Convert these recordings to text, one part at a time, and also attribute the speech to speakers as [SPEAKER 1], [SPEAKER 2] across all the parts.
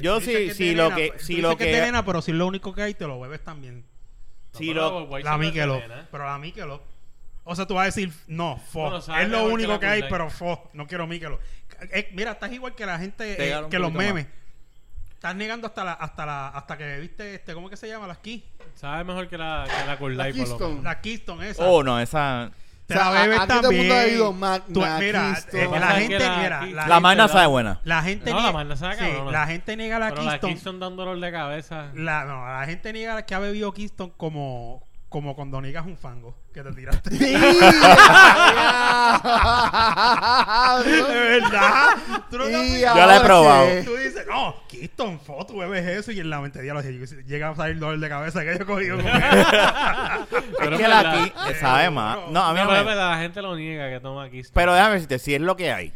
[SPEAKER 1] Yo
[SPEAKER 2] tú
[SPEAKER 1] sí-
[SPEAKER 2] dices
[SPEAKER 1] sí,
[SPEAKER 2] te
[SPEAKER 1] lo
[SPEAKER 2] nena,
[SPEAKER 1] que-
[SPEAKER 2] tú
[SPEAKER 1] sí,
[SPEAKER 2] dices
[SPEAKER 1] lo
[SPEAKER 2] que
[SPEAKER 1] que-
[SPEAKER 2] te nena, pero si es lo único que hay, te lo bebes también.
[SPEAKER 1] si
[SPEAKER 3] pero
[SPEAKER 1] lo,
[SPEAKER 3] Budweiser
[SPEAKER 2] La
[SPEAKER 3] no es
[SPEAKER 2] Michelob.
[SPEAKER 3] venena.
[SPEAKER 2] Pero la Michelob. O sea, tú vas a decir, no, fo.
[SPEAKER 3] Bueno, sabe
[SPEAKER 2] es lo
[SPEAKER 3] mejor que
[SPEAKER 2] único
[SPEAKER 3] la
[SPEAKER 2] que hay,
[SPEAKER 3] Coors Light.
[SPEAKER 2] pero fo. No quiero Michelob. Eh, mira, estás igual que la gente, eh,
[SPEAKER 4] Pegar un
[SPEAKER 2] que los
[SPEAKER 4] poquito
[SPEAKER 2] memes. Estás negando hasta la, hasta la, hasta que bebiste este, ¿cómo que se llama? Las Key,
[SPEAKER 3] Sabe mejor que la, que la Coors
[SPEAKER 5] La
[SPEAKER 3] Light, por lo
[SPEAKER 5] Keystone.
[SPEAKER 3] menos.
[SPEAKER 2] las Keystone esa.
[SPEAKER 1] oh no esa
[SPEAKER 2] Te
[SPEAKER 5] O sea,
[SPEAKER 2] la bebes
[SPEAKER 5] aquí todo el
[SPEAKER 2] también.
[SPEAKER 5] mundo ha bebido Mac-
[SPEAKER 2] Tú-
[SPEAKER 5] Mac
[SPEAKER 2] mira,
[SPEAKER 5] Keystone.
[SPEAKER 2] eh,
[SPEAKER 3] Lo que
[SPEAKER 2] la
[SPEAKER 3] pasa es
[SPEAKER 2] gente,
[SPEAKER 3] que la
[SPEAKER 2] mira,
[SPEAKER 3] Keystone-
[SPEAKER 2] la,
[SPEAKER 1] la
[SPEAKER 3] gente
[SPEAKER 1] magna
[SPEAKER 3] la-
[SPEAKER 1] sabe buena
[SPEAKER 2] la gente
[SPEAKER 3] No, la
[SPEAKER 2] niega-
[SPEAKER 3] Magna saca,
[SPEAKER 2] sí,
[SPEAKER 3] cabrón.
[SPEAKER 2] la gente niega la
[SPEAKER 3] Pero la
[SPEAKER 2] Keystone.
[SPEAKER 3] Keystone dan dolor de cabeza.
[SPEAKER 2] La, no, la gente niega que ha bebido Keystone como, como cuando niegas un fango que te tiraste.
[SPEAKER 5] Sí, diablo.
[SPEAKER 2] De verdad. Tú no te has
[SPEAKER 5] Y
[SPEAKER 2] fijado.
[SPEAKER 1] Yo la he
[SPEAKER 5] ahora
[SPEAKER 1] probado.
[SPEAKER 5] sí.
[SPEAKER 2] Tú dices, no, Keystone, fo, tú bebes eso y en la mentira lo llega a salir dolor de cabeza que yo he cogido. con
[SPEAKER 3] Pero
[SPEAKER 1] es que la
[SPEAKER 3] verdad.
[SPEAKER 1] aquí sabe más no a mí
[SPEAKER 3] No,
[SPEAKER 1] no
[SPEAKER 3] pero
[SPEAKER 1] me-
[SPEAKER 3] la gente lo niega que toma Keystone.
[SPEAKER 1] pero déjame decirte si es lo que hay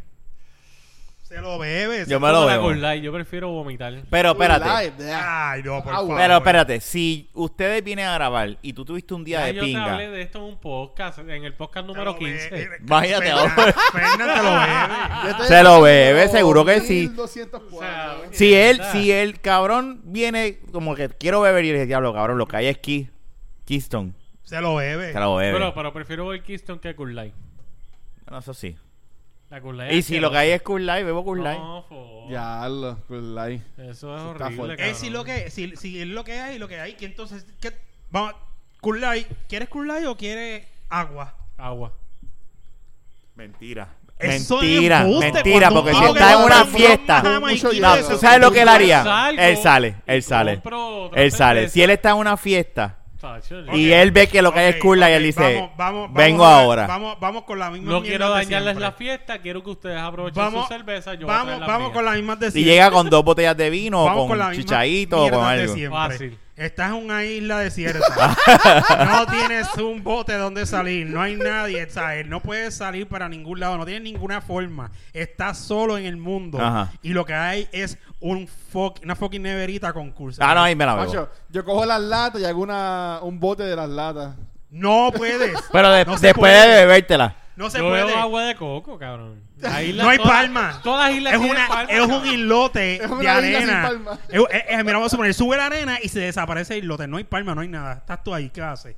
[SPEAKER 2] Se lo bebes.
[SPEAKER 1] yo me
[SPEAKER 3] Como
[SPEAKER 1] lo
[SPEAKER 3] la
[SPEAKER 1] veo
[SPEAKER 3] Coors Light, yo prefiero vomitar.
[SPEAKER 1] pero espérate
[SPEAKER 5] Live, ¿verdad?
[SPEAKER 2] Ay, no, por
[SPEAKER 5] Ah,
[SPEAKER 2] favor.
[SPEAKER 5] bueno.
[SPEAKER 1] pero espérate si ustedes vienen a grabar y tú tuviste un día
[SPEAKER 3] Ya
[SPEAKER 1] de
[SPEAKER 3] yo te hablé
[SPEAKER 1] pinga
[SPEAKER 3] de esto en un podcast, en el podcast
[SPEAKER 2] Te lo
[SPEAKER 3] número
[SPEAKER 2] bebe-
[SPEAKER 3] 15.
[SPEAKER 1] Imagínate
[SPEAKER 2] Fernan-
[SPEAKER 1] ahora.
[SPEAKER 2] Fernan te lo bebe.
[SPEAKER 5] Yo te-
[SPEAKER 1] Se lo bebe, seguro que sí.
[SPEAKER 5] 1204,
[SPEAKER 3] O sea,
[SPEAKER 5] ¿eh?
[SPEAKER 1] si él
[SPEAKER 3] ¿verdad?
[SPEAKER 1] si el cabrón viene como que quiero beber y le dije diablo cabrón lo que hay es Key- Keystone
[SPEAKER 2] Se lo bebe.
[SPEAKER 1] te lo bebe
[SPEAKER 3] Pero, pero prefiero el Keystone que Coors Light.
[SPEAKER 1] bueno eso sí
[SPEAKER 3] La Coors Light
[SPEAKER 1] y
[SPEAKER 3] es
[SPEAKER 1] si lo que
[SPEAKER 3] asquerosa.
[SPEAKER 1] hay es Cool Light bebo Cool Light
[SPEAKER 3] No, fo.
[SPEAKER 5] Diablo, pues, like.
[SPEAKER 3] Eso es
[SPEAKER 5] Eso está
[SPEAKER 3] horrible,
[SPEAKER 5] fuerte.
[SPEAKER 3] Este cabrón.
[SPEAKER 2] Es si lo que si, si es lo que hay, lo que hay, que entonces ¿qué? vamos, Cool Light, ¿quieres Cool Light o quieres agua?
[SPEAKER 3] Agua.
[SPEAKER 1] mentira
[SPEAKER 2] Eso es
[SPEAKER 1] mentira
[SPEAKER 2] embuste,
[SPEAKER 1] mentira
[SPEAKER 2] cuando un
[SPEAKER 1] porque si
[SPEAKER 2] tipo
[SPEAKER 1] está
[SPEAKER 2] que
[SPEAKER 1] en
[SPEAKER 2] va
[SPEAKER 1] una
[SPEAKER 2] a un
[SPEAKER 1] fiesta
[SPEAKER 2] programa y
[SPEAKER 5] Mucho
[SPEAKER 2] quiere
[SPEAKER 1] No,
[SPEAKER 5] Eso-
[SPEAKER 1] ¿tú sabes lo que él haría?
[SPEAKER 3] Salgo,
[SPEAKER 1] él sale, él sale.
[SPEAKER 3] compro otra
[SPEAKER 1] Él sale.
[SPEAKER 3] cerveza.
[SPEAKER 1] Si él está en una fiesta
[SPEAKER 3] Tacho, el-
[SPEAKER 1] y
[SPEAKER 2] Ok.
[SPEAKER 1] él ve que lo que hay es
[SPEAKER 2] Ok,
[SPEAKER 1] cool y
[SPEAKER 2] ok,
[SPEAKER 1] él dice,
[SPEAKER 2] vamos- vamos-
[SPEAKER 1] vengo
[SPEAKER 2] vamos a-
[SPEAKER 1] ahora.
[SPEAKER 2] Vamos, vamos con la misma
[SPEAKER 3] No quiero dañarles la
[SPEAKER 2] las
[SPEAKER 3] fiesta, quiero que ustedes aprovechen
[SPEAKER 2] Vamos,
[SPEAKER 3] su cerveza. Yo voy a
[SPEAKER 2] vamos,
[SPEAKER 3] traer las
[SPEAKER 2] vamos
[SPEAKER 3] mías.
[SPEAKER 2] con las mismas de
[SPEAKER 1] y
[SPEAKER 2] siempre.
[SPEAKER 1] llega con dos botellas de vino
[SPEAKER 2] Vamos
[SPEAKER 1] o con,
[SPEAKER 2] la misma
[SPEAKER 1] chichaito o con
[SPEAKER 2] mierda de
[SPEAKER 1] algo.
[SPEAKER 2] siempre.
[SPEAKER 3] Fácil.
[SPEAKER 2] Estás en una isla desierta. no tienes un bote donde salir. No hay nadie. ¿sabes? No puedes salir para ningún lado. No tienes ninguna forma. Estás solo en el mundo.
[SPEAKER 1] Ajá.
[SPEAKER 2] Y lo que hay es un fuck- una fucking neverita con curso.
[SPEAKER 1] Ah, no, ahí me la bebo.
[SPEAKER 5] Macho, yo cojo las latas y hago una, un bote de las latas.
[SPEAKER 2] No puedes.
[SPEAKER 1] Pero de-
[SPEAKER 2] No se
[SPEAKER 1] después
[SPEAKER 2] puede.
[SPEAKER 1] de bebértela.
[SPEAKER 2] No se
[SPEAKER 3] Yo
[SPEAKER 2] puede.
[SPEAKER 3] bebo agua de coco, cabrón. La isla-
[SPEAKER 2] No hay
[SPEAKER 3] todas-
[SPEAKER 2] palma.
[SPEAKER 3] Todas las islas
[SPEAKER 2] Es,
[SPEAKER 3] tienen
[SPEAKER 2] una,
[SPEAKER 3] palma,
[SPEAKER 2] es un
[SPEAKER 3] cabrón.
[SPEAKER 2] islote
[SPEAKER 5] Es una
[SPEAKER 2] de
[SPEAKER 5] isla sin
[SPEAKER 2] arena.
[SPEAKER 5] palma.
[SPEAKER 2] Es- es- es- mira, vamos a suponer, sube la arena y se desaparece el islote. No hay palma, no hay nada. Estás tú ahí, ¿qué haces?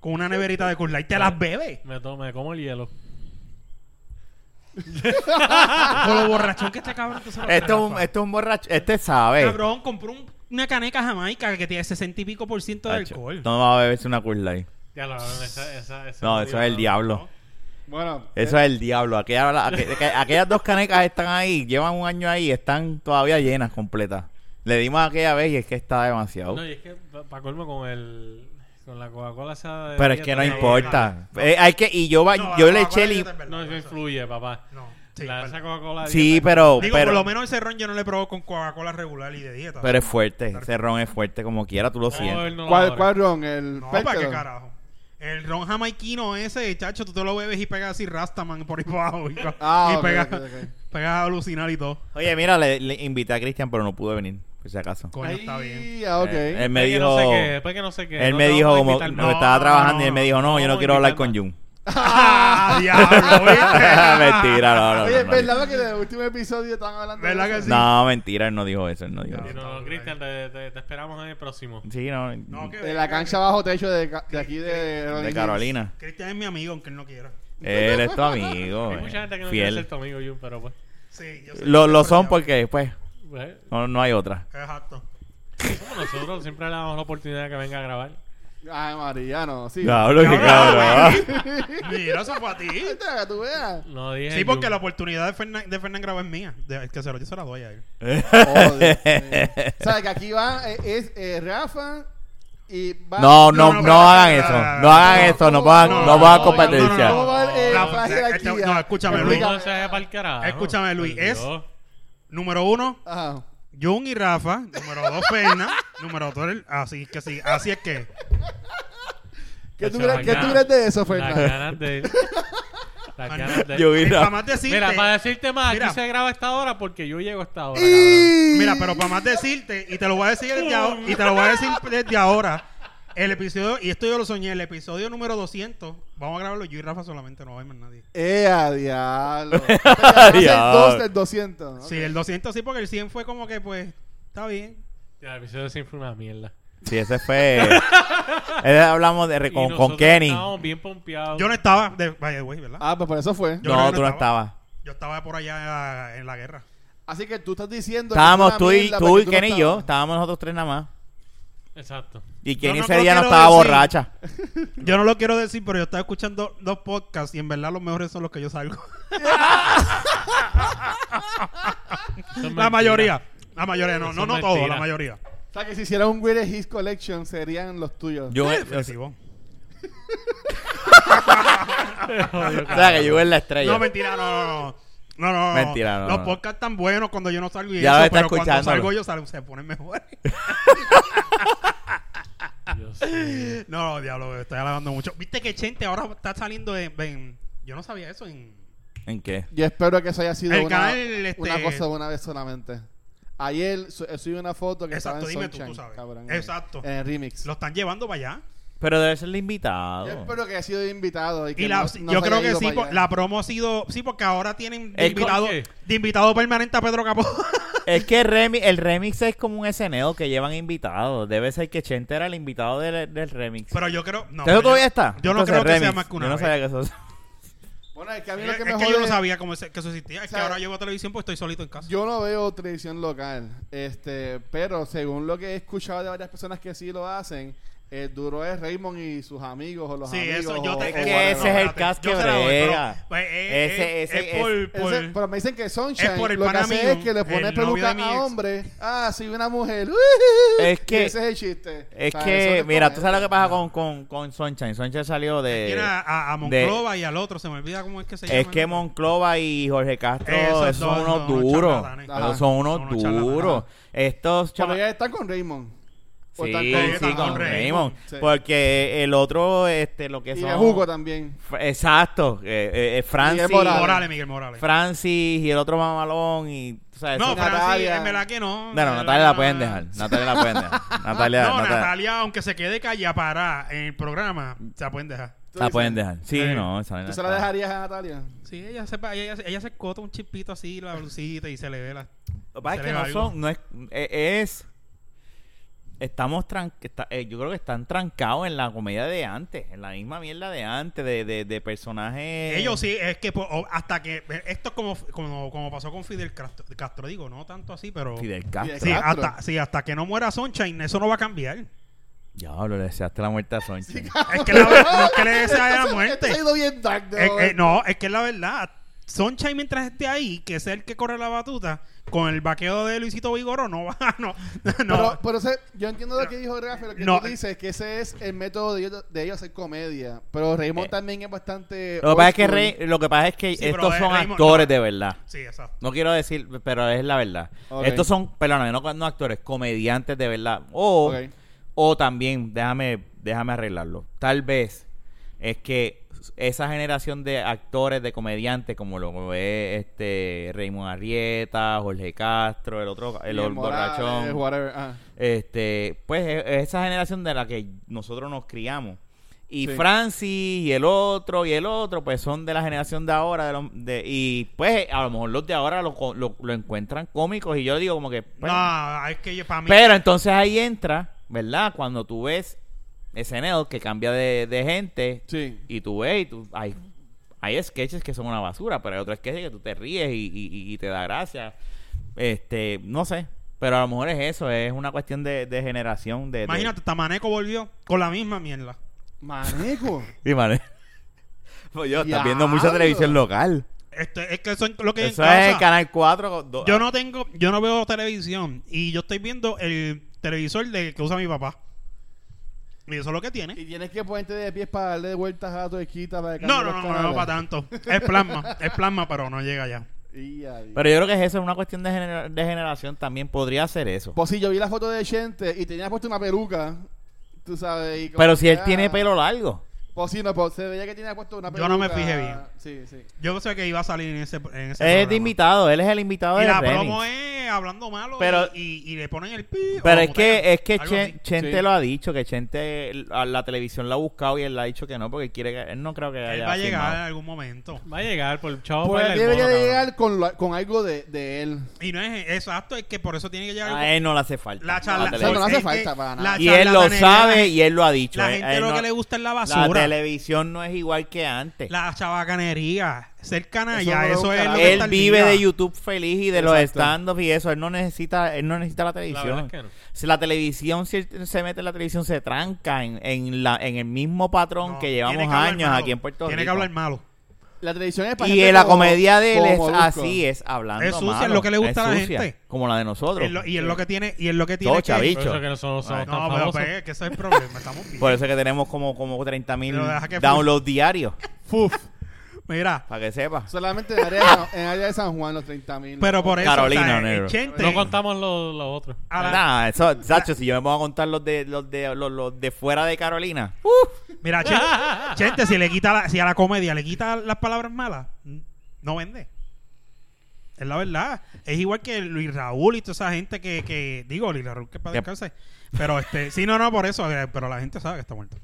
[SPEAKER 2] Con una neverita de Coors Light, te las bebes.
[SPEAKER 3] Me, to- me como el hielo.
[SPEAKER 2] Con lo borrachón que este cabrón. tú se lo
[SPEAKER 1] Esto es un,
[SPEAKER 2] tragas,
[SPEAKER 1] esto es un borracho. Este sabe.
[SPEAKER 2] Cabrón, compró un- una caneca jamaica que tiene 60 y pico por ciento de
[SPEAKER 1] Macho,
[SPEAKER 2] alcohol.
[SPEAKER 1] No va a beberse una cool light.
[SPEAKER 3] Ya lo cabrón, esa, esa, esa
[SPEAKER 1] No, eso es el diablo.
[SPEAKER 5] Bueno, eh,
[SPEAKER 1] Eso es el diablo. Aquella- aqu- aqu- aquellas dos canecas están ahí, llevan un año ahí, están todavía llenas completas. Le dimos aquella vez y es que está demasiado.
[SPEAKER 3] No, y es que para colmo con el con la Coca-Cola esa de
[SPEAKER 1] Pero es que no
[SPEAKER 3] dieta,
[SPEAKER 1] importa. Eh, hay que y yo va-
[SPEAKER 2] No,
[SPEAKER 1] yo
[SPEAKER 2] la
[SPEAKER 1] le
[SPEAKER 2] Coca-Cola
[SPEAKER 1] eché el
[SPEAKER 2] yo
[SPEAKER 1] im-
[SPEAKER 2] te perdono
[SPEAKER 3] No, eso
[SPEAKER 2] eso.
[SPEAKER 3] influye, papá.
[SPEAKER 2] No, sí,
[SPEAKER 3] la,
[SPEAKER 2] perdón.
[SPEAKER 3] esa Coca-Cola de
[SPEAKER 1] Sí,
[SPEAKER 3] dieta-
[SPEAKER 1] pero
[SPEAKER 2] Digo,
[SPEAKER 1] pero,
[SPEAKER 2] por lo menos ese ron yo no le probo con Coca-Cola regular y de dieta.
[SPEAKER 1] pero es fuerte, ese ron es fuerte como quiera, tú lo
[SPEAKER 3] Vamos a
[SPEAKER 1] sientes.
[SPEAKER 3] vernos
[SPEAKER 5] ¿cuál,
[SPEAKER 3] ahora.
[SPEAKER 5] cuál ron? El
[SPEAKER 2] No, ¿para qué
[SPEAKER 5] Pectoral.
[SPEAKER 2] carajo? El ron jamaiquino ese, chacho, tú te lo bebes y pegas así Rastaman por ahí para abajo. Y,
[SPEAKER 5] Ah,
[SPEAKER 2] y
[SPEAKER 5] ok,
[SPEAKER 2] pegas,
[SPEAKER 5] ok, ok.
[SPEAKER 2] pegas a alucinar y todo.
[SPEAKER 1] Oye, mira, le, le invité a Cristian, pero no pude venir, por si acaso.
[SPEAKER 2] Coño, está bien.
[SPEAKER 5] Ahí, ah, ok.
[SPEAKER 1] Eh, él me
[SPEAKER 3] Después que no
[SPEAKER 1] dijo
[SPEAKER 3] sé qué, después que no sé qué,
[SPEAKER 1] él
[SPEAKER 3] no
[SPEAKER 1] me
[SPEAKER 3] te
[SPEAKER 1] dijo
[SPEAKER 3] vamos a
[SPEAKER 1] como
[SPEAKER 3] invitar
[SPEAKER 1] no,
[SPEAKER 3] más.
[SPEAKER 1] estaba trabajando y él
[SPEAKER 2] no,
[SPEAKER 1] me dijo, "No, yo no
[SPEAKER 3] no,
[SPEAKER 1] quiero hablar con
[SPEAKER 3] invitarme.
[SPEAKER 1] Jun."
[SPEAKER 2] ¡Ah, diablo! ¿viste?
[SPEAKER 1] mentira, no, no. no,
[SPEAKER 5] Oye,
[SPEAKER 1] no,
[SPEAKER 5] ¿verdad que en el último episodio están hablando
[SPEAKER 2] ¿Verdad que
[SPEAKER 5] eso?
[SPEAKER 2] sí?
[SPEAKER 1] No, mentira, él no dijo eso, él no dijo.
[SPEAKER 3] Sí,
[SPEAKER 1] eso.
[SPEAKER 3] no, no, Cristian, te, te- te esperamos en el próximo.
[SPEAKER 1] Sí, no.
[SPEAKER 2] No, que-
[SPEAKER 5] De la cancha bajo techo de, ca- de aquí de,
[SPEAKER 1] de Carolina.
[SPEAKER 2] Cristian es mi amigo, aunque él no quiera.
[SPEAKER 1] Él es tu amigo.
[SPEAKER 3] Hay
[SPEAKER 1] eh,
[SPEAKER 3] mucha gente que no quiere ser
[SPEAKER 1] Fiel.
[SPEAKER 3] tu amigo, Jun, pero pues.
[SPEAKER 2] Sí, yo sé.
[SPEAKER 1] Lo, lo son porque después
[SPEAKER 3] pues,
[SPEAKER 1] no, no hay otra.
[SPEAKER 2] Exacto.
[SPEAKER 3] como nosotros siempre le damos la oportunidad de que venga a grabar.
[SPEAKER 5] Ay, María, no, Ah, sí.
[SPEAKER 1] Cabrón, qué
[SPEAKER 2] Cabrón,
[SPEAKER 1] cabrón.
[SPEAKER 2] Mira, eso fue a ti.
[SPEAKER 5] Viste, para que tú veas.
[SPEAKER 3] No dije.
[SPEAKER 2] Sí, porque
[SPEAKER 3] Jun.
[SPEAKER 2] la oportunidad de Fernán, de Fernán Grau es mía. De- que se lo, yo se la doy a él.
[SPEAKER 5] Oh, Dios mío. Sabes que aquí va, eh, es eh, Rafa y va...
[SPEAKER 1] No,
[SPEAKER 2] No,
[SPEAKER 1] no,
[SPEAKER 2] no,
[SPEAKER 1] no,
[SPEAKER 2] no,
[SPEAKER 1] hagan
[SPEAKER 2] no,
[SPEAKER 1] eso.
[SPEAKER 2] no, no,
[SPEAKER 1] No hagan
[SPEAKER 5] no,
[SPEAKER 1] eso, no
[SPEAKER 5] no,
[SPEAKER 1] pongan,
[SPEAKER 2] no,
[SPEAKER 1] Ah, no pongan
[SPEAKER 3] no,
[SPEAKER 1] competencia.
[SPEAKER 5] ¿Cómo va el, eh,
[SPEAKER 2] No,
[SPEAKER 5] la
[SPEAKER 2] este-
[SPEAKER 5] jerarquía?
[SPEAKER 2] no, escúchame,
[SPEAKER 3] Un
[SPEAKER 2] Luis.
[SPEAKER 5] Explícame.
[SPEAKER 3] mensaje pa'l carajo.
[SPEAKER 2] Escúchame, Luis,
[SPEAKER 3] Por
[SPEAKER 2] es-
[SPEAKER 3] Dios.
[SPEAKER 2] Número uno,
[SPEAKER 5] Ajá.
[SPEAKER 2] Jun y Rafa. Número dos, Fernán. número tres, el- así que sí. Así es que.
[SPEAKER 5] ¿Qué tú,
[SPEAKER 3] Eso,
[SPEAKER 5] crees, ¿Qué
[SPEAKER 3] las
[SPEAKER 5] tú crees de eso,
[SPEAKER 3] ganas-
[SPEAKER 5] Fernando?
[SPEAKER 3] Las ganas de. Las ganas de.
[SPEAKER 1] Yo
[SPEAKER 2] Y
[SPEAKER 1] mira,
[SPEAKER 2] para más decirte.
[SPEAKER 3] Mira, para decirte más,
[SPEAKER 2] Mira.
[SPEAKER 3] aquí se graba a esta hora porque yo llego a esta hora. cabrón.
[SPEAKER 5] Y-
[SPEAKER 2] Mira, pero para más decirte, y te lo voy a decir desde ahora, y te lo voy a decir desde ahora, el episodio, y esto yo lo soñé, el episodio número 200, vamos a grabarlo yo y Rafa solamente, no va a ir más nadie.
[SPEAKER 5] ¡Eh, a diablo! O sea, que vas a hacer
[SPEAKER 1] Diablo.
[SPEAKER 5] dos del 200.
[SPEAKER 2] Sí, el 200 sí, porque el 100 fue como que pues, Está bien.
[SPEAKER 3] Ya, el episodio siempre fue una mierda.
[SPEAKER 1] Sí, ese fue. Ese hablamos de,
[SPEAKER 3] Y
[SPEAKER 1] con, con
[SPEAKER 3] nosotros
[SPEAKER 1] Kenny. No,
[SPEAKER 3] Estábamos bien pompeados.
[SPEAKER 2] Yo no estaba de by the way, ¿verdad?
[SPEAKER 5] Ah, pues por eso fue.
[SPEAKER 2] Yo creo que
[SPEAKER 1] tú no
[SPEAKER 2] no
[SPEAKER 1] estabas.
[SPEAKER 2] Yo estaba por allá en la guerra.
[SPEAKER 5] Así que tú estás diciendo. que
[SPEAKER 1] Estábamos
[SPEAKER 5] es una
[SPEAKER 1] tú y,
[SPEAKER 5] mierda
[SPEAKER 1] tú
[SPEAKER 5] porque
[SPEAKER 1] y Kenny
[SPEAKER 5] no
[SPEAKER 1] y yo,
[SPEAKER 5] estabas.
[SPEAKER 1] estábamos nosotros tres nada más.
[SPEAKER 3] Exacto.
[SPEAKER 1] Y Kenny
[SPEAKER 2] no
[SPEAKER 1] ese
[SPEAKER 2] lo
[SPEAKER 1] día no
[SPEAKER 2] quiero
[SPEAKER 1] estaba
[SPEAKER 2] decir.
[SPEAKER 1] borracha.
[SPEAKER 2] Yo no lo quiero decir, pero yo estaba escuchando dos podcasts y en verdad los mejores son los que yo salgo.
[SPEAKER 3] Eso es
[SPEAKER 2] la
[SPEAKER 3] mentira.
[SPEAKER 2] mayoría. La mayoría, no,
[SPEAKER 3] Eso
[SPEAKER 2] no,
[SPEAKER 3] es
[SPEAKER 2] no todo,
[SPEAKER 3] mentira.
[SPEAKER 2] la mayoría.
[SPEAKER 5] O sea, que si hicieras un Weird Hits Collection serían los tuyos.
[SPEAKER 1] Yo, o sea
[SPEAKER 2] Definitivo.
[SPEAKER 3] Jodido,
[SPEAKER 1] que yo era la estrella.
[SPEAKER 2] No, mentira, no, no, no. No, no, no.
[SPEAKER 1] Mentira, no,
[SPEAKER 2] Los
[SPEAKER 1] no.
[SPEAKER 2] podcasts tan buenos cuando yo no salgo y
[SPEAKER 1] Ya
[SPEAKER 2] eso,
[SPEAKER 1] está
[SPEAKER 2] pero cuando
[SPEAKER 1] escuchándolo.
[SPEAKER 2] salgo yo salgo, se ponen mejores.
[SPEAKER 3] cabrón. Dios mío.
[SPEAKER 2] No, diablo, estoy alabando mucho. Viste que Chente ahora está saliendo en... en- yo no sabía eso en...
[SPEAKER 1] ¿En qué?
[SPEAKER 5] Yo espero que eso haya sido
[SPEAKER 2] El
[SPEAKER 5] una,
[SPEAKER 2] canal, este-
[SPEAKER 5] una cosa de una vez solamente. Ayer su- eh, subí una foto que
[SPEAKER 2] Exacto,
[SPEAKER 5] estaba
[SPEAKER 2] dime
[SPEAKER 5] en
[SPEAKER 2] tú,
[SPEAKER 5] Sunshine,
[SPEAKER 2] tú sabes.
[SPEAKER 5] cabrón,
[SPEAKER 2] Exacto.
[SPEAKER 5] En el remix.
[SPEAKER 2] Lo están llevando para allá.
[SPEAKER 1] Pero debe ser el
[SPEAKER 5] Yo
[SPEAKER 1] invitado.
[SPEAKER 5] espero que haya sido invitado. Y que
[SPEAKER 2] Y la,
[SPEAKER 5] no- no
[SPEAKER 2] yo
[SPEAKER 5] se
[SPEAKER 2] creo
[SPEAKER 5] haya
[SPEAKER 2] que
[SPEAKER 5] ido
[SPEAKER 2] sí,
[SPEAKER 5] para
[SPEAKER 2] por-
[SPEAKER 5] allá.
[SPEAKER 2] la promo ha sido... Sí, porque ahora tienen de
[SPEAKER 1] El
[SPEAKER 2] invitado,
[SPEAKER 3] con-
[SPEAKER 2] de invitado permanente a Pedro Capó.
[SPEAKER 1] Es que el remix, el remix es como un esceneo que llevan invitados. Debe ser que Chente era el invitado del, del remix.
[SPEAKER 2] pero yo creo... No,
[SPEAKER 1] ¿Eso
[SPEAKER 2] pero
[SPEAKER 1] todavía
[SPEAKER 2] yo-
[SPEAKER 1] está?
[SPEAKER 2] Yo no
[SPEAKER 1] Entonces,
[SPEAKER 2] creo que sea
[SPEAKER 1] remix.
[SPEAKER 2] más que una
[SPEAKER 1] Yo no
[SPEAKER 2] vez.
[SPEAKER 1] sabía que eso...
[SPEAKER 5] Bueno, es que a mí
[SPEAKER 2] Es,
[SPEAKER 5] lo que
[SPEAKER 2] es
[SPEAKER 5] me
[SPEAKER 2] que
[SPEAKER 5] jode-
[SPEAKER 2] yo no sabía cómo ese- que eso existía. Es
[SPEAKER 5] ¿Sabes?
[SPEAKER 2] que ahora yo veo televisión porque estoy solito en casa.
[SPEAKER 5] Yo no veo televisión local, este, pero según lo que he escuchado de varias personas que sí lo hacen, el duro es Raymond y sus amigos o los
[SPEAKER 2] Sí,
[SPEAKER 5] amigos.
[SPEAKER 2] eso yo
[SPEAKER 5] o-
[SPEAKER 2] te...
[SPEAKER 5] o
[SPEAKER 1] que
[SPEAKER 5] whatever.
[SPEAKER 1] ese es el
[SPEAKER 2] espérate,
[SPEAKER 1] cast
[SPEAKER 2] yo
[SPEAKER 1] que
[SPEAKER 2] se la doy, pero,
[SPEAKER 1] brega.
[SPEAKER 2] pues, eh,
[SPEAKER 1] Ese-
[SPEAKER 2] eh,
[SPEAKER 1] ese-
[SPEAKER 2] es por-
[SPEAKER 5] Ese-
[SPEAKER 2] por-
[SPEAKER 5] pero me dicen que
[SPEAKER 2] Es por
[SPEAKER 5] Sunshine
[SPEAKER 2] el
[SPEAKER 5] lo que
[SPEAKER 2] pana mío,
[SPEAKER 5] hace es que le pone
[SPEAKER 2] el novio
[SPEAKER 5] peluca
[SPEAKER 2] de mi ex.
[SPEAKER 5] a hombre. Ah, soy una mujer.
[SPEAKER 1] Es que-
[SPEAKER 5] ese es el chiste.
[SPEAKER 1] Es
[SPEAKER 5] O sea, eso
[SPEAKER 1] que,
[SPEAKER 5] es
[SPEAKER 1] mira,
[SPEAKER 5] como
[SPEAKER 1] tú
[SPEAKER 5] es.
[SPEAKER 1] sabes lo que pasa con, con, con Sunshine. Sunshine salió de...
[SPEAKER 2] Tiene a, a- a
[SPEAKER 1] de-
[SPEAKER 2] Monclova y al otro, se me olvida cómo es que se llama.
[SPEAKER 1] eh, Es que Monclova y Jorge Castro
[SPEAKER 2] Esos
[SPEAKER 1] esos son
[SPEAKER 2] dos son unos
[SPEAKER 1] unos duros.
[SPEAKER 2] charlatanes.
[SPEAKER 5] Ajá.
[SPEAKER 1] Esos Son
[SPEAKER 2] Son
[SPEAKER 1] unos
[SPEAKER 2] unos charlatanes.
[SPEAKER 1] duros. Estos
[SPEAKER 5] Pero
[SPEAKER 1] chavales.
[SPEAKER 5] ya están con Raymond. O
[SPEAKER 1] Sí,
[SPEAKER 5] están
[SPEAKER 1] sí,
[SPEAKER 2] están
[SPEAKER 1] con
[SPEAKER 2] con
[SPEAKER 1] Raymond.
[SPEAKER 2] Raymond.
[SPEAKER 5] Sí.
[SPEAKER 1] Porque el otro, este, lo que
[SPEAKER 5] Y
[SPEAKER 1] son.
[SPEAKER 5] de Hugo también.
[SPEAKER 1] F- Exacto. Eh, eh, eh, Francis.
[SPEAKER 5] Miguel Morales.
[SPEAKER 2] Morales, Miguel Morales.
[SPEAKER 1] Francis y el otro mamalón. Y, tú
[SPEAKER 2] Pues,
[SPEAKER 1] sabes,
[SPEAKER 2] no,
[SPEAKER 1] son-
[SPEAKER 5] Fra-
[SPEAKER 2] Francis,
[SPEAKER 5] Natalia.
[SPEAKER 2] en verdad que no.
[SPEAKER 1] no, no,
[SPEAKER 2] En
[SPEAKER 1] Natalia
[SPEAKER 2] verdad-
[SPEAKER 1] la pueden dejar. Natalia la pueden dejar. Natalia,
[SPEAKER 2] no,
[SPEAKER 1] Natalia-
[SPEAKER 2] Natalia, aunque se quede callada para en el programa, se la pueden dejar.
[SPEAKER 5] Tú
[SPEAKER 1] La
[SPEAKER 5] dices,
[SPEAKER 1] pueden dejar. Sí,
[SPEAKER 2] Sí.
[SPEAKER 1] no, esa nena
[SPEAKER 5] ¿Tú se
[SPEAKER 1] está-
[SPEAKER 5] la dejarías a Natalia?
[SPEAKER 2] Sí, ella se, ella, ella, ella se cota un chispito así, la blusita y se le ve la...
[SPEAKER 1] Lo que pasa es
[SPEAKER 2] se
[SPEAKER 1] que
[SPEAKER 2] le
[SPEAKER 1] no
[SPEAKER 2] ve algo.
[SPEAKER 1] son. No es, eh, es- estamos tran, está- eh, Yo creo que están trancados en la comedia de antes. En la misma mierda de antes. De, de, de personajes.
[SPEAKER 2] Ellos sí, es que po- o- hasta que... Esto es como, como, como pasó con Fidel Castro, Castro, digo, no tanto así, pero...
[SPEAKER 1] Fidel Castro.
[SPEAKER 5] Fidel
[SPEAKER 2] Sí
[SPEAKER 5] Castro.
[SPEAKER 2] hasta, sí, hasta que no muera Sunshine, eso no va a cambiar.
[SPEAKER 1] Diablo, le deseaste la muerte a Soncha.
[SPEAKER 2] Es que la, no es que le desea la
[SPEAKER 5] Esto se- esto
[SPEAKER 2] muerte.
[SPEAKER 5] se ha ido bien dark de
[SPEAKER 2] Eh,
[SPEAKER 5] momento.
[SPEAKER 2] eh, no, es que es la verdad. Sunshine mientras esté ahí, que es el que corre la batuta, con el vaqueo de Luisito Vigoro, no va, no, no.
[SPEAKER 5] Pero, pues, pero ese- yo entiendo lo que dijo Rafa, lo que
[SPEAKER 2] No.
[SPEAKER 5] tú dices, que ese es el método de ellos, de ellos hacer comedia. Pero Raymond
[SPEAKER 1] Eh.
[SPEAKER 5] también es bastante.
[SPEAKER 1] Lo que, pasa
[SPEAKER 5] old
[SPEAKER 1] es que
[SPEAKER 5] school.
[SPEAKER 1] Rey- lo que pasa es que
[SPEAKER 2] Sí, pero,
[SPEAKER 1] estos
[SPEAKER 2] eh,
[SPEAKER 1] son
[SPEAKER 2] Raymond,
[SPEAKER 1] actores
[SPEAKER 2] no.
[SPEAKER 1] de verdad.
[SPEAKER 2] sí, exacto.
[SPEAKER 1] No quiero decir, pero es la verdad.
[SPEAKER 5] Ok.
[SPEAKER 1] Estos son, perdóname, no, no actores, comediantes de verdad. O,
[SPEAKER 5] Ok.
[SPEAKER 1] o también, déjame, déjame arreglarlo. Tal vez es que esa generación de actores, de comediantes, como lo es este Raymond Arrieta, Jorge Castro, el otro, el,
[SPEAKER 5] Miguel Morales,
[SPEAKER 1] borrachón.
[SPEAKER 5] whatever, ah.
[SPEAKER 1] Este, pues e- esa generación de la que nosotros nos criamos. Y
[SPEAKER 5] Sí.
[SPEAKER 1] Francis y el otro y el otro, pues son de la generación de ahora. De los- de- y pues a lo mejor los de ahora lo, co- lo- lo encuentran cómicos. Y yo digo como que... pues,
[SPEAKER 2] no, es que para mí...
[SPEAKER 1] pero entonces ahí entra, ¿verdad? Cuando tú ves SNL que cambia de, de gente.
[SPEAKER 5] Sí.
[SPEAKER 1] Y tú ves y tú... Hay, hay sketches que son una basura, pero hay otros sketches que tú te ríes y, y- y te da gracia. Este, no sé. Pero a lo mejor es eso, es una cuestión de, de generación. De, de-
[SPEAKER 2] imagínate, Tamaneco volvió con la misma mierda.
[SPEAKER 5] Manejo.
[SPEAKER 1] Sí, madre. Pues yo, estás viendo
[SPEAKER 5] Diablo.
[SPEAKER 1] mucha televisión local.
[SPEAKER 2] Esto, Este, es que eso es lo que hay en
[SPEAKER 1] Eso es
[SPEAKER 2] casa.
[SPEAKER 1] el Canal 4. con do-
[SPEAKER 2] Yo no tengo, yo no veo televisión y yo estoy viendo el televisor del que usa mi papá. Y eso es lo que tiene.
[SPEAKER 5] y tienes que ponerte de pies para darle vueltas a tu esquita para que
[SPEAKER 2] No, no,
[SPEAKER 5] cambie los
[SPEAKER 2] no, no, no,
[SPEAKER 5] canales.
[SPEAKER 2] para tanto. Es plasma, es plasma, pero no llega ya.
[SPEAKER 5] Y ahí.
[SPEAKER 1] Pero yo creo que es eso, es una cuestión de, genera- de generación también. Podría ser eso.
[SPEAKER 5] Pues sí, yo vi la foto de gente y tenía puesto una peluca. Tú sabes. y como
[SPEAKER 1] Pero si
[SPEAKER 5] que,
[SPEAKER 1] él
[SPEAKER 5] ah, pues
[SPEAKER 1] tiene pelo largo.
[SPEAKER 5] Pocino, po- se veía que tenía puesto una
[SPEAKER 2] Yo no me
[SPEAKER 5] peluca.
[SPEAKER 2] fijé bien.
[SPEAKER 5] Sí, sí.
[SPEAKER 2] Yo sé que iba a salir en ese, en ese
[SPEAKER 1] Es de
[SPEAKER 2] programa.
[SPEAKER 1] invitado, él es el invitado
[SPEAKER 2] Y
[SPEAKER 1] de
[SPEAKER 2] la
[SPEAKER 1] Remix.
[SPEAKER 2] promo es hablando malo
[SPEAKER 1] Pero-
[SPEAKER 2] y, y- y le ponen el pi. o
[SPEAKER 1] Pero
[SPEAKER 2] lo
[SPEAKER 1] es que,
[SPEAKER 2] mutean,
[SPEAKER 1] es que
[SPEAKER 2] algo
[SPEAKER 1] Chen-
[SPEAKER 2] así.
[SPEAKER 1] Chente
[SPEAKER 5] Sí.
[SPEAKER 1] lo ha dicho, que Chente a la televisión la ha buscado y él le ha dicho que no, porque quiere que, él no creo que
[SPEAKER 2] Él
[SPEAKER 1] haya
[SPEAKER 2] va a llegar en
[SPEAKER 1] firmado.
[SPEAKER 2] algún momento.
[SPEAKER 3] Va a llegar por el chavo.
[SPEAKER 5] Pues
[SPEAKER 3] baila
[SPEAKER 5] él
[SPEAKER 3] el
[SPEAKER 5] tiene
[SPEAKER 3] mono,
[SPEAKER 5] que
[SPEAKER 3] cabrón.
[SPEAKER 5] llegar con, la- con algo de, de él.
[SPEAKER 2] Y no es exacto, es que por eso tiene que llegar.
[SPEAKER 1] A él no le hace falta.
[SPEAKER 2] la
[SPEAKER 1] a
[SPEAKER 2] charla.
[SPEAKER 5] no
[SPEAKER 1] televisión.
[SPEAKER 5] hace
[SPEAKER 2] es que
[SPEAKER 5] falta para
[SPEAKER 2] la
[SPEAKER 5] nada.
[SPEAKER 1] y él lo
[SPEAKER 2] charlatanería,
[SPEAKER 1] sabe y él lo ha dicho.
[SPEAKER 2] La
[SPEAKER 1] eh,
[SPEAKER 2] gente
[SPEAKER 1] él
[SPEAKER 2] lo
[SPEAKER 1] no-
[SPEAKER 2] que le gusta es la
[SPEAKER 1] la
[SPEAKER 2] basura. La,
[SPEAKER 1] televisión no es igual que antes.
[SPEAKER 2] chabacanería. Ser
[SPEAKER 5] Eso
[SPEAKER 2] canalla,
[SPEAKER 5] no lo
[SPEAKER 2] eso, es
[SPEAKER 5] buscará.
[SPEAKER 2] lo que
[SPEAKER 1] él
[SPEAKER 2] está al
[SPEAKER 1] vive
[SPEAKER 2] día.
[SPEAKER 1] de YouTube feliz y de los
[SPEAKER 5] Exacto.
[SPEAKER 1] stand-ups y eso. Él no necesita, él no necesita la
[SPEAKER 3] La
[SPEAKER 1] televisión.
[SPEAKER 3] verdad es que no.
[SPEAKER 1] Si la televisión si él se mete en la televisión, se tranca en, en la, en el mismo patrón
[SPEAKER 2] No,
[SPEAKER 1] que
[SPEAKER 2] tiene
[SPEAKER 1] llevamos
[SPEAKER 2] hablar
[SPEAKER 1] años
[SPEAKER 2] malo.
[SPEAKER 1] aquí en Puerto
[SPEAKER 2] Tiene que
[SPEAKER 1] Rico.
[SPEAKER 2] hablar malo.
[SPEAKER 5] La televisión es para
[SPEAKER 1] Y
[SPEAKER 5] gente
[SPEAKER 1] la
[SPEAKER 5] como-
[SPEAKER 1] comedia de él
[SPEAKER 5] como
[SPEAKER 1] es
[SPEAKER 5] Molusco.
[SPEAKER 1] así, eh. es hablando
[SPEAKER 2] Es sucia,
[SPEAKER 1] malo,
[SPEAKER 2] es lo que le gusta a la
[SPEAKER 1] sucia,
[SPEAKER 2] gente.
[SPEAKER 1] Como la de nosotros.
[SPEAKER 2] Es lo- y es lo que tiene. Y es lo que tiene.
[SPEAKER 1] Tocha,
[SPEAKER 2] que-
[SPEAKER 1] bicho.
[SPEAKER 3] Por eso que nosotros somos tan
[SPEAKER 2] No, pero
[SPEAKER 3] famosos.
[SPEAKER 2] pues, es que ese es el problema. Estamos bien.
[SPEAKER 1] Por eso es que tenemos como, como 30 mil
[SPEAKER 2] Pero deja que fluya.
[SPEAKER 1] downloads diarios,
[SPEAKER 2] Fuf. Mira,
[SPEAKER 1] para que sepas.
[SPEAKER 5] Solamente en área de San, en área de San Juan, los 30 mil.
[SPEAKER 2] pero por eso.
[SPEAKER 1] Carolina,
[SPEAKER 2] o sea, el
[SPEAKER 1] negro.
[SPEAKER 2] Chente-
[SPEAKER 3] No contamos los los otros.
[SPEAKER 2] a la-
[SPEAKER 1] Nah, eso, Sacho, si yo me pongo a contar los de los de los, los de fuera de Carolina,
[SPEAKER 2] Uh, Mira, Chen- Chente, si le quita la- si a la comedia le quita las palabras malas, n- no vende. Es la verdad. Es igual que Luis Raúl y toda esa gente que, que digo, Luis Raúl que para
[SPEAKER 1] Yep.
[SPEAKER 2] descanse. Pero este, sí, no, no, por eso, eh, pero la gente sabe que está muerto.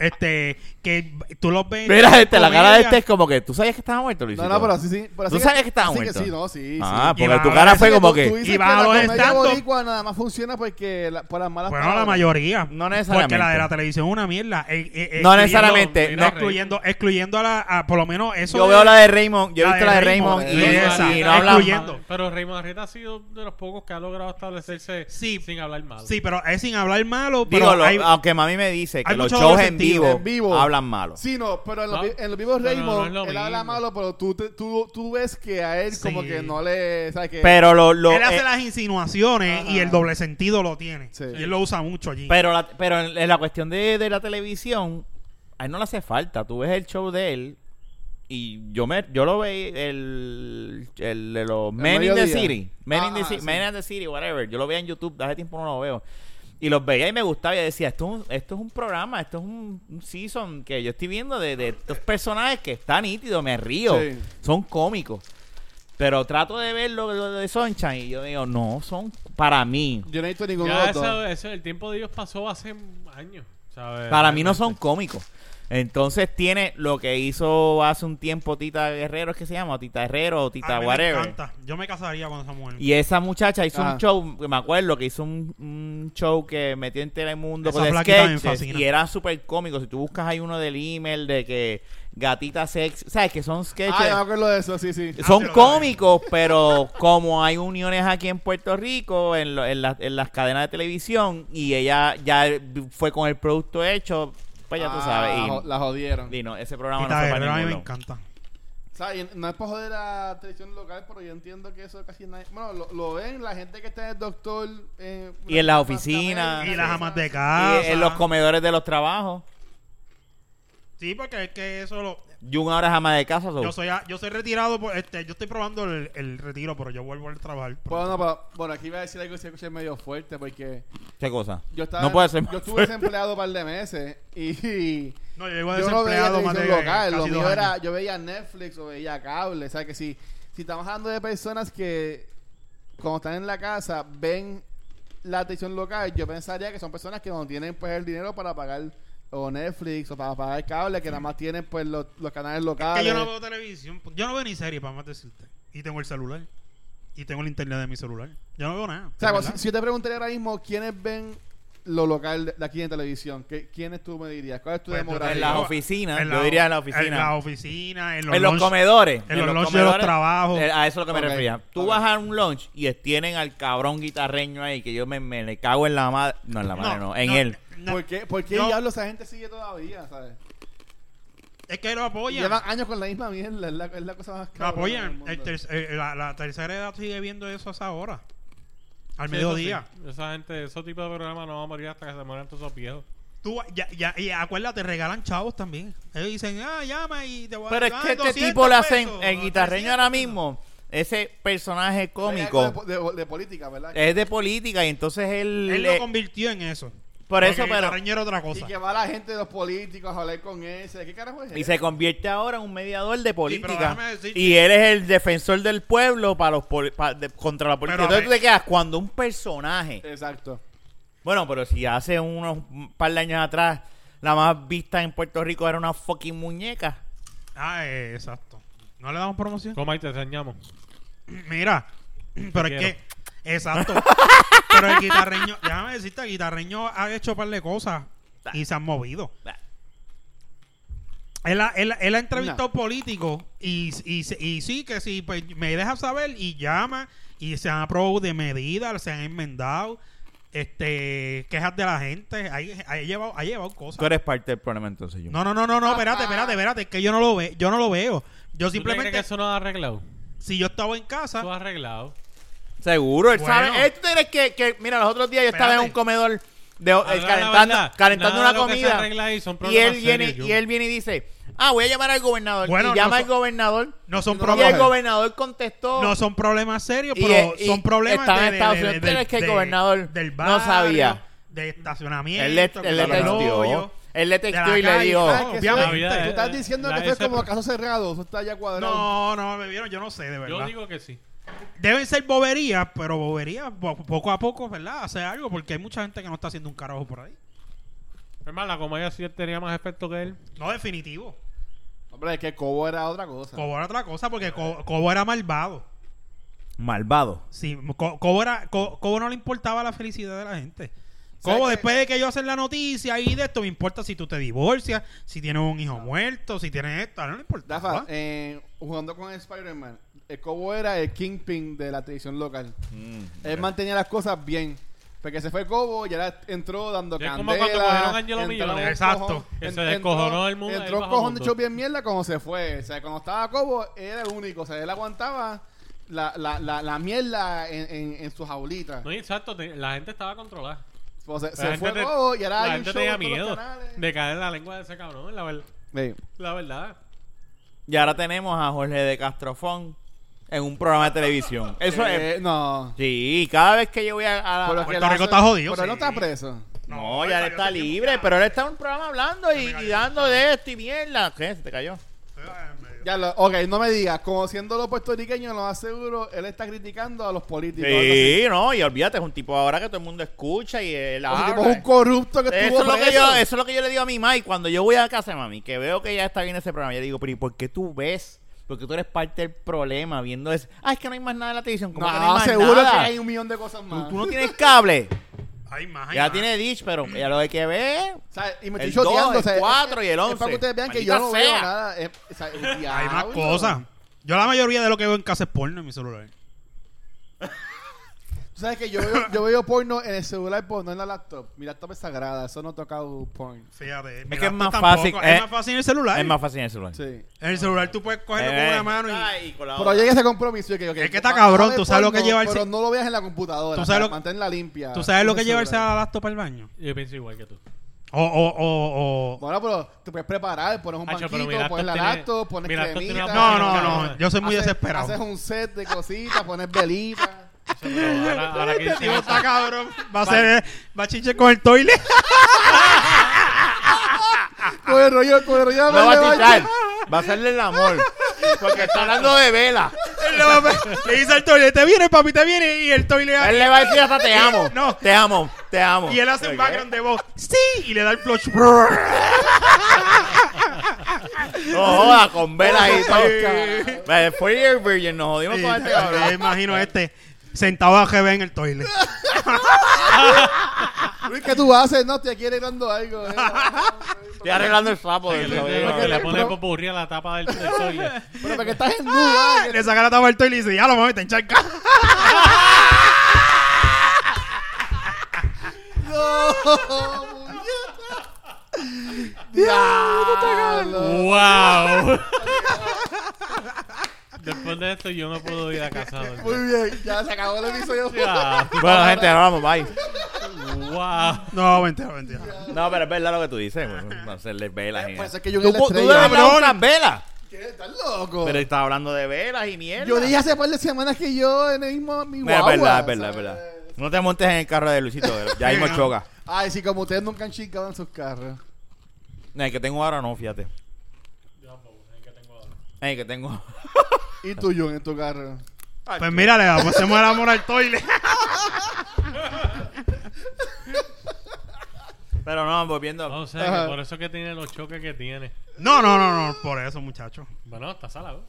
[SPEAKER 2] Este, que tú los ves.
[SPEAKER 1] mira este, la cara de
[SPEAKER 2] comedia,
[SPEAKER 1] este es como que tú sabías que estaba muerto, Luisito.
[SPEAKER 5] No, no, pero así sí. Pero
[SPEAKER 1] ¿Tú
[SPEAKER 5] así
[SPEAKER 1] sabes que estaba
[SPEAKER 5] así
[SPEAKER 1] muerto?
[SPEAKER 5] sí, no, sí.
[SPEAKER 1] Ah,
[SPEAKER 5] sí.
[SPEAKER 2] Y
[SPEAKER 1] porque
[SPEAKER 2] va
[SPEAKER 1] tu
[SPEAKER 2] a
[SPEAKER 1] cara
[SPEAKER 2] hablar-
[SPEAKER 1] fue
[SPEAKER 5] Parece
[SPEAKER 1] como
[SPEAKER 5] tú- tú
[SPEAKER 1] que
[SPEAKER 5] dices
[SPEAKER 2] Y
[SPEAKER 5] que
[SPEAKER 2] va a
[SPEAKER 5] la
[SPEAKER 2] los
[SPEAKER 5] comedia
[SPEAKER 2] stand-up.
[SPEAKER 5] boricua nada más funciona porque la- por las malas
[SPEAKER 2] Bueno, la
[SPEAKER 5] palabras.
[SPEAKER 2] mayoría.
[SPEAKER 1] No necesariamente.
[SPEAKER 2] Porque la de la televisión es una mierda. Eh, eh,
[SPEAKER 1] No
[SPEAKER 2] excluyendo-
[SPEAKER 1] necesariamente, no.
[SPEAKER 2] Excluyendo, excluyendo a la. a, por lo menos eso.
[SPEAKER 1] yo
[SPEAKER 2] de-
[SPEAKER 1] veo la de Raymond, yo he
[SPEAKER 2] la
[SPEAKER 1] visto
[SPEAKER 2] de
[SPEAKER 1] la de
[SPEAKER 2] Raymond,
[SPEAKER 1] Raymond
[SPEAKER 2] y esa,
[SPEAKER 1] y- y no
[SPEAKER 2] la
[SPEAKER 1] hablan
[SPEAKER 2] excluyendo.
[SPEAKER 1] mal.
[SPEAKER 2] mal.
[SPEAKER 3] Pero Raymond Arrieta ha sido de los pocos que ha logrado establecerse
[SPEAKER 2] Sí.
[SPEAKER 3] sin hablar mal.
[SPEAKER 2] Sí, pero es sin hablar malo.
[SPEAKER 1] Digo,
[SPEAKER 2] pero
[SPEAKER 1] lo- ah,
[SPEAKER 2] hay-
[SPEAKER 1] aunque mami me dice que
[SPEAKER 2] hay
[SPEAKER 1] los
[SPEAKER 2] mucho
[SPEAKER 1] shows
[SPEAKER 2] doble
[SPEAKER 1] en
[SPEAKER 2] sentido.
[SPEAKER 1] vivo,
[SPEAKER 5] En vivo.
[SPEAKER 1] hablan malo.
[SPEAKER 5] Sí, no, pero en, los
[SPEAKER 3] No.
[SPEAKER 5] vi- en los vivos
[SPEAKER 3] No, no, no
[SPEAKER 5] Raymond,
[SPEAKER 3] es lo
[SPEAKER 5] él habla
[SPEAKER 3] mismo.
[SPEAKER 5] malo, pero tú, te- tú, tú ves que a él como
[SPEAKER 2] Sí.
[SPEAKER 5] que no le... ¿sabes qué?
[SPEAKER 1] Pero lo, lo-
[SPEAKER 2] él hace
[SPEAKER 1] eh,
[SPEAKER 2] las insinuaciones
[SPEAKER 5] Ajá.
[SPEAKER 2] y el doble sentido lo tiene.
[SPEAKER 5] Sí.
[SPEAKER 2] Y él lo usa mucho allí.
[SPEAKER 1] Pero, la- pero en, en la cuestión de, de la televisión, a él no le hace falta. Tú ves el show de él y yo me yo lo veía el, el de los Men in the
[SPEAKER 5] mediodía.
[SPEAKER 1] City, Men, in the,
[SPEAKER 5] Ajá,
[SPEAKER 1] Ci-
[SPEAKER 5] sí.
[SPEAKER 1] Men in the City, whatever. Yo lo veía en YouTube, hace tiempo no lo veo. Y los veía y me gustaba y decía, esto es un, esto es un programa, esto es un, un season que yo estoy viendo de, de estos personajes que están nítidos, me río,
[SPEAKER 5] Sí.
[SPEAKER 1] son cómicos. Pero trato de ver lo, lo de Sunshine y yo digo, no, son para mí,
[SPEAKER 5] Yo no he visto ninguno de
[SPEAKER 3] Ya
[SPEAKER 5] los dos. Ah,
[SPEAKER 3] eso, eso- el tiempo de ellos pasó hace años. ¿sabes?
[SPEAKER 1] Para mí no son
[SPEAKER 3] Realmente.
[SPEAKER 1] cómicos. Entonces tiene lo que hizo hace un tiempo Tita Guerrero, es que se llama Tita Herrero o
[SPEAKER 2] a
[SPEAKER 1] Tita
[SPEAKER 2] mí Ah, me
[SPEAKER 1] Whatever.
[SPEAKER 2] encanta. Yo me casaría con esa mujer.
[SPEAKER 1] Y esa muchacha hizo
[SPEAKER 5] Ah.
[SPEAKER 1] un show, que me acuerdo que hizo un, un show que metió en Telemundo
[SPEAKER 2] Esa
[SPEAKER 1] con
[SPEAKER 2] flaquita me
[SPEAKER 1] sketches
[SPEAKER 2] fascina.
[SPEAKER 1] y era súper cómico. Si tú buscas hay uno del email de que gatita sexy, sabes que son sketches.
[SPEAKER 5] Ah, yo me acuerdo de eso, sí, sí.
[SPEAKER 1] Son
[SPEAKER 2] Ah, pero-
[SPEAKER 1] cómicos, pero como hay uniones aquí en Puerto Rico, en, lo- en las- en las cadenas de televisión, y ella ya fue con el producto hecho, pues ya tú
[SPEAKER 5] Ah,
[SPEAKER 1] sabes. y-
[SPEAKER 5] la jo- la jodieron.
[SPEAKER 1] Dino, ese programa
[SPEAKER 2] Tita
[SPEAKER 1] ah, no fue
[SPEAKER 2] Guerrero,
[SPEAKER 1] para
[SPEAKER 2] a mí me
[SPEAKER 1] ningún lado.
[SPEAKER 2] encanta.
[SPEAKER 5] O sea, y no es para joder a televisión local, pero yo entiendo que eso casi nadie... Bueno, lo, lo ven la gente que está en el doctor... eh,
[SPEAKER 1] Y en las
[SPEAKER 5] una-
[SPEAKER 1] oficinas.
[SPEAKER 2] Y
[SPEAKER 1] Ah, Sí,
[SPEAKER 2] las
[SPEAKER 1] sí.
[SPEAKER 2] amas de
[SPEAKER 1] Y
[SPEAKER 2] casa.
[SPEAKER 1] en los comedores de los trabajos.
[SPEAKER 2] Sí, porque es que eso lo.
[SPEAKER 1] Jun ahora es ama de casa. so-
[SPEAKER 2] Yo soy, a- yo soy retirado. Por, este, yo estoy probando el, el retiro, pero yo vuelvo al trabajar.
[SPEAKER 5] Bueno, pero, bueno, aquí iba a decir algo que se escuché medio fuerte porque
[SPEAKER 1] ¿Qué cosa?
[SPEAKER 5] yo estaba...
[SPEAKER 1] no puede ser.
[SPEAKER 5] Yo
[SPEAKER 1] más
[SPEAKER 5] estuve
[SPEAKER 1] fuerte.
[SPEAKER 5] desempleado un par de meses y...
[SPEAKER 2] no, yo llevo
[SPEAKER 5] yo no veía
[SPEAKER 2] desempleado más de
[SPEAKER 5] televisión local, lo
[SPEAKER 2] casi
[SPEAKER 5] mío
[SPEAKER 2] dos
[SPEAKER 5] era,
[SPEAKER 2] años.
[SPEAKER 5] yo veía Netflix o veía cable, o sea que si, si estamos hablando de personas que cuando están en la casa ven la televisión local, yo pensaría que son personas que no tienen pues el dinero para pagar o Netflix o para pagar cable, que nada más tienen pues los, los canales locales.
[SPEAKER 2] Que yo no veo televisión. Yo no veo ni serie, para más decirte. Y tengo el celular. Y tengo el internet de mi celular. Yo no veo nada.
[SPEAKER 5] o sea,
[SPEAKER 2] de
[SPEAKER 5] pues,
[SPEAKER 2] verdad.
[SPEAKER 5] si, si yo te preguntaría ahora mismo quiénes ven lo local de, de aquí en televisión, ¿Qué, ¿quiénes tú me dirías? ¿Cuál es tu
[SPEAKER 2] Pues, yo
[SPEAKER 5] demografía?
[SPEAKER 1] En las
[SPEAKER 2] Yo-
[SPEAKER 1] oficinas.
[SPEAKER 2] En
[SPEAKER 1] yo
[SPEAKER 2] la-
[SPEAKER 1] diría en la
[SPEAKER 2] En la
[SPEAKER 1] oficina.
[SPEAKER 2] oficina, en los,
[SPEAKER 1] En los
[SPEAKER 2] lunch-
[SPEAKER 1] comedores.
[SPEAKER 2] en los lunches de los trabajos.
[SPEAKER 1] Eh, A eso es lo que me
[SPEAKER 5] Ok,
[SPEAKER 1] refería. Tú
[SPEAKER 5] ok.
[SPEAKER 1] vas a un lunch y tienen al cabrón guitarreño ahí que yo me, me le cago en la madre. No, en la madre no. en él.
[SPEAKER 2] no.
[SPEAKER 5] ¿Por qué, por qué
[SPEAKER 2] Yo-
[SPEAKER 5] diablos esa gente sigue todavía, sabes?
[SPEAKER 2] Es que lo
[SPEAKER 5] Y
[SPEAKER 2] apoyan.
[SPEAKER 5] Llevan años con la misma mierda, es la, es la cosa más
[SPEAKER 2] Lo
[SPEAKER 5] cabrona del
[SPEAKER 2] apoyan.
[SPEAKER 5] mundo.
[SPEAKER 2] El ter- eh, la, la tercera edad sigue viendo eso a esa hora. Al
[SPEAKER 3] Sí,
[SPEAKER 2] mediodía.
[SPEAKER 3] eso sí. Esa gente, esos tipos de programas no van a morir hasta que se mueran todos esos viejos.
[SPEAKER 2] Tú, ya, ya, y acuérdate, regalan chavos también. Ellos dicen, ah, llama y te voy a
[SPEAKER 1] Pero es
[SPEAKER 2] dar
[SPEAKER 1] que este
[SPEAKER 2] 200
[SPEAKER 1] tipo le hacen.
[SPEAKER 2] pesos,
[SPEAKER 1] El guitarreño ahora
[SPEAKER 2] 300
[SPEAKER 1] mismo, ese personaje
[SPEAKER 5] Hay algo
[SPEAKER 1] cómico,
[SPEAKER 5] De, po- de- de política, ¿verdad?
[SPEAKER 1] es de política y entonces él.
[SPEAKER 2] pesos. Él
[SPEAKER 1] eh,
[SPEAKER 2] lo convirtió en eso.
[SPEAKER 1] Por eso,
[SPEAKER 2] Porque
[SPEAKER 1] pero.
[SPEAKER 2] Carreño era otra
[SPEAKER 5] Y
[SPEAKER 2] cosa.
[SPEAKER 5] que va la gente de los políticos a hablar con ese. ¿Qué carajo es
[SPEAKER 1] Y
[SPEAKER 5] ese?
[SPEAKER 1] se convierte ahora en un mediador de política.
[SPEAKER 2] déjame decirte-
[SPEAKER 1] y él es el defensor del pueblo para los poli- pa- de- contra la política.
[SPEAKER 2] Pero, a
[SPEAKER 1] Entonces tú te quedas cuando un personaje.
[SPEAKER 5] Exacto.
[SPEAKER 1] Bueno, pero si hace unos par de años atrás la más vista en Puerto Rico era una fucking muñeca.
[SPEAKER 2] Ah, eh, exacto. ¿No le damos promoción?
[SPEAKER 3] Toma y te enseñamos.
[SPEAKER 2] Mira, pero es
[SPEAKER 3] quiero.
[SPEAKER 2] que. Exacto. pero el guitarreño, déjame decirte, el guitarreño ha hecho un par de cosas y se han movido.
[SPEAKER 1] Ah.
[SPEAKER 2] Él ha, él, él ha entrevistado políticos y, y, se- y sí, que sí, pues me deja saber y llama y se han aprobado de medidas, se han enmendado, este quejas de la gente, ha, ha llevado, ha llevado cosas.
[SPEAKER 1] Tú eres parte del problema entonces, yo.
[SPEAKER 2] No, no, no, no, no, espérate, espérate, espérate, es que yo no lo veo, yo no lo veo. Yo
[SPEAKER 3] Simplemente
[SPEAKER 2] simplemente, Ah.
[SPEAKER 3] que eso no ha arreglado.
[SPEAKER 2] si yo estaba en casa,
[SPEAKER 3] Eso ha arreglado.
[SPEAKER 1] Seguro, él
[SPEAKER 2] Bueno.
[SPEAKER 1] sabe. Él, tú tienes que, que- Mira, los otros días yo estaba en un
[SPEAKER 2] Espérate.
[SPEAKER 1] comedor de, eh,
[SPEAKER 3] Ahora la
[SPEAKER 1] calentando,
[SPEAKER 3] verdad,
[SPEAKER 1] calentando
[SPEAKER 3] nada
[SPEAKER 1] una
[SPEAKER 3] de lo que se
[SPEAKER 1] comida.
[SPEAKER 3] arregla ahí son
[SPEAKER 1] y, él
[SPEAKER 3] problemas
[SPEAKER 1] viene,
[SPEAKER 3] serios,
[SPEAKER 1] y él viene y dice: Ah, voy a llamar al gobernador.
[SPEAKER 2] Bueno,
[SPEAKER 1] y llama
[SPEAKER 2] no
[SPEAKER 1] al
[SPEAKER 2] so-
[SPEAKER 1] gobernador.
[SPEAKER 2] no son
[SPEAKER 5] No,
[SPEAKER 1] Y el
[SPEAKER 2] problemas.
[SPEAKER 1] gobernador contestó.
[SPEAKER 2] No son problemas serios,
[SPEAKER 1] Y-
[SPEAKER 2] pero
[SPEAKER 1] y
[SPEAKER 2] son problemas
[SPEAKER 1] está en
[SPEAKER 2] de, de-
[SPEAKER 1] Estados
[SPEAKER 2] de-
[SPEAKER 1] Unidos.
[SPEAKER 2] de-
[SPEAKER 1] Pero es que el
[SPEAKER 2] de-
[SPEAKER 1] gobernador
[SPEAKER 2] del
[SPEAKER 1] no
[SPEAKER 2] barrio,
[SPEAKER 1] sabía.
[SPEAKER 2] de estacionamiento,
[SPEAKER 1] él le, él
[SPEAKER 2] que
[SPEAKER 1] le
[SPEAKER 2] del
[SPEAKER 1] textió.
[SPEAKER 2] hoyo.
[SPEAKER 1] Él le textió
[SPEAKER 2] de
[SPEAKER 1] y
[SPEAKER 2] la
[SPEAKER 1] le
[SPEAKER 2] calle.
[SPEAKER 1] dijo:
[SPEAKER 5] Ah,
[SPEAKER 2] No,
[SPEAKER 5] que
[SPEAKER 2] obviamente.
[SPEAKER 5] eso es-
[SPEAKER 3] La-
[SPEAKER 5] tú estás diciendo
[SPEAKER 3] la-
[SPEAKER 5] que esto es
[SPEAKER 3] ese-
[SPEAKER 5] como caso cerrado, eso está ya cuadrado.
[SPEAKER 2] No, no, me vieron, yo no sé, de
[SPEAKER 3] Yo
[SPEAKER 2] verdad.
[SPEAKER 3] digo que sí.
[SPEAKER 2] Deben ser boberías, pero boberías po- poco a poco, ¿verdad? Hacer algo, porque hay mucha gente que no está haciendo un carajo por ahí.
[SPEAKER 3] Es más, la comedia sí tenía más efecto que él.
[SPEAKER 2] No definitivo.
[SPEAKER 5] Hombre, es que Cobo era otra cosa.
[SPEAKER 2] Cobo era otra cosa, porque Co- Cobo era malvado.
[SPEAKER 1] Malvado.
[SPEAKER 2] Sí, Co- Cobo, era, Co- Cobo no le importaba la felicidad de la gente.
[SPEAKER 5] ¿Sabes
[SPEAKER 2] Cobo,
[SPEAKER 5] qué?
[SPEAKER 2] después de que yo hacer la noticia y de esto, me importa si tú te divorcias, si tienes un hijo muerto, si tienes esto, a él no le Ah,
[SPEAKER 5] Dafa,
[SPEAKER 3] ¿Ah?
[SPEAKER 2] importaba.
[SPEAKER 5] eh, jugando con Spider-Man, el Cobo era el kingpin de la televisión local.
[SPEAKER 3] Mm,
[SPEAKER 5] Él mantenía las cosas bien. Porque se fue Cobo y ahora entró dando
[SPEAKER 3] Es como
[SPEAKER 5] candela.
[SPEAKER 3] cuando cogieron a Angelo
[SPEAKER 5] entró
[SPEAKER 3] Millones.
[SPEAKER 5] un
[SPEAKER 2] Exacto.
[SPEAKER 5] cojón-
[SPEAKER 3] Que se
[SPEAKER 5] en-
[SPEAKER 3] descojonó el mundo, el
[SPEAKER 5] Entró un
[SPEAKER 3] bajo
[SPEAKER 5] cojón de
[SPEAKER 3] mundo.
[SPEAKER 5] show bien mierda cuando se fue. O sea, cuando estaba Cobo, él era el único. O sea, él aguantaba la, la, la, la mierda en, en, en su jaulita.
[SPEAKER 3] No, y exacto, te- la gente estaba controlada.
[SPEAKER 5] O sea,
[SPEAKER 3] La
[SPEAKER 5] se
[SPEAKER 3] gente
[SPEAKER 5] fue
[SPEAKER 3] te-
[SPEAKER 5] Cobo y ahora
[SPEAKER 3] la
[SPEAKER 5] hay un
[SPEAKER 3] gente
[SPEAKER 5] show
[SPEAKER 3] tenía
[SPEAKER 5] en todos los
[SPEAKER 3] miedo
[SPEAKER 5] canales. Eh,
[SPEAKER 3] de caer en la lengua de ese cabrón, la, ver-
[SPEAKER 5] Sí.
[SPEAKER 3] la verdad.
[SPEAKER 1] Y ahora tenemos a Jorge de Castrofón en un programa de televisión. Eso es.
[SPEAKER 5] Eh, no.
[SPEAKER 1] Sí, cada vez que yo voy a,
[SPEAKER 3] Ah,
[SPEAKER 1] a la-
[SPEAKER 5] Por lo que
[SPEAKER 2] Puerto
[SPEAKER 5] la-
[SPEAKER 2] Rico está jodido,
[SPEAKER 5] Pero él no
[SPEAKER 2] sí.
[SPEAKER 5] está preso.
[SPEAKER 1] No,
[SPEAKER 2] No,
[SPEAKER 1] ya
[SPEAKER 2] él
[SPEAKER 1] él
[SPEAKER 2] salió
[SPEAKER 1] está
[SPEAKER 2] hace tiempo
[SPEAKER 1] libre,
[SPEAKER 2] ya.
[SPEAKER 1] pero él está en un programa hablando y,
[SPEAKER 2] me cayó
[SPEAKER 1] y
[SPEAKER 2] el
[SPEAKER 1] dando de esto y mierda. ¿Qué? ¿Se te cayó?
[SPEAKER 5] Ya lo, ok, no me digas. Conociendo a los puertorriqueños, lo más seguro, él está criticando a los políticos. algo así.
[SPEAKER 1] Sí, no, y olvídate, es un tipo ahora que todo el mundo escucha y él
[SPEAKER 5] O sea, tipo,
[SPEAKER 1] habla.
[SPEAKER 5] es un corrupto que
[SPEAKER 1] eso,
[SPEAKER 5] estuvo
[SPEAKER 1] es lo que
[SPEAKER 5] preso.
[SPEAKER 1] yo, eso es lo que yo le digo a mi mamá y cuando yo voy a casa de mami, que veo que ya está bien ese programa, yo le digo, pero ¿y por qué tú ves? Porque tú eres parte del problema viendo eso. Ah, es que no hay más nada en la televisión. Como
[SPEAKER 5] No,
[SPEAKER 1] que no hay más
[SPEAKER 5] Ah, seguro
[SPEAKER 1] nada.
[SPEAKER 5] que hay un millón de cosas más.
[SPEAKER 1] Tú no tienes cable.
[SPEAKER 2] Hay más, hay
[SPEAKER 1] ya
[SPEAKER 2] más.
[SPEAKER 1] tiene Ditch, pero ya lo hay que ver.
[SPEAKER 5] O sea, y me
[SPEAKER 1] El dos,
[SPEAKER 5] estoy choteando.
[SPEAKER 1] el
[SPEAKER 5] o sea, es-
[SPEAKER 1] cuatro y el
[SPEAKER 5] es
[SPEAKER 1] once.
[SPEAKER 5] para que ustedes vean que
[SPEAKER 1] Maldita
[SPEAKER 5] yo no veo
[SPEAKER 1] sea.
[SPEAKER 5] nada. es- o sea, el
[SPEAKER 2] Hay más
[SPEAKER 5] diablo.
[SPEAKER 2] cosas. Yo la mayoría de lo que veo en casa es porno en mi celular.
[SPEAKER 5] Tú sabes que yo veo, yo veo porno en el celular, porno no en la laptop. Mi laptop es sagrada, eso no toca un porn.
[SPEAKER 2] Fíjate.
[SPEAKER 1] que es más fácil, eh.
[SPEAKER 2] Es más fácil en el celular.
[SPEAKER 1] Es más fácil en el celular.
[SPEAKER 5] Sí.
[SPEAKER 2] En el celular tú puedes cogerlo
[SPEAKER 1] Eh,
[SPEAKER 2] con una mano y...
[SPEAKER 1] ay, con la
[SPEAKER 5] Pero
[SPEAKER 1] otra.
[SPEAKER 5] llega ese compromiso. y Que, ok,
[SPEAKER 2] Es que está
[SPEAKER 5] vas a
[SPEAKER 2] cabrón,
[SPEAKER 5] ver
[SPEAKER 2] tú sabes lo que lleva el
[SPEAKER 5] Pero
[SPEAKER 2] ce-
[SPEAKER 5] no lo veas en la computadora.
[SPEAKER 2] Tú sabes lo-
[SPEAKER 5] para Manténla limpia.
[SPEAKER 2] ¿Tú sabes lo que
[SPEAKER 5] En el
[SPEAKER 2] llevarse
[SPEAKER 5] celular.
[SPEAKER 2] a la laptop al baño?
[SPEAKER 3] Yo pienso igual que tú.
[SPEAKER 2] O, o, o, o...
[SPEAKER 5] Bueno, pero te puedes preparar, pones un
[SPEAKER 3] Hacho, pero mi
[SPEAKER 5] banquito, pones la
[SPEAKER 3] laptop tiene-
[SPEAKER 5] laptop, pones
[SPEAKER 3] mi laptop tiene una
[SPEAKER 5] cremita.
[SPEAKER 2] No,
[SPEAKER 3] Ay,
[SPEAKER 2] no, no.
[SPEAKER 3] cabrón.
[SPEAKER 2] Yo soy muy
[SPEAKER 5] Haces-
[SPEAKER 2] desesperado.
[SPEAKER 5] Haces un set de cositas, pones velitas.
[SPEAKER 3] Eso, pero ahora, ahora que
[SPEAKER 2] Este
[SPEAKER 3] dicen
[SPEAKER 2] tipo
[SPEAKER 3] eso,
[SPEAKER 2] está cabrón. Va a ser. Va a chinche con el toile.
[SPEAKER 5] Con el rollo, con el rollo
[SPEAKER 1] No
[SPEAKER 5] de
[SPEAKER 1] va a
[SPEAKER 5] verde,
[SPEAKER 1] tirar. Va a hacerle el amor. Porque está hablando de vela.
[SPEAKER 2] Él le va a- Le dice al toile: Te viene, papi, te viene. Y el toile.
[SPEAKER 1] Él le va a decir hasta te amo.
[SPEAKER 2] No.
[SPEAKER 1] Te amo, te amo.
[SPEAKER 2] Y él hace un
[SPEAKER 1] Ok.
[SPEAKER 2] background de voz. ¡Sí! Y le da el flush.
[SPEAKER 1] No joda, con velas y
[SPEAKER 5] Ay.
[SPEAKER 1] todo. Eh, Fue el Virgin, nos jodimos
[SPEAKER 2] Sí,
[SPEAKER 1] con este
[SPEAKER 2] Me
[SPEAKER 1] cabrón.
[SPEAKER 2] imagino a este sentado a GB en el toile.
[SPEAKER 5] Luis, ¿qué tú haces? No, estoy aquí arreglando algo. eh.
[SPEAKER 1] Estoy arreglando el sapo
[SPEAKER 3] que
[SPEAKER 1] del
[SPEAKER 3] le-
[SPEAKER 1] cabrón.
[SPEAKER 3] le- le pone
[SPEAKER 5] Pero-
[SPEAKER 3] popurrí a la tapa del del toilet.
[SPEAKER 5] Bueno, porque estás en
[SPEAKER 1] Ah,
[SPEAKER 5] duda.
[SPEAKER 2] Le saca la tapa al toile y dice: Ya lo mami, te encharca.
[SPEAKER 5] No, puñeta. Diablo.
[SPEAKER 3] ¡Wow! Después de esto yo no puedo ir a Ah, casa.
[SPEAKER 5] Muy bien, ya se acabó el episodio.
[SPEAKER 1] Bueno, gente, nos vamos, bye.
[SPEAKER 3] ¡Wow!
[SPEAKER 2] No, mentira, mentira.
[SPEAKER 1] No, pero es verdad lo que tú dices. bueno, No hacerle velas. y-
[SPEAKER 5] Por eso
[SPEAKER 1] Tú
[SPEAKER 5] Eh, pues, es que yo
[SPEAKER 1] tú
[SPEAKER 5] en la
[SPEAKER 1] de
[SPEAKER 5] estrella.
[SPEAKER 1] verdad usas velas.
[SPEAKER 5] ¿Qué? ¿Estás loco?
[SPEAKER 1] Pero estaba hablando de velas y mierda.
[SPEAKER 5] Yo dije hace par de semanas que yo en el mismo mi
[SPEAKER 1] No, es
[SPEAKER 5] guagua,
[SPEAKER 1] verdad, es verdad, es
[SPEAKER 5] ¿sabes?
[SPEAKER 1] verdad.
[SPEAKER 5] O
[SPEAKER 1] No te montes en el carro de Luisito, ya mismo choca.
[SPEAKER 5] Ay, sí, como ustedes nunca han chingado en sus carros.
[SPEAKER 1] No, el que tengo ahora no, fíjate. El que tengo.
[SPEAKER 5] Y tú, Jun, en tu carro.
[SPEAKER 2] Pues mira, le damos, hacemos el amor al toile.
[SPEAKER 1] Pero no, volviendo.
[SPEAKER 3] No sé,
[SPEAKER 5] Ajá.
[SPEAKER 3] que por eso que tiene los choques que tiene.
[SPEAKER 2] No, no, no, no, por eso, muchacho.
[SPEAKER 3] Bueno, está salado.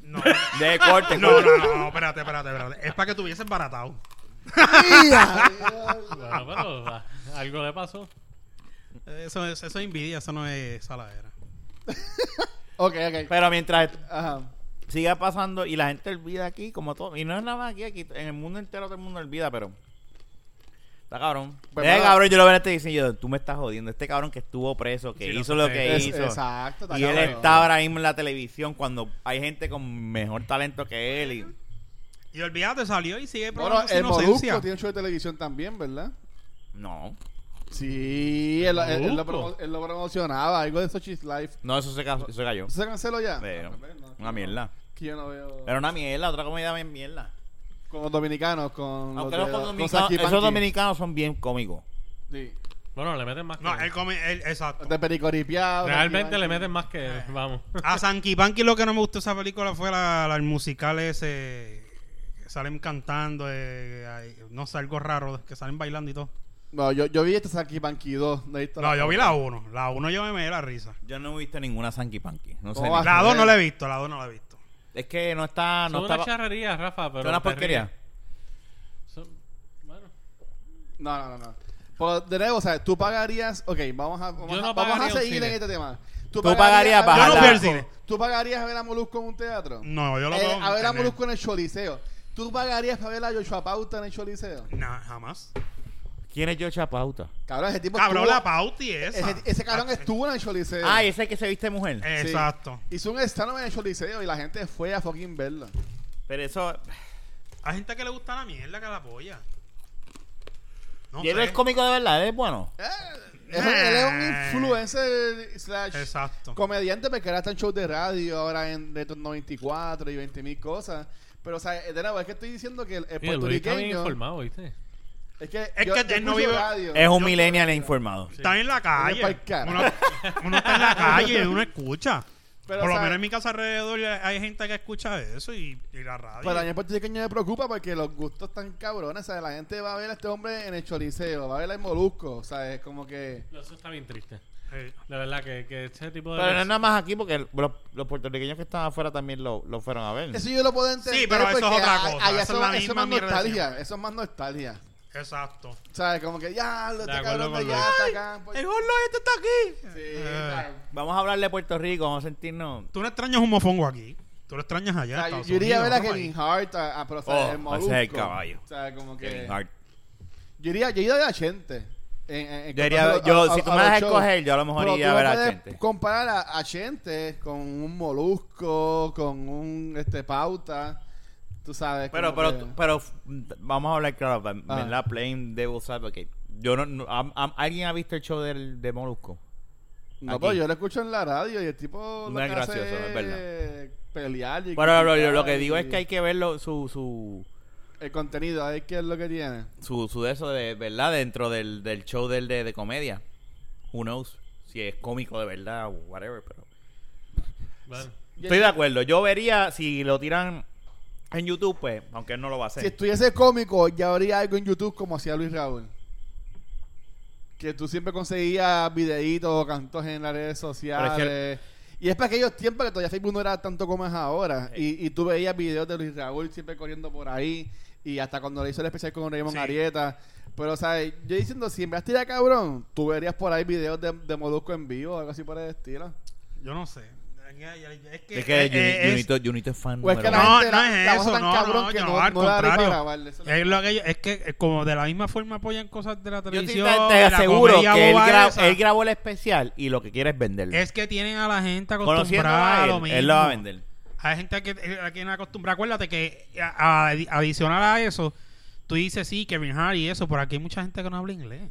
[SPEAKER 2] No,
[SPEAKER 1] De corte,
[SPEAKER 2] no,
[SPEAKER 1] corte.
[SPEAKER 2] no, no, no, espérate, espérate, espérate. Es para que tuviese embaratado.
[SPEAKER 3] Bueno, pero ah, algo le pasó.
[SPEAKER 2] Eso, es- eso es envidia, eso no es saladera.
[SPEAKER 5] ok, ok.
[SPEAKER 1] Pero mientras
[SPEAKER 5] Ajá.
[SPEAKER 1] siga pasando y la gente olvida aquí, como todo. Y no es nada más aquí, aquí en el mundo entero todo el mundo olvida, pero. Está cabrón.
[SPEAKER 5] Pues,
[SPEAKER 1] Este
[SPEAKER 5] mano,
[SPEAKER 1] cabrón, yo lo veo en este diseño, yo, tú me estás jodiendo. Este cabrón que estuvo preso, que
[SPEAKER 3] Sí, lo
[SPEAKER 1] hizo
[SPEAKER 3] que
[SPEAKER 1] lo
[SPEAKER 3] te-
[SPEAKER 1] que
[SPEAKER 5] Es-
[SPEAKER 1] hizo.
[SPEAKER 5] exacto. está
[SPEAKER 1] Y él
[SPEAKER 5] cabrón.
[SPEAKER 1] está ahora mismo en la televisión cuando hay gente con mejor talento que él. Y...
[SPEAKER 2] Y olvídate, salió y sigue
[SPEAKER 5] Bueno,
[SPEAKER 2] probando su
[SPEAKER 5] el Molusco
[SPEAKER 2] inocencia.
[SPEAKER 5] tiene un show de televisión también, ¿verdad?
[SPEAKER 1] No.
[SPEAKER 5] Sí, él, él- él lo,
[SPEAKER 3] Molusco.
[SPEAKER 5] promo- él lo promocionaba, algo de Sochi's Life.
[SPEAKER 1] No, eso se, ca- eso se cayó.
[SPEAKER 5] ¿Eso se canceló ya?
[SPEAKER 1] Pero,
[SPEAKER 5] Ah, pues, no,
[SPEAKER 1] una mierda.
[SPEAKER 5] Que yo no veo.
[SPEAKER 1] Era una mierda, otra comida bien mierda.
[SPEAKER 5] Con los dominicanos, con.
[SPEAKER 1] Aunque
[SPEAKER 5] los
[SPEAKER 1] los
[SPEAKER 5] de- los
[SPEAKER 1] dominicanos,
[SPEAKER 5] Saki
[SPEAKER 1] esos
[SPEAKER 5] Panky.
[SPEAKER 1] dominicanos son bien cómicos.
[SPEAKER 5] Sí.
[SPEAKER 3] Bueno, le meten más que
[SPEAKER 2] No,
[SPEAKER 3] él.
[SPEAKER 2] él come, él, exacto.
[SPEAKER 5] De pericoripiado.
[SPEAKER 3] Realmente
[SPEAKER 5] Saki
[SPEAKER 3] le
[SPEAKER 5] Panky.
[SPEAKER 3] meten más que él. Vamos.
[SPEAKER 2] A Sanky Panky lo que no me gustó de esa película fue la, la- el musical ese. que Salen cantando, eh, ay, no sé, algo raro, que salen bailando y todo.
[SPEAKER 5] No, yo, yo vi este Saki Panky 2. No, he visto
[SPEAKER 2] No, yo vi la 1. La 1 yo me me la risa.
[SPEAKER 1] Yo no he visto ninguna Sanky Panky. No sé.
[SPEAKER 5] ¿Cómo
[SPEAKER 1] ni-
[SPEAKER 5] va?
[SPEAKER 2] La 2 no la he visto, la 2 no la he visto.
[SPEAKER 1] Es que no está. Ah, No
[SPEAKER 3] Son
[SPEAKER 1] está
[SPEAKER 3] una charrería, Rafa, pero...
[SPEAKER 1] es una
[SPEAKER 3] te
[SPEAKER 1] porquería.
[SPEAKER 3] ríes. Son- Bueno,
[SPEAKER 5] No, no, no. no. Pero de nuevo, o sea, tú pagarías. Ok, vamos a, vamos
[SPEAKER 3] Yo
[SPEAKER 5] a-
[SPEAKER 3] no
[SPEAKER 5] vamos a
[SPEAKER 3] pagaría un
[SPEAKER 5] seguir en
[SPEAKER 3] cine.
[SPEAKER 5] este tema.
[SPEAKER 1] Tú pagarías
[SPEAKER 5] a ver
[SPEAKER 1] bajar
[SPEAKER 5] a
[SPEAKER 2] Yo no fui al
[SPEAKER 5] Molusco?
[SPEAKER 2] cine.
[SPEAKER 5] ¿Tú pagarías a ver a Molusco en un teatro?
[SPEAKER 2] No, yo lo
[SPEAKER 5] Eh,
[SPEAKER 2] veo. en
[SPEAKER 5] a ver a
[SPEAKER 2] internet.
[SPEAKER 5] Molusco en el Choliseo. ¿Tú pagarías para ver a Joshua Pauta en el Choliseo?
[SPEAKER 2] Nah, jamás.
[SPEAKER 1] ¿Quién es George Pauta?
[SPEAKER 5] Cabrón, ese tipo.
[SPEAKER 2] Cabrón,
[SPEAKER 5] estuvo-
[SPEAKER 2] la pauti esa. eh,
[SPEAKER 5] Ese, ese cabrón estuvo en el Choliseo.
[SPEAKER 1] Ah, y ese que se viste mujer.
[SPEAKER 5] Sí.
[SPEAKER 2] Exacto.
[SPEAKER 5] Hizo un stand en el Choliseo y la gente fue a fucking verlo.
[SPEAKER 1] Pero eso.
[SPEAKER 2] Hay gente que le gusta la mierda que la apoya. No
[SPEAKER 1] y él
[SPEAKER 2] sé.
[SPEAKER 1] es cómico de verdad, él es bueno.
[SPEAKER 5] Eh, es un- él es un
[SPEAKER 2] Eh.
[SPEAKER 5] influencer slash
[SPEAKER 2] Exacto.
[SPEAKER 5] comediante porque ahora está en shows de radio, ahora en de estos 94 y 20 mil cosas. Pero, o sea, de nuevo, es que estoy diciendo que el, el
[SPEAKER 3] tío, Luis está bien
[SPEAKER 5] puertorriqueño.
[SPEAKER 3] informado, ¿viste?
[SPEAKER 5] Es que,
[SPEAKER 2] Es que él no
[SPEAKER 5] escucho
[SPEAKER 2] vive-
[SPEAKER 5] radio.
[SPEAKER 1] Es un millennial informado.
[SPEAKER 2] Está en la
[SPEAKER 5] Oye, pa'l
[SPEAKER 2] calle.
[SPEAKER 5] cara.
[SPEAKER 2] Uno, uno está en la calle y uno escucha.
[SPEAKER 5] Pero,
[SPEAKER 2] Por
[SPEAKER 5] o
[SPEAKER 2] lo
[SPEAKER 5] sea,
[SPEAKER 2] menos en mi casa alrededor hay- hay gente que escucha eso y, y la radio.
[SPEAKER 5] Pero a mí el puertorriqueño me preocupa porque los gustos están cabrones. O sea, la gente va a ver a este hombre en el Choliseo, va a ver al Molusco. O sea, es como que.
[SPEAKER 3] No, Eso está bien triste.
[SPEAKER 2] Sí.
[SPEAKER 3] La verdad que, que ese tipo de...
[SPEAKER 1] Pero no es nada más aquí porque el- los, los puertorriqueños que estaban afuera también lo, lo fueron a ver.
[SPEAKER 5] Eso yo lo puedo entender.
[SPEAKER 2] Sí, pero eso es
[SPEAKER 5] porque
[SPEAKER 2] otra
[SPEAKER 5] a-
[SPEAKER 2] cosa,
[SPEAKER 5] allá
[SPEAKER 2] esa es la
[SPEAKER 5] eso
[SPEAKER 2] misma
[SPEAKER 5] más
[SPEAKER 2] mierda de
[SPEAKER 5] nostalgia. Eso es más nostalgia.
[SPEAKER 2] Exacto.
[SPEAKER 5] O sea, como que ya, lo
[SPEAKER 3] De
[SPEAKER 5] está
[SPEAKER 3] acuerdo
[SPEAKER 5] cabrón de
[SPEAKER 3] con
[SPEAKER 5] allá,
[SPEAKER 3] Luis.
[SPEAKER 5] está acá. en Puerto-
[SPEAKER 2] El gordo este está aquí.
[SPEAKER 5] Sí,
[SPEAKER 2] Eh.
[SPEAKER 5] claro.
[SPEAKER 1] Vamos a hablar de Puerto Rico, vamos a sentirnos.
[SPEAKER 2] Tú no extrañas un mofongo aquí. Tú lo extrañas allá. en
[SPEAKER 5] O sea, yo-
[SPEAKER 2] Estados
[SPEAKER 5] yo iría a ver a
[SPEAKER 2] Unidos,
[SPEAKER 5] Kevin
[SPEAKER 2] ¿no?
[SPEAKER 5] Hart, a, a pero, o sea,
[SPEAKER 1] Oh,
[SPEAKER 5] el
[SPEAKER 1] ese es el
[SPEAKER 5] Molusco.
[SPEAKER 1] caballo.
[SPEAKER 5] O sea, como que.
[SPEAKER 1] Kevin Hart.
[SPEAKER 5] Yo iría, yo iría a ver a Chente. En, en- en
[SPEAKER 1] Yo iría-
[SPEAKER 5] cuanto a-
[SPEAKER 1] yo-
[SPEAKER 5] a-
[SPEAKER 1] si
[SPEAKER 5] a-
[SPEAKER 1] tú
[SPEAKER 5] a
[SPEAKER 1] me
[SPEAKER 5] los
[SPEAKER 1] das a
[SPEAKER 5] shows.
[SPEAKER 1] escoger, yo a lo mejor
[SPEAKER 5] Pero
[SPEAKER 1] iría
[SPEAKER 5] tú
[SPEAKER 1] a
[SPEAKER 5] no
[SPEAKER 1] ver a
[SPEAKER 5] puedes
[SPEAKER 1] Chente.
[SPEAKER 5] Comparar a, a Chente con un molusco, con un este pauta. Tú sabes.
[SPEAKER 1] Pero,
[SPEAKER 5] como
[SPEAKER 1] pero,
[SPEAKER 5] que-
[SPEAKER 1] tú- pero f- vamos a hablar claro, en
[SPEAKER 5] Ah.
[SPEAKER 1] la plain de usar porque yo no, no- am- am- alguien ha visto el show del de Molusco.
[SPEAKER 5] No,
[SPEAKER 1] aquí.
[SPEAKER 5] pero yo lo escucho en la radio y el tipo.
[SPEAKER 1] No
[SPEAKER 5] lo
[SPEAKER 1] es
[SPEAKER 5] que
[SPEAKER 1] gracioso,
[SPEAKER 5] hace
[SPEAKER 1] es verdad.
[SPEAKER 5] Pelear y.
[SPEAKER 1] Pero lo, lo- lo
[SPEAKER 5] criticar
[SPEAKER 1] que digo
[SPEAKER 5] y
[SPEAKER 1] es que hay que verlo su su
[SPEAKER 5] El contenido, a ver qué es lo que tiene.
[SPEAKER 1] su, su de eso de verdad dentro del, del show del de, de comedia. Who knows si es cómico de verdad o whatever, pero
[SPEAKER 3] Bueno,
[SPEAKER 1] estoy de acuerdo. Yo vería si lo tiran en YouTube, pues, aunque él no lo va a
[SPEAKER 5] Si
[SPEAKER 1] hacer.
[SPEAKER 5] estuviese cómico, ya habría algo en YouTube como hacía Luis Raúl. Que tú siempre conseguías videitos o cantos en las redes
[SPEAKER 1] Pero
[SPEAKER 5] sociales. Y es para aquellos tiempos que todavía Facebook no era tanto como es ahora. Y, y tú veías videos de Luis Raúl siempre corriendo por ahí. Y hasta cuando le hizo el especial con Raymond
[SPEAKER 2] Sí.
[SPEAKER 5] Arieta. Pero, ¿sabes? Yo diciendo, si en vez de tirar cabrón, tú verías por ahí videos de, de Molusco en vivo o algo así por el estilo.
[SPEAKER 2] Yo no sé. Es que,
[SPEAKER 1] Es que
[SPEAKER 2] es-
[SPEAKER 1] Juni-
[SPEAKER 2] es-
[SPEAKER 1] Junito, Junito es fan
[SPEAKER 5] O es
[SPEAKER 1] número
[SPEAKER 5] que la
[SPEAKER 1] uno.
[SPEAKER 2] No,
[SPEAKER 5] gente la-
[SPEAKER 2] no es
[SPEAKER 5] la baja
[SPEAKER 2] eso,
[SPEAKER 5] tan
[SPEAKER 2] no,
[SPEAKER 5] cabrón
[SPEAKER 2] no,
[SPEAKER 5] que
[SPEAKER 2] yo
[SPEAKER 5] no,
[SPEAKER 2] al
[SPEAKER 5] no la haré para
[SPEAKER 2] contrario.
[SPEAKER 5] grabarle. Eso es la-
[SPEAKER 2] Es, lo que yo- es que eh, como de la misma forma apoyan cosas de la
[SPEAKER 1] Yo te,
[SPEAKER 2] televisión,
[SPEAKER 1] te
[SPEAKER 2] de "Oh, la
[SPEAKER 1] aseguro
[SPEAKER 2] comedia
[SPEAKER 1] que él,
[SPEAKER 2] boba
[SPEAKER 1] gra-
[SPEAKER 2] esa,
[SPEAKER 1] él grabó el especial y lo que quiere es venderlo.
[SPEAKER 2] es que tienen a la gente
[SPEAKER 1] Conociendo a
[SPEAKER 2] acostumbrada a lo
[SPEAKER 1] él,
[SPEAKER 2] mismo.
[SPEAKER 1] él lo va a vender.
[SPEAKER 2] Hay gente que eh, a quien acostumbra. Acuérdate que eh, a- a- adicional a eso, tú dices sí, Kevin Hart y eso, pero aquí hay mucha gente que no habla inglés.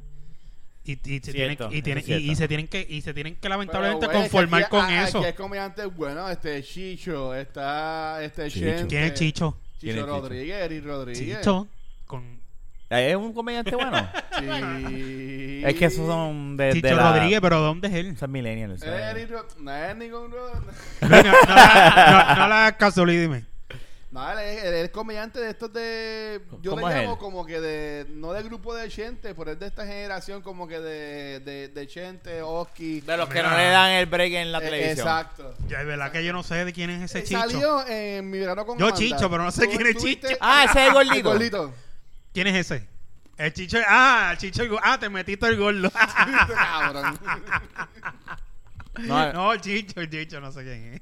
[SPEAKER 2] Y, y se, tienen,
[SPEAKER 1] Cierto,
[SPEAKER 2] y, tienen-
[SPEAKER 1] eso es
[SPEAKER 2] y- y
[SPEAKER 1] cierto.
[SPEAKER 2] se tienen que y se tienen que lamentablemente
[SPEAKER 5] Pero, güey, es que
[SPEAKER 2] conformar
[SPEAKER 5] aquí-
[SPEAKER 2] con
[SPEAKER 5] a-
[SPEAKER 2] eso.
[SPEAKER 5] Aquí hay comediantes buenos, este Chicho, está este
[SPEAKER 1] Chicho.
[SPEAKER 5] Chente,
[SPEAKER 2] ¿Quién es Chicho?
[SPEAKER 5] Chicho
[SPEAKER 1] ¿Quién es Chicho?
[SPEAKER 5] Rodríguez, Eric Rodríguez.
[SPEAKER 2] Chicho con
[SPEAKER 1] Eh, ¿Es un comediante bueno?
[SPEAKER 5] Sí.
[SPEAKER 1] es que esos son de,
[SPEAKER 2] Chicho
[SPEAKER 1] de la...
[SPEAKER 2] Rodríguez, Eh, pero ¿dónde es él?
[SPEAKER 1] Son millennials.
[SPEAKER 5] Él es Eric Ro- No es ningún Ro-
[SPEAKER 2] No, no, no, no, no le hagas caso, Luis, dime.
[SPEAKER 5] No, él es, él es comediante de estos de. Yo le
[SPEAKER 1] ¿Cómo es
[SPEAKER 5] llamo
[SPEAKER 1] él?
[SPEAKER 5] como que de. No del grupo de gente, pero es de esta generación como que de. De, de gente, Oski.
[SPEAKER 1] De los que
[SPEAKER 2] Mira.
[SPEAKER 1] no le dan el break en la
[SPEAKER 5] Eh,
[SPEAKER 1] televisión.
[SPEAKER 5] Exacto.
[SPEAKER 2] Ya, es verdad que yo no sé de quién es ese
[SPEAKER 5] Eh,
[SPEAKER 2] Chicho.
[SPEAKER 5] Salió en mi verano con
[SPEAKER 2] Yo
[SPEAKER 5] Amanda.
[SPEAKER 2] Chicho, pero no sé
[SPEAKER 5] Tú-
[SPEAKER 2] quién es
[SPEAKER 5] tú viste-
[SPEAKER 2] Chicho.
[SPEAKER 1] Ah, ese es el
[SPEAKER 5] el
[SPEAKER 1] gordito.
[SPEAKER 5] gordito.
[SPEAKER 2] ¿Quién es ese? El Chicho. Ah, el Chicho. el go- Ah, te metiste el gordo.
[SPEAKER 5] Cabrón.
[SPEAKER 1] No,
[SPEAKER 2] no, el Chicho, el Chicho, no sé quién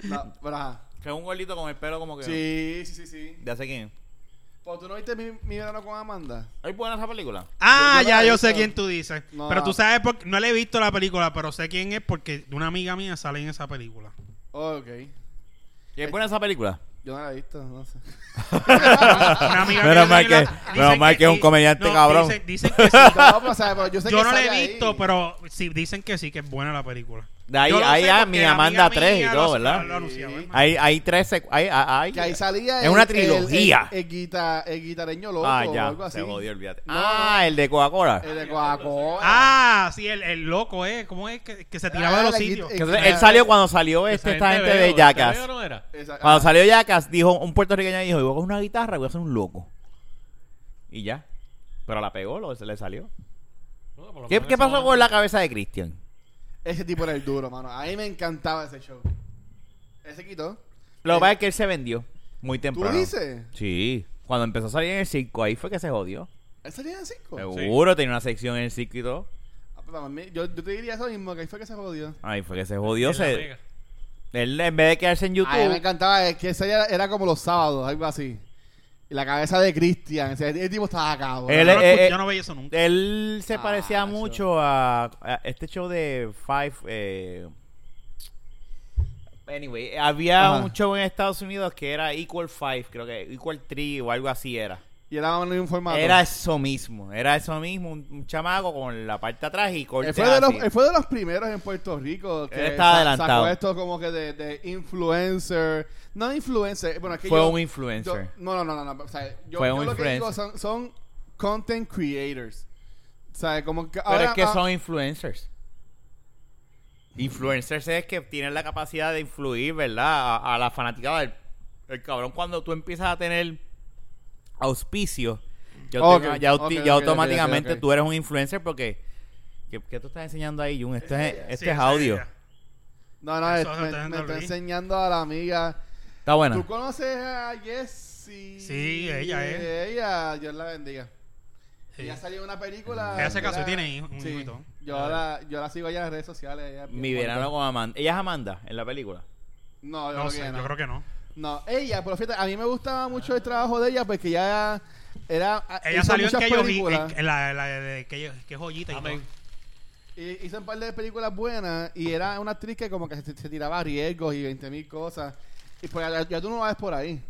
[SPEAKER 2] es.
[SPEAKER 5] No, pero ajá.
[SPEAKER 1] Que es un gordito con el pelo como que...
[SPEAKER 5] Sí, sí, sí, sí.
[SPEAKER 1] ¿De hace quién?
[SPEAKER 5] Pues tú no viste mi, mi verano con Amanda.
[SPEAKER 1] ¿Es buena esa película?
[SPEAKER 2] Ah,
[SPEAKER 5] Yo- yo no
[SPEAKER 2] ya
[SPEAKER 5] la he
[SPEAKER 2] yo sé
[SPEAKER 5] visto.
[SPEAKER 2] quién tú dices.
[SPEAKER 5] No.
[SPEAKER 2] Pero tú sabes por qué- No le he visto la película, pero sé quién es porque una amiga mía sale en esa película.
[SPEAKER 5] Ok.
[SPEAKER 1] ¿Y ¿Es buena esa película?
[SPEAKER 5] Yo no la he visto, no sé.
[SPEAKER 2] Una amiga
[SPEAKER 1] Menos
[SPEAKER 2] mía
[SPEAKER 1] mal
[SPEAKER 2] también
[SPEAKER 1] que-
[SPEAKER 2] la- dicen
[SPEAKER 1] menos mal que es un
[SPEAKER 2] di-
[SPEAKER 1] comediante, cabrón.
[SPEAKER 2] Dicen, dicen que sí.
[SPEAKER 5] No, pues, ¿sabes? Pero yo sé
[SPEAKER 2] Yo
[SPEAKER 5] que
[SPEAKER 2] no la
[SPEAKER 5] sale
[SPEAKER 2] he
[SPEAKER 5] ahí.
[SPEAKER 2] visto, pero sí, dicen que sí, que es buena la película.
[SPEAKER 1] De ahí,
[SPEAKER 2] Yo lo
[SPEAKER 1] ahí
[SPEAKER 2] sé
[SPEAKER 1] a
[SPEAKER 2] porque
[SPEAKER 1] mi
[SPEAKER 2] la
[SPEAKER 1] Amanda
[SPEAKER 2] amiga
[SPEAKER 1] 3 y
[SPEAKER 2] mía
[SPEAKER 1] todo,
[SPEAKER 2] lo-
[SPEAKER 1] ¿verdad?
[SPEAKER 2] lo anunciaba, ¿eh? hermano.
[SPEAKER 1] Hay, hay tres secu- hay, hay,
[SPEAKER 5] Que ahí salía.
[SPEAKER 1] Es
[SPEAKER 5] el-
[SPEAKER 1] una
[SPEAKER 5] el-
[SPEAKER 1] trilogía.
[SPEAKER 5] El, el guita- el guitareño loco
[SPEAKER 1] Ah,
[SPEAKER 5] o algo
[SPEAKER 1] ya,
[SPEAKER 5] así.
[SPEAKER 1] se jodió, olvídate.
[SPEAKER 5] No, Eh,
[SPEAKER 1] ah, el de Coca-Cola.
[SPEAKER 5] El de Coca-Cola.
[SPEAKER 2] Ah, sí, el, el loco, ¿eh? ¿Cómo es? Que, que se tiraba
[SPEAKER 5] Ah,
[SPEAKER 2] de los
[SPEAKER 5] la
[SPEAKER 2] sitios.
[SPEAKER 5] quit-
[SPEAKER 1] Que se- él salió cuando salió
[SPEAKER 3] Esa
[SPEAKER 1] este, esta gente
[SPEAKER 3] veo,
[SPEAKER 1] de
[SPEAKER 3] esa
[SPEAKER 1] Yacas.
[SPEAKER 3] veo, ¿no era?
[SPEAKER 5] Esa-
[SPEAKER 1] Cuando
[SPEAKER 5] ah,
[SPEAKER 1] salió Yacas, dijo un puertorriqueño dijo, voy a coger una guitarra y voy a ser un loco. Y ya. Pero la pegó, lo, se le salió.
[SPEAKER 3] No, por lo
[SPEAKER 1] ¿Qué,
[SPEAKER 3] menos
[SPEAKER 1] qué
[SPEAKER 3] esa
[SPEAKER 1] pasó
[SPEAKER 3] banda.
[SPEAKER 1] con la cabeza de Christian?
[SPEAKER 5] ah, Ese tipo era el duro, mano. A mí me encantaba ese show. Ese quitó.
[SPEAKER 1] Lo
[SPEAKER 5] Eh,
[SPEAKER 1] que pasa es que él se vendió muy
[SPEAKER 5] ¿Tú
[SPEAKER 1] temprano.
[SPEAKER 5] dices?
[SPEAKER 1] Sí. Cuando empezó a salir en el circo, ahí fue que se jodió.
[SPEAKER 5] ¿Él salía en cinco?
[SPEAKER 1] Seguro, tenía una sección en el circo y todo.
[SPEAKER 5] Ah, pero para mí- yo, yo te diría eso mismo, que ahí fue que se jodió.
[SPEAKER 1] Ahí fue que se
[SPEAKER 3] En
[SPEAKER 1] jodió.
[SPEAKER 3] la
[SPEAKER 1] se-
[SPEAKER 3] mega.
[SPEAKER 1] él, en vez de quedarse en YouTube,
[SPEAKER 5] A mí me encantaba, es que ese era, era como los sábados, algo así. Y la cabeza de Cristian, ese el tipo estaba cabrón.
[SPEAKER 1] Él
[SPEAKER 2] yo, no,
[SPEAKER 1] eh,
[SPEAKER 2] escu-
[SPEAKER 1] eh,
[SPEAKER 2] yo no veía eso nunca.
[SPEAKER 1] él se
[SPEAKER 5] Ah,
[SPEAKER 1] parecía
[SPEAKER 5] eso.
[SPEAKER 1] mucho a, a este show de Five. eh, Anyway, había
[SPEAKER 5] Ajá.
[SPEAKER 1] un show en Estados Unidos que era Equal Five, creo que Equal Three o algo así era.
[SPEAKER 5] Y era un informado.
[SPEAKER 1] Era eso mismo, era eso mismo, un, un chamaco con la parte atrás y corte
[SPEAKER 5] él fue, de los,
[SPEAKER 1] así.
[SPEAKER 5] él fue de los primeros en Puerto Rico que
[SPEAKER 1] Él estaba
[SPEAKER 5] sa-
[SPEAKER 1] adelantado.
[SPEAKER 5] sacó esto como que de, de influencer. No influencer, bueno, es que
[SPEAKER 1] Fue
[SPEAKER 5] yo-
[SPEAKER 1] un
[SPEAKER 5] yo-
[SPEAKER 1] influencer.
[SPEAKER 5] no, no, no, no, no. O sea, yo,
[SPEAKER 1] Fue
[SPEAKER 5] yo
[SPEAKER 1] un
[SPEAKER 5] lo que digo
[SPEAKER 1] influencer.
[SPEAKER 5] son, son content creators. O sea, como que
[SPEAKER 1] Pero
[SPEAKER 5] ahora-
[SPEAKER 1] es que
[SPEAKER 5] ah,
[SPEAKER 1] son influencers. Influencers es que tienen la capacidad de influir, ¿verdad? A, a la fanaticada. El, el cabrón, cuando tú empiezas a tener auspicio, ya,
[SPEAKER 5] Ok,
[SPEAKER 1] autom- ya, auti-
[SPEAKER 5] ok,
[SPEAKER 1] ya
[SPEAKER 5] ok, ok,
[SPEAKER 1] automáticamente
[SPEAKER 5] ok.
[SPEAKER 1] tú eres un influencer porque... ¿Qué, qué tú estás enseñando ahí, Jun?
[SPEAKER 5] Eh,
[SPEAKER 1] Este, es- este
[SPEAKER 2] Sí,
[SPEAKER 1] es
[SPEAKER 2] sí,
[SPEAKER 1] audio.
[SPEAKER 2] ya.
[SPEAKER 5] No, no,
[SPEAKER 2] Eso
[SPEAKER 5] es-
[SPEAKER 2] se
[SPEAKER 5] me,
[SPEAKER 2] está
[SPEAKER 5] me
[SPEAKER 2] dando
[SPEAKER 5] está
[SPEAKER 2] el link.
[SPEAKER 5] enseñando a la amiga.
[SPEAKER 1] Está buena.
[SPEAKER 5] ¿Tú conoces a Jessie?
[SPEAKER 2] Sí, ella es.
[SPEAKER 5] Ella, Dios la bendiga.
[SPEAKER 2] Sí.
[SPEAKER 5] Ella salió en una película.
[SPEAKER 2] Ella se casó,
[SPEAKER 5] era-
[SPEAKER 2] tiene hijo- un
[SPEAKER 5] sí.
[SPEAKER 2] hijo y todo.
[SPEAKER 5] Yo la, yo la sigo allá en las redes sociales. ella es bien
[SPEAKER 1] Mi
[SPEAKER 5] bonita.
[SPEAKER 1] verano con Amanda. Ella es Amanda en la película.
[SPEAKER 5] No, yo,
[SPEAKER 2] No
[SPEAKER 5] creo que
[SPEAKER 2] sé,
[SPEAKER 5] no.
[SPEAKER 2] yo creo que no.
[SPEAKER 5] No, ella, pero fíjate, a mí me gustaba mucho el trabajo de ella porque ella era. ah,
[SPEAKER 2] Ella
[SPEAKER 5] hizo
[SPEAKER 2] salió en
[SPEAKER 5] muchas
[SPEAKER 2] que yo
[SPEAKER 5] películas.
[SPEAKER 2] en la, la de que yo- que joyita y
[SPEAKER 3] Amén.
[SPEAKER 2] todo.
[SPEAKER 5] Y hizo un par de películas buenas y era una actriz que como que se, se tiraba a riesgos y 20 mil cosas. Y pues ya, ya tú no la ves por ahí.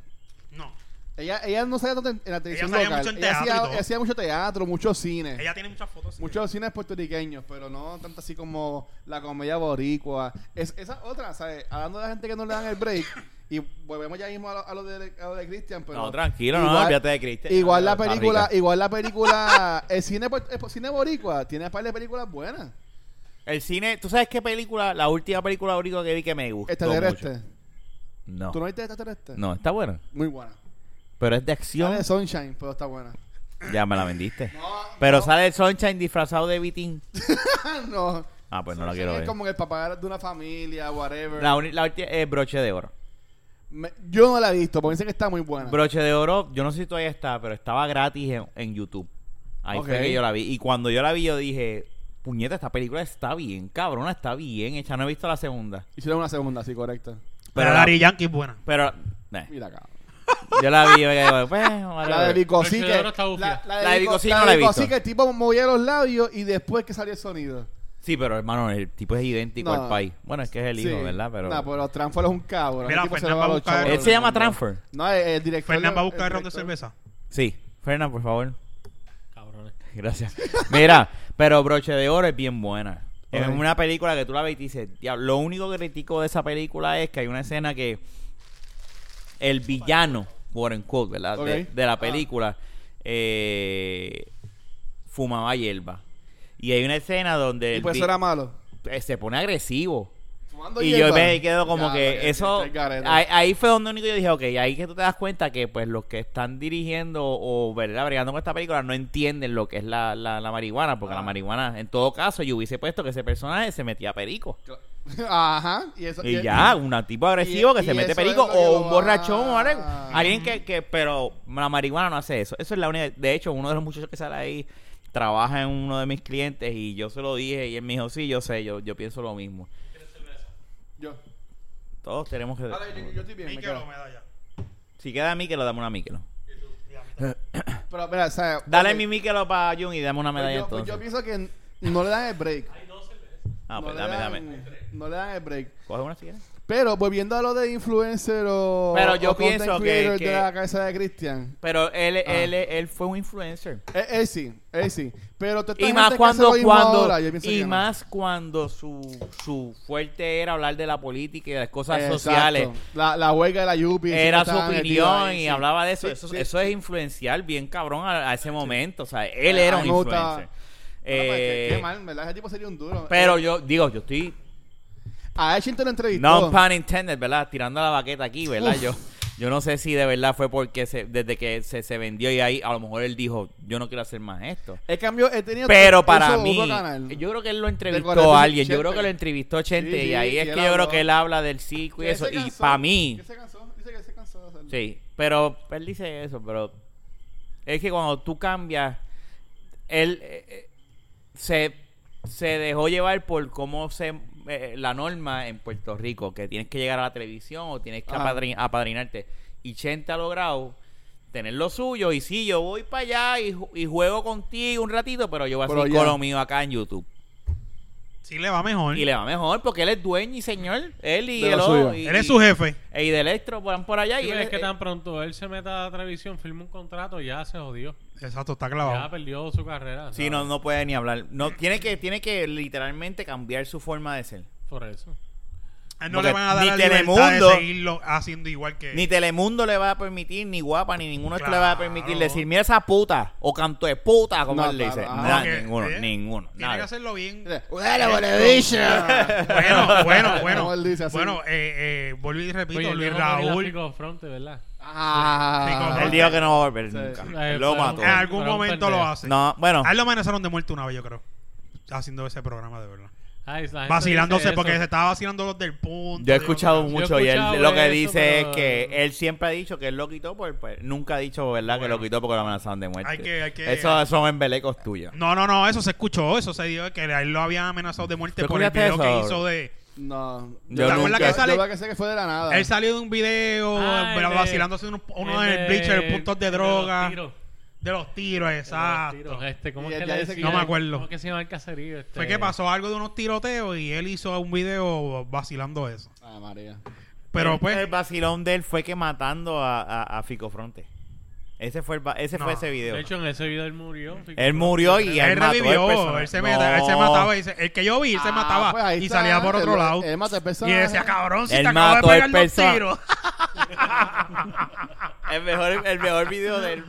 [SPEAKER 2] No.
[SPEAKER 5] Ella, ella no salía tanto en, en la televisión
[SPEAKER 2] salía
[SPEAKER 5] local.
[SPEAKER 2] mucho en
[SPEAKER 5] ella,
[SPEAKER 2] teatro y
[SPEAKER 5] hacía,
[SPEAKER 2] todo.
[SPEAKER 5] ella hacía mucho teatro, mucho cine.
[SPEAKER 2] Ella tiene muchas fotos.
[SPEAKER 5] Muchos cines puertorriqueños, pero no tanto así como la comedia boricua. Es, esa otra, ¿sabes? Hablando de la gente que no le dan el break, y volvemos ya mismo a lo, a lo de, a lo de Christian, pero...
[SPEAKER 1] no, tranquilo, no,
[SPEAKER 5] Pues igual-
[SPEAKER 1] olvídate de Cristian.
[SPEAKER 5] Igual la
[SPEAKER 1] Está rica.
[SPEAKER 5] película, igual la película, el cine, puer- el cine boricua tiene un par de películas buenas.
[SPEAKER 1] El cine... ¿Tú sabes qué película? La última película ahorita que vi que me gustó
[SPEAKER 5] Extraterrestre.
[SPEAKER 1] mucho. No.
[SPEAKER 5] ¿Tú no viste extraterrestre?
[SPEAKER 1] No, está buena.
[SPEAKER 5] Muy buena.
[SPEAKER 1] Pero es de
[SPEAKER 5] Sale
[SPEAKER 1] acción.
[SPEAKER 5] de Sunshine, pero está buena.
[SPEAKER 1] Ya me la vendiste.
[SPEAKER 5] No,
[SPEAKER 1] Pero sale el Sunshine disfrazado de Vitín.
[SPEAKER 5] no.
[SPEAKER 1] Ah, pues no la
[SPEAKER 5] Sunshine
[SPEAKER 1] quiero
[SPEAKER 5] es
[SPEAKER 1] ver.
[SPEAKER 5] como que el papá de una familia, whatever.
[SPEAKER 1] La, uni- la última es Broche de Oro.
[SPEAKER 5] Me- yo no la he visto, porque dicen que está muy buena.
[SPEAKER 1] Broche de Oro, yo no sé si todavía está, pero estaba gratis en, en YouTube. Ahí
[SPEAKER 5] Ok.
[SPEAKER 1] fue que yo la vi. Y cuando yo la vi, yo dije, puñeta, esta película está bien, cabrona, está bien hecha. No he visto la segunda.
[SPEAKER 5] Hicieron una segunda, sí, correcto.
[SPEAKER 2] Pero
[SPEAKER 1] la,
[SPEAKER 2] Larry Yankee es buena.
[SPEAKER 1] pero eh,
[SPEAKER 5] Mira acá.
[SPEAKER 1] yo la vi. yo digo, pues,
[SPEAKER 5] La de
[SPEAKER 1] whatever.
[SPEAKER 3] Pero
[SPEAKER 5] Vicosí que
[SPEAKER 3] el cerebro está bufia.
[SPEAKER 5] la,
[SPEAKER 1] La de
[SPEAKER 5] Vico-
[SPEAKER 1] Vico sí
[SPEAKER 5] la
[SPEAKER 1] no
[SPEAKER 5] de
[SPEAKER 1] la he
[SPEAKER 5] Vico
[SPEAKER 1] visto.
[SPEAKER 5] sí que el tipo movía los labios y después que salió el sonido.
[SPEAKER 1] sí, pero hermano, el tipo es idéntico
[SPEAKER 5] No.
[SPEAKER 1] al país. Bueno, es que es el hijo,
[SPEAKER 5] Sí.
[SPEAKER 1] ¿verdad? Pero,
[SPEAKER 5] No, pues. pero Transfer es un cabrón.
[SPEAKER 2] Mira,
[SPEAKER 5] El tipo se
[SPEAKER 2] Fernan va
[SPEAKER 5] lo va
[SPEAKER 2] a
[SPEAKER 5] a los
[SPEAKER 2] buscar-
[SPEAKER 5] chavos
[SPEAKER 1] él
[SPEAKER 5] del
[SPEAKER 1] se llama
[SPEAKER 5] mundo.
[SPEAKER 1] Transfer.
[SPEAKER 5] No, el, el director.
[SPEAKER 2] Fernán va a buscar
[SPEAKER 5] el
[SPEAKER 2] el ron de
[SPEAKER 5] director-
[SPEAKER 2] cerveza.
[SPEAKER 1] Sí, Fernan, por favor.
[SPEAKER 3] Cabrones.
[SPEAKER 1] Gracias. Mira, pero Broche de Oro es bien buena. Es
[SPEAKER 5] Ok.
[SPEAKER 1] una película que tú la ves y te dices, "Diablo". lo único que critico de esa película es que hay una escena que el villano, por en ¿verdad? De-
[SPEAKER 5] Ok. Ah.
[SPEAKER 1] De, la película eh, fumaba hierba. Y hay una escena donde
[SPEAKER 5] Y
[SPEAKER 1] el
[SPEAKER 5] pues
[SPEAKER 1] ti-
[SPEAKER 5] eso era malo.
[SPEAKER 1] eh, se pone agresivo.
[SPEAKER 5] Fumando
[SPEAKER 1] Y
[SPEAKER 5] hierba.
[SPEAKER 1] yo me quedo como
[SPEAKER 5] Ya,
[SPEAKER 1] que
[SPEAKER 5] ya, ya,
[SPEAKER 1] eso...
[SPEAKER 5] está el garete.
[SPEAKER 1] Ahí, ahí fue donde único yo dije, ok, ahí que tú te das cuenta que pues los que están dirigiendo o ¿verdad? bregando con esta película no entienden lo que es la, la, la marihuana,
[SPEAKER 5] Ah.
[SPEAKER 1] porque la marihuana, en todo caso, yo hubiese puesto que ese personaje se metía perico.
[SPEAKER 5] Ajá. Y, eso,
[SPEAKER 1] Y ya, un tipo agresivo
[SPEAKER 5] y-
[SPEAKER 1] que
[SPEAKER 5] y
[SPEAKER 1] se mete
[SPEAKER 5] eso
[SPEAKER 1] perico
[SPEAKER 5] es lo que Ah.
[SPEAKER 1] o
[SPEAKER 5] lo
[SPEAKER 1] un borrachón o
[SPEAKER 5] va-
[SPEAKER 1] algo. Alguien que, que, pero la marihuana no hace eso. Eso es la única. De hecho, uno de los muchachos que sale ahí trabaja en uno de mis clientes y yo se lo dije y él me dijo, sí, yo sé, yo, yo pienso lo mismo.
[SPEAKER 5] Yo.
[SPEAKER 1] Todos tenemos que...
[SPEAKER 5] Dale, yo, yo estoy bien. me
[SPEAKER 2] Miquelo,
[SPEAKER 5] quedo.
[SPEAKER 2] me da ya.
[SPEAKER 1] Si queda Miquelo, dame una Miquelo.
[SPEAKER 5] Pero, mira, o sea,
[SPEAKER 1] Dale
[SPEAKER 5] ok,
[SPEAKER 1] mi Miquelo para Jun y dame una
[SPEAKER 5] pues
[SPEAKER 1] medalla
[SPEAKER 5] yo, pues
[SPEAKER 1] entonces.
[SPEAKER 5] yo pienso que no le dan el break.
[SPEAKER 1] ah, pues
[SPEAKER 5] no
[SPEAKER 1] dame,
[SPEAKER 5] le
[SPEAKER 1] dame.
[SPEAKER 5] dan, No le dan el break.
[SPEAKER 1] Coge una si quieres.
[SPEAKER 5] Pero volviendo a lo de influencer o,
[SPEAKER 1] Pero yo
[SPEAKER 5] o content
[SPEAKER 1] pienso que-
[SPEAKER 5] creator
[SPEAKER 1] que-
[SPEAKER 5] de la cabeza de Cristian.
[SPEAKER 1] Pero él,
[SPEAKER 5] Ah.
[SPEAKER 1] él, él fue un influencer.
[SPEAKER 5] Él, E, él sí, él sí. Pero toda esta
[SPEAKER 1] y
[SPEAKER 5] gente que
[SPEAKER 1] más
[SPEAKER 5] hace
[SPEAKER 1] cuando
[SPEAKER 5] lo mismo
[SPEAKER 1] cuando
[SPEAKER 5] ahora, yo pienso
[SPEAKER 1] y
[SPEAKER 5] que no.
[SPEAKER 1] más cuando su, su fuerte era hablar de la política y de las cosas
[SPEAKER 5] Exacto.
[SPEAKER 1] sociales
[SPEAKER 5] La, la huelga de la Yupi.
[SPEAKER 1] era su
[SPEAKER 5] siempre estaban metidos
[SPEAKER 1] opinión
[SPEAKER 5] ahí,
[SPEAKER 1] y
[SPEAKER 5] sí.
[SPEAKER 1] hablaba de eso
[SPEAKER 5] Sí,
[SPEAKER 1] eso,
[SPEAKER 5] sí.
[SPEAKER 1] eso es influenciar bien cabrón a, a ese momento o sea él era
[SPEAKER 5] Ah,
[SPEAKER 1] un
[SPEAKER 5] me gusta.
[SPEAKER 1] influencer
[SPEAKER 5] Bueno, pues,
[SPEAKER 1] Eh,
[SPEAKER 5] qué- qué mal, ¿verdad? Ese tipo sería un duro. Eh,
[SPEAKER 1] pero yo digo yo estoy
[SPEAKER 5] A Ashington lo entrevistó.
[SPEAKER 1] no pun intended verdad tirando la baqueta aquí verdad
[SPEAKER 5] Uf.
[SPEAKER 1] yo yo no sé si de verdad fue porque se- desde que se, se vendió y ahí a lo mejor él dijo yo no quiero hacer más esto
[SPEAKER 5] Él cambió, él tenía
[SPEAKER 1] Pero
[SPEAKER 5] otro-
[SPEAKER 1] para
[SPEAKER 5] otro
[SPEAKER 1] mí,
[SPEAKER 5] canal.
[SPEAKER 1] yo creo que él lo
[SPEAKER 5] Decoración
[SPEAKER 1] entrevistó a alguien. Yo creo
[SPEAKER 5] Chente.
[SPEAKER 1] que lo entrevistó Chente.
[SPEAKER 5] Sí, sí,
[SPEAKER 1] y ahí
[SPEAKER 5] y
[SPEAKER 1] es
[SPEAKER 5] él
[SPEAKER 1] que yo creo
[SPEAKER 5] habló.
[SPEAKER 1] que él habla del circo y
[SPEAKER 5] Que
[SPEAKER 1] eso.
[SPEAKER 5] se
[SPEAKER 1] Y
[SPEAKER 5] cansó,
[SPEAKER 1] para mí,
[SPEAKER 5] que se cansó, dice que se cansó de hacerlo.
[SPEAKER 1] sí. Pero él dice eso, pero es que cuando tú cambias, él eh, eh, se, se dejó llevar por cómo se eh, la norma en Puerto Rico, que tienes que llegar a la televisión o tienes que
[SPEAKER 5] Ajá.
[SPEAKER 1] apadrin- apadrinarte. Y Chente ha logrado tener lo suyo y sí, yo voy para allá y, ju- y juego contigo un ratito, pero yo voy a
[SPEAKER 5] Pero
[SPEAKER 1] hacer
[SPEAKER 5] ya.
[SPEAKER 1] con lo mío acá en YouTube.
[SPEAKER 2] Sí le va mejor.
[SPEAKER 1] Y le va mejor porque él es dueño y señor. Él y
[SPEAKER 5] De lo
[SPEAKER 1] el
[SPEAKER 5] suyo.
[SPEAKER 1] otro. Y,
[SPEAKER 2] Él es su jefe.
[SPEAKER 1] y de Electro van por allá. y él
[SPEAKER 3] es
[SPEAKER 1] es- eh
[SPEAKER 3] que tan pronto él se meta a televisión, firma un contrato, ya se jodió.
[SPEAKER 2] Exacto, está
[SPEAKER 3] Ya
[SPEAKER 2] clavado.
[SPEAKER 3] perdió su carrera.
[SPEAKER 1] Sí,
[SPEAKER 3] ¿sabes?
[SPEAKER 1] no, no puede ni hablar. No, tiene que, tiene que literalmente cambiar su forma de ser.
[SPEAKER 3] Por eso.
[SPEAKER 2] A él no
[SPEAKER 1] Porque
[SPEAKER 2] le van a dar
[SPEAKER 1] ni
[SPEAKER 2] la libertad
[SPEAKER 1] Telemundo-
[SPEAKER 2] de seguirlo haciendo igual que...
[SPEAKER 1] Ni Telemundo le va a permitir, ni Guapa, ni ninguno de estos le va a permitir
[SPEAKER 2] Claro.
[SPEAKER 1] decir, mira esa puta, o canto de puta, como
[SPEAKER 5] No,
[SPEAKER 1] él le dice.
[SPEAKER 5] claro,
[SPEAKER 1] Nada,
[SPEAKER 5] ah,
[SPEAKER 2] Porque,
[SPEAKER 1] ninguno,
[SPEAKER 2] eh,
[SPEAKER 1] ninguno.
[SPEAKER 2] Tiene
[SPEAKER 1] nada.
[SPEAKER 2] que hacerlo bien.
[SPEAKER 5] Bueno, bueno,
[SPEAKER 2] Bueno, bueno,
[SPEAKER 5] Como
[SPEAKER 2] bueno.
[SPEAKER 5] él dice, así.
[SPEAKER 2] Bueno, eh, eh, vuelvo y repito,
[SPEAKER 3] Oye,
[SPEAKER 2] Luis
[SPEAKER 3] Pues yo no ponía la
[SPEAKER 2] Raúl.
[SPEAKER 3] pico de fronte, ¿verdad?
[SPEAKER 5] Ah,
[SPEAKER 1] Él dijo que no va a volver
[SPEAKER 5] Sí.
[SPEAKER 1] nunca.
[SPEAKER 3] Eh,
[SPEAKER 1] Él lo
[SPEAKER 3] pero-
[SPEAKER 1] mató.
[SPEAKER 2] En algún
[SPEAKER 3] Pero un
[SPEAKER 2] momento
[SPEAKER 3] pendejo.
[SPEAKER 2] lo hace.
[SPEAKER 1] No, bueno.
[SPEAKER 2] A él lo amenazaron de muerte una vez, yo creo. Haciendo ese programa de verdad.
[SPEAKER 3] Ay, la gente
[SPEAKER 2] Vacilándose,
[SPEAKER 3] dice
[SPEAKER 2] porque
[SPEAKER 3] eso.
[SPEAKER 2] se estaba vacilando los del punto.
[SPEAKER 1] Yo he
[SPEAKER 2] digo,
[SPEAKER 1] escuchado
[SPEAKER 2] que-
[SPEAKER 3] he
[SPEAKER 1] mucho y él
[SPEAKER 3] escuchado
[SPEAKER 1] lo que
[SPEAKER 3] eso,
[SPEAKER 1] dice es
[SPEAKER 3] pero-
[SPEAKER 1] que él siempre ha dicho que él lo quitó por, pues, nunca ha dicho verdad que lo quitó porque lo amenazaron de muerte.
[SPEAKER 2] Hay que- hay que-
[SPEAKER 1] eso son embelecos tuyos.
[SPEAKER 2] No, no, no, eso se escuchó, eso se dio que a él lo habían amenazado de muerte
[SPEAKER 1] ¿Tú
[SPEAKER 2] por el
[SPEAKER 1] escuchaste
[SPEAKER 2] video que
[SPEAKER 1] eso?
[SPEAKER 2] hizo de...
[SPEAKER 5] No.
[SPEAKER 1] Yo ¿Te acuerdas nunca-
[SPEAKER 2] que sale-
[SPEAKER 5] Yo creo que sé que fue de la nada.
[SPEAKER 2] Él salió de un video
[SPEAKER 3] Ah,
[SPEAKER 2] eh,
[SPEAKER 3] el de-
[SPEAKER 2] vacilándose uno, uno
[SPEAKER 3] el
[SPEAKER 2] en el bleacher, en puntos de
[SPEAKER 3] el los
[SPEAKER 2] droga.
[SPEAKER 3] tiros.
[SPEAKER 2] De los tiros,
[SPEAKER 3] El de
[SPEAKER 2] exacto.
[SPEAKER 3] los tiros. Este, ¿cómo
[SPEAKER 5] Y
[SPEAKER 3] es que
[SPEAKER 5] el
[SPEAKER 3] le
[SPEAKER 5] de ese
[SPEAKER 3] decían?
[SPEAKER 2] No me acuerdo.
[SPEAKER 3] ¿Cómo es que se llama el caserío? Este?
[SPEAKER 2] Fue que pasó algo de unos tiroteos y él hizo un video vacilando eso.
[SPEAKER 5] Ah, María.
[SPEAKER 2] Pero
[SPEAKER 1] El- El
[SPEAKER 2] pues,
[SPEAKER 1] vacilón de él fue que matando a, a, a Fico Fronte. Ese fue, el va- ese, fue
[SPEAKER 2] No.
[SPEAKER 1] ese video.
[SPEAKER 3] De hecho, en ese video él murió.
[SPEAKER 1] él murió y él,
[SPEAKER 2] él
[SPEAKER 1] mató el
[SPEAKER 2] revivió,
[SPEAKER 1] personaje.
[SPEAKER 2] él se,
[SPEAKER 1] No.
[SPEAKER 2] meta- él se mataba. y se- el que yo vi, él se
[SPEAKER 5] Ah,
[SPEAKER 2] mataba
[SPEAKER 5] pues ahí
[SPEAKER 2] y
[SPEAKER 5] está,
[SPEAKER 2] salía por otro
[SPEAKER 5] él-
[SPEAKER 2] lado.
[SPEAKER 5] Él mata el
[SPEAKER 2] y
[SPEAKER 5] personaje.
[SPEAKER 2] decía, cabrón, si
[SPEAKER 1] Él
[SPEAKER 2] te acabo de
[SPEAKER 1] mató el
[SPEAKER 2] pegar los
[SPEAKER 1] perso-
[SPEAKER 2] tiros.
[SPEAKER 1] El mejor, el mejor video de él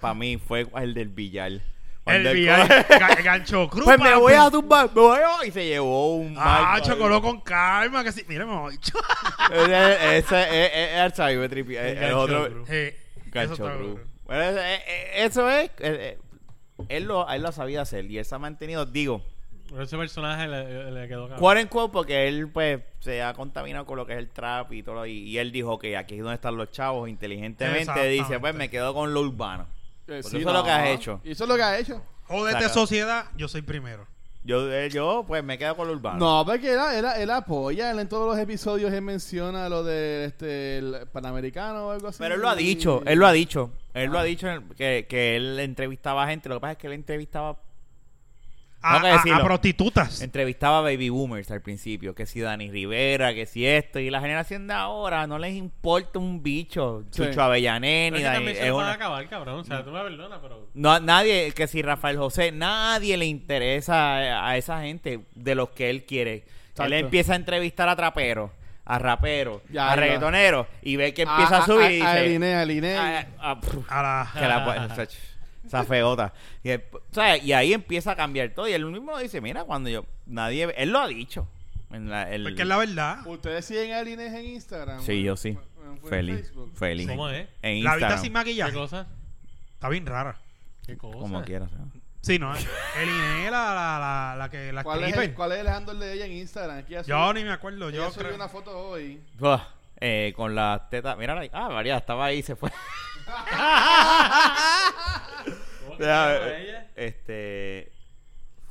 [SPEAKER 1] para mí fue el del Villar.
[SPEAKER 2] el
[SPEAKER 1] Cuando él
[SPEAKER 2] día
[SPEAKER 1] co-
[SPEAKER 2] ga- gancho cruz.
[SPEAKER 1] Pues me
[SPEAKER 2] papi.
[SPEAKER 1] voy a tumbar, me voy a... Y se llevó un...
[SPEAKER 2] Ah,
[SPEAKER 1] marco ahí.
[SPEAKER 2] chocoló con calma. Que sí. Mira, me voy.
[SPEAKER 1] Ese ese es es- es Archive Tripi.
[SPEAKER 3] El
[SPEAKER 1] El, el
[SPEAKER 3] gancho
[SPEAKER 1] otro.
[SPEAKER 3] crew.
[SPEAKER 2] Eh,
[SPEAKER 1] Gancho
[SPEAKER 2] eso está
[SPEAKER 1] crew.
[SPEAKER 2] bueno.
[SPEAKER 1] Bueno, eso es. Eso es eh, eh, él, lo, él lo ha sabido hacer y él se ha mantenido, digo,
[SPEAKER 3] Pero ese personaje le, le quedó cabrón.
[SPEAKER 1] quote en quote, porque él pues se ha contaminado con lo que es el trap y todo. lo- Y, y él dijo que aquí es donde están los chavos, inteligentemente dice, pues
[SPEAKER 2] Exactamente.
[SPEAKER 1] me quedo con lo urbano.
[SPEAKER 5] Eh,
[SPEAKER 1] Porque
[SPEAKER 5] sí,
[SPEAKER 1] eso es lo que
[SPEAKER 5] no.
[SPEAKER 1] has hecho.
[SPEAKER 5] Eso es lo que has hecho.
[SPEAKER 2] Jódete,
[SPEAKER 1] Saca.
[SPEAKER 2] sociedad. Yo soy primero.
[SPEAKER 1] Yo, eh, yo pues me quedo con lo urbano.
[SPEAKER 5] No, porque él, él, él apoya, él en todos los episodios él menciona lo de este, el Panamericano o algo así.
[SPEAKER 1] Pero él lo ha dicho, él lo ha dicho. Él
[SPEAKER 3] Ah.
[SPEAKER 1] lo ha dicho en el- que, que él entrevistaba a gente. Lo que pasa es que él entrevistaba
[SPEAKER 2] A,
[SPEAKER 1] Tengo que
[SPEAKER 2] a- a
[SPEAKER 1] decirlo.
[SPEAKER 2] prostitutas.
[SPEAKER 1] Entrevistaba a baby boomers al principio, que si Dani Rivera, que si esto, y la generación de ahora no les importa un bicho,
[SPEAKER 5] Sí.
[SPEAKER 1] Chucho
[SPEAKER 3] Pero
[SPEAKER 1] Avellaneda, ni
[SPEAKER 3] es que
[SPEAKER 1] Dani,
[SPEAKER 3] también se
[SPEAKER 1] es
[SPEAKER 3] lo van
[SPEAKER 1] una-
[SPEAKER 3] a acabar, cabrón. O sea, tú me perdonas, pero...
[SPEAKER 1] no, nadie, que si Rafael José, nadie le interesa a, a esa gente de los que él quiere. Él
[SPEAKER 5] Exacto.
[SPEAKER 1] empieza a entrevistar a traperos, a raperos,
[SPEAKER 5] Ya,
[SPEAKER 1] a
[SPEAKER 5] ahí va.
[SPEAKER 1] reggaetoneros, y ve que empieza a, subir y
[SPEAKER 5] A, a,
[SPEAKER 1] dice, eh".
[SPEAKER 5] Elinea, a Elinea.
[SPEAKER 1] "Ah, ah, pff,
[SPEAKER 2] A la-
[SPEAKER 1] que la pu- o sea, esa feota. Y, el- o sea, y ahí empieza a cambiar todo. Y él mismo dice, mira, cuando yo... Nadie... Él lo ha dicho. En la- el-
[SPEAKER 2] Porque es la verdad.
[SPEAKER 5] ¿Ustedes siguen a Inés en Instagram?
[SPEAKER 1] Sí, yo sí.
[SPEAKER 5] Bueno, fue en
[SPEAKER 1] Feliz.
[SPEAKER 5] Facebook.
[SPEAKER 1] Feliz.
[SPEAKER 3] ¿Cómo es?
[SPEAKER 1] En
[SPEAKER 2] La vista
[SPEAKER 1] Instagram.
[SPEAKER 2] sin
[SPEAKER 3] ¿Qué
[SPEAKER 2] maquillaje.
[SPEAKER 3] cosa?
[SPEAKER 2] Está bien rara.
[SPEAKER 3] ¿Qué cosa?
[SPEAKER 1] Como quieras. ¿no?
[SPEAKER 2] Sí, no. eh. El Inés, la, la, la, la que la
[SPEAKER 5] ¿Cuál es,
[SPEAKER 2] stripper.
[SPEAKER 5] el, ¿Cuál es el handle de ella en Instagram? Aquí ya
[SPEAKER 2] Yo ni me acuerdo.
[SPEAKER 5] yo
[SPEAKER 2] Yo
[SPEAKER 5] subí
[SPEAKER 2] creo-
[SPEAKER 5] una foto hoy.
[SPEAKER 1] Buah, eh, con las tetas. Mírala ahí. Ah, María, estaba ahí y se fue.
[SPEAKER 3] ¿Cómo se
[SPEAKER 1] Déjame
[SPEAKER 3] llama
[SPEAKER 2] eh.
[SPEAKER 1] ver.
[SPEAKER 3] ella?
[SPEAKER 1] este.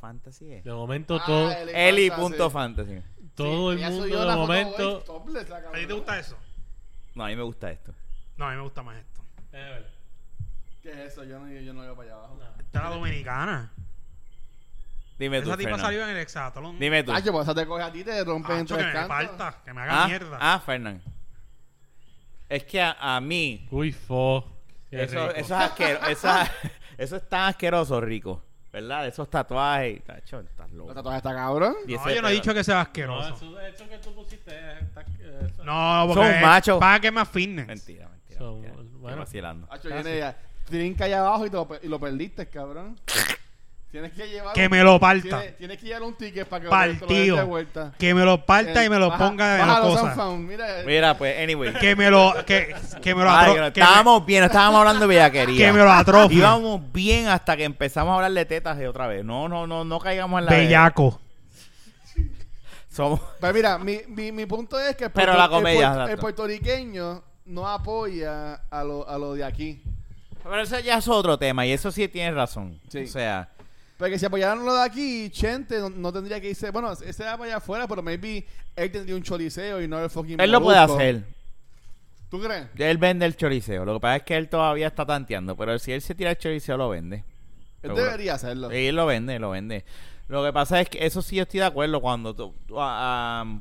[SPEAKER 1] Fantasy es.
[SPEAKER 3] De momento todo,
[SPEAKER 5] Ah, Sí,
[SPEAKER 1] Eli.fantasy.
[SPEAKER 3] todo el
[SPEAKER 5] ella subió
[SPEAKER 3] mundo de
[SPEAKER 5] la foto
[SPEAKER 3] momento.
[SPEAKER 5] hoy, topless, la
[SPEAKER 2] ¿A ti te
[SPEAKER 5] cabrona.
[SPEAKER 2] gusta eso?
[SPEAKER 1] No, a mí me gusta esto.
[SPEAKER 2] No, a mí me gusta más esto.
[SPEAKER 3] Déjame ver.
[SPEAKER 5] ¿Qué es eso? Yo no, yo no veo para allá abajo.
[SPEAKER 2] Esta es la dominicana.
[SPEAKER 1] Dime tú.
[SPEAKER 2] Esa tipa
[SPEAKER 1] Fernan.
[SPEAKER 2] salió en el hexátono.
[SPEAKER 1] Dime tú.
[SPEAKER 5] Ah, yo, pues, esa te coge a ti, te rompe
[SPEAKER 2] Acho,
[SPEAKER 5] entre
[SPEAKER 2] que
[SPEAKER 5] el
[SPEAKER 2] me
[SPEAKER 5] canto.
[SPEAKER 2] falta, que me haga
[SPEAKER 1] ah,
[SPEAKER 2] mierda.
[SPEAKER 1] ah, Fernan. Es que a, a mí.
[SPEAKER 3] Uy, fo. Qué
[SPEAKER 1] Eso,
[SPEAKER 3] rico.
[SPEAKER 1] eso es asqueroso. eso, eso es tan asqueroso, rico. ¿Verdad? Esos tatuajes. Tacho, estás
[SPEAKER 5] ¿Los
[SPEAKER 1] loco.
[SPEAKER 5] tatuajes está cabrón?
[SPEAKER 1] Y
[SPEAKER 2] no,
[SPEAKER 1] ese
[SPEAKER 2] yo no he
[SPEAKER 1] pelo.
[SPEAKER 2] dicho que sea
[SPEAKER 3] No,
[SPEAKER 2] asqueroso.
[SPEAKER 3] eso, eso que tú pusiste es- está- eh, eso-
[SPEAKER 2] No,
[SPEAKER 1] Son
[SPEAKER 2] porque
[SPEAKER 1] machos.
[SPEAKER 2] Para que más fitness.
[SPEAKER 1] Mentira, mentira.
[SPEAKER 3] So,
[SPEAKER 1] mentira.
[SPEAKER 3] bueno.
[SPEAKER 1] Estoy vacilando.
[SPEAKER 5] Hacho, viene ella. Trinca allá abajo y, te lo, pe- y lo perdiste, cabrón. tienes que llevar.
[SPEAKER 2] Que
[SPEAKER 5] un-
[SPEAKER 2] me lo parta.
[SPEAKER 5] Tienes, tienes que llevar un ticket para que te lo den de
[SPEAKER 2] Partido.
[SPEAKER 5] vuelta.
[SPEAKER 2] Que me lo parta
[SPEAKER 5] Eh,
[SPEAKER 2] y me lo
[SPEAKER 5] baja-
[SPEAKER 2] ponga de la
[SPEAKER 5] baja los
[SPEAKER 2] cosa.
[SPEAKER 5] Soundfound, Mira, eh.
[SPEAKER 1] Mira, pues, anyway.
[SPEAKER 2] Que me lo. Que, que me lo.
[SPEAKER 1] Ay,
[SPEAKER 2] atro-
[SPEAKER 1] que no,
[SPEAKER 2] que me-
[SPEAKER 1] estábamos bien, estábamos hablando de bellaquería.
[SPEAKER 2] Que me lo atrofie.
[SPEAKER 1] Íbamos bien hasta que empezamos a hablar de tetas de otra vez. No, no, no, no caigamos en la. de-
[SPEAKER 2] Bellaco.
[SPEAKER 1] Somos.
[SPEAKER 5] Pero Pues mira, mi, mi, mi punto es que el,
[SPEAKER 1] Pero
[SPEAKER 5] puerto-
[SPEAKER 1] la
[SPEAKER 5] el
[SPEAKER 1] comedia,
[SPEAKER 5] puerto-
[SPEAKER 1] exacto.
[SPEAKER 5] el puertorriqueño no apoya a lo, a lo de aquí.
[SPEAKER 1] Pero eso ya es otro tema y eso sí tienes razón.
[SPEAKER 5] Sí.
[SPEAKER 1] O sea,
[SPEAKER 5] Porque si apoyaran lo de aquí, Chente no, no tendría que irse. Bueno, ese va para allá afuera, pero maybe él tendría un choliseo y no el fucking.
[SPEAKER 1] él lo puede
[SPEAKER 5] Molusco.
[SPEAKER 1] hacer.
[SPEAKER 5] ¿Tú crees?
[SPEAKER 1] Él vende el choriceo. Lo que pasa es que él todavía está tanteando. Pero si él se tira el choriceo, lo vende.
[SPEAKER 5] Él
[SPEAKER 1] Seguro.
[SPEAKER 5] debería hacerlo.
[SPEAKER 1] Sí, lo vende, lo vende. Lo que pasa es que eso sí yo estoy de acuerdo cuando tú... tú, ah, ah,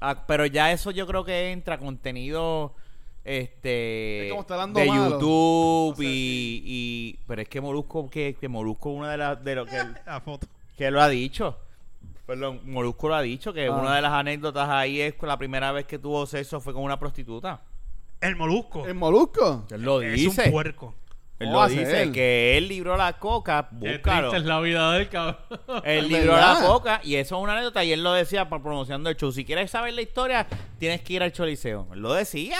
[SPEAKER 1] ah, pero ya eso yo creo que entra contenido este
[SPEAKER 5] Es como está dando
[SPEAKER 1] de
[SPEAKER 5] malo.
[SPEAKER 1] YouTube
[SPEAKER 5] O sea,
[SPEAKER 1] y,
[SPEAKER 5] sí.
[SPEAKER 1] y- pero es que Molusco que, que Molusco una de las de lo que,
[SPEAKER 2] La foto.
[SPEAKER 1] que lo ha dicho perdón Molusco lo ha dicho que
[SPEAKER 5] Ah.
[SPEAKER 1] una de las anécdotas ahí es que la primera vez que tuvo sexo fue con una prostituta
[SPEAKER 2] El molusco.
[SPEAKER 5] ¿El molusco?
[SPEAKER 1] él lo
[SPEAKER 2] es
[SPEAKER 1] dice
[SPEAKER 2] un puerco.
[SPEAKER 1] él
[SPEAKER 5] ¿Cómo
[SPEAKER 1] lo
[SPEAKER 5] va a ser
[SPEAKER 1] dice
[SPEAKER 5] él?
[SPEAKER 1] que él libró la coca
[SPEAKER 3] Qué
[SPEAKER 1] búscalo
[SPEAKER 3] triste es la vida del cabrón.
[SPEAKER 1] El
[SPEAKER 5] Es
[SPEAKER 1] libro de la
[SPEAKER 5] verdad.
[SPEAKER 1] boca, y eso es una anécdota, y él lo decía para pronunciando el show. Si quieres saber la historia, tienes que ir al Choliseo. Él Lo decía.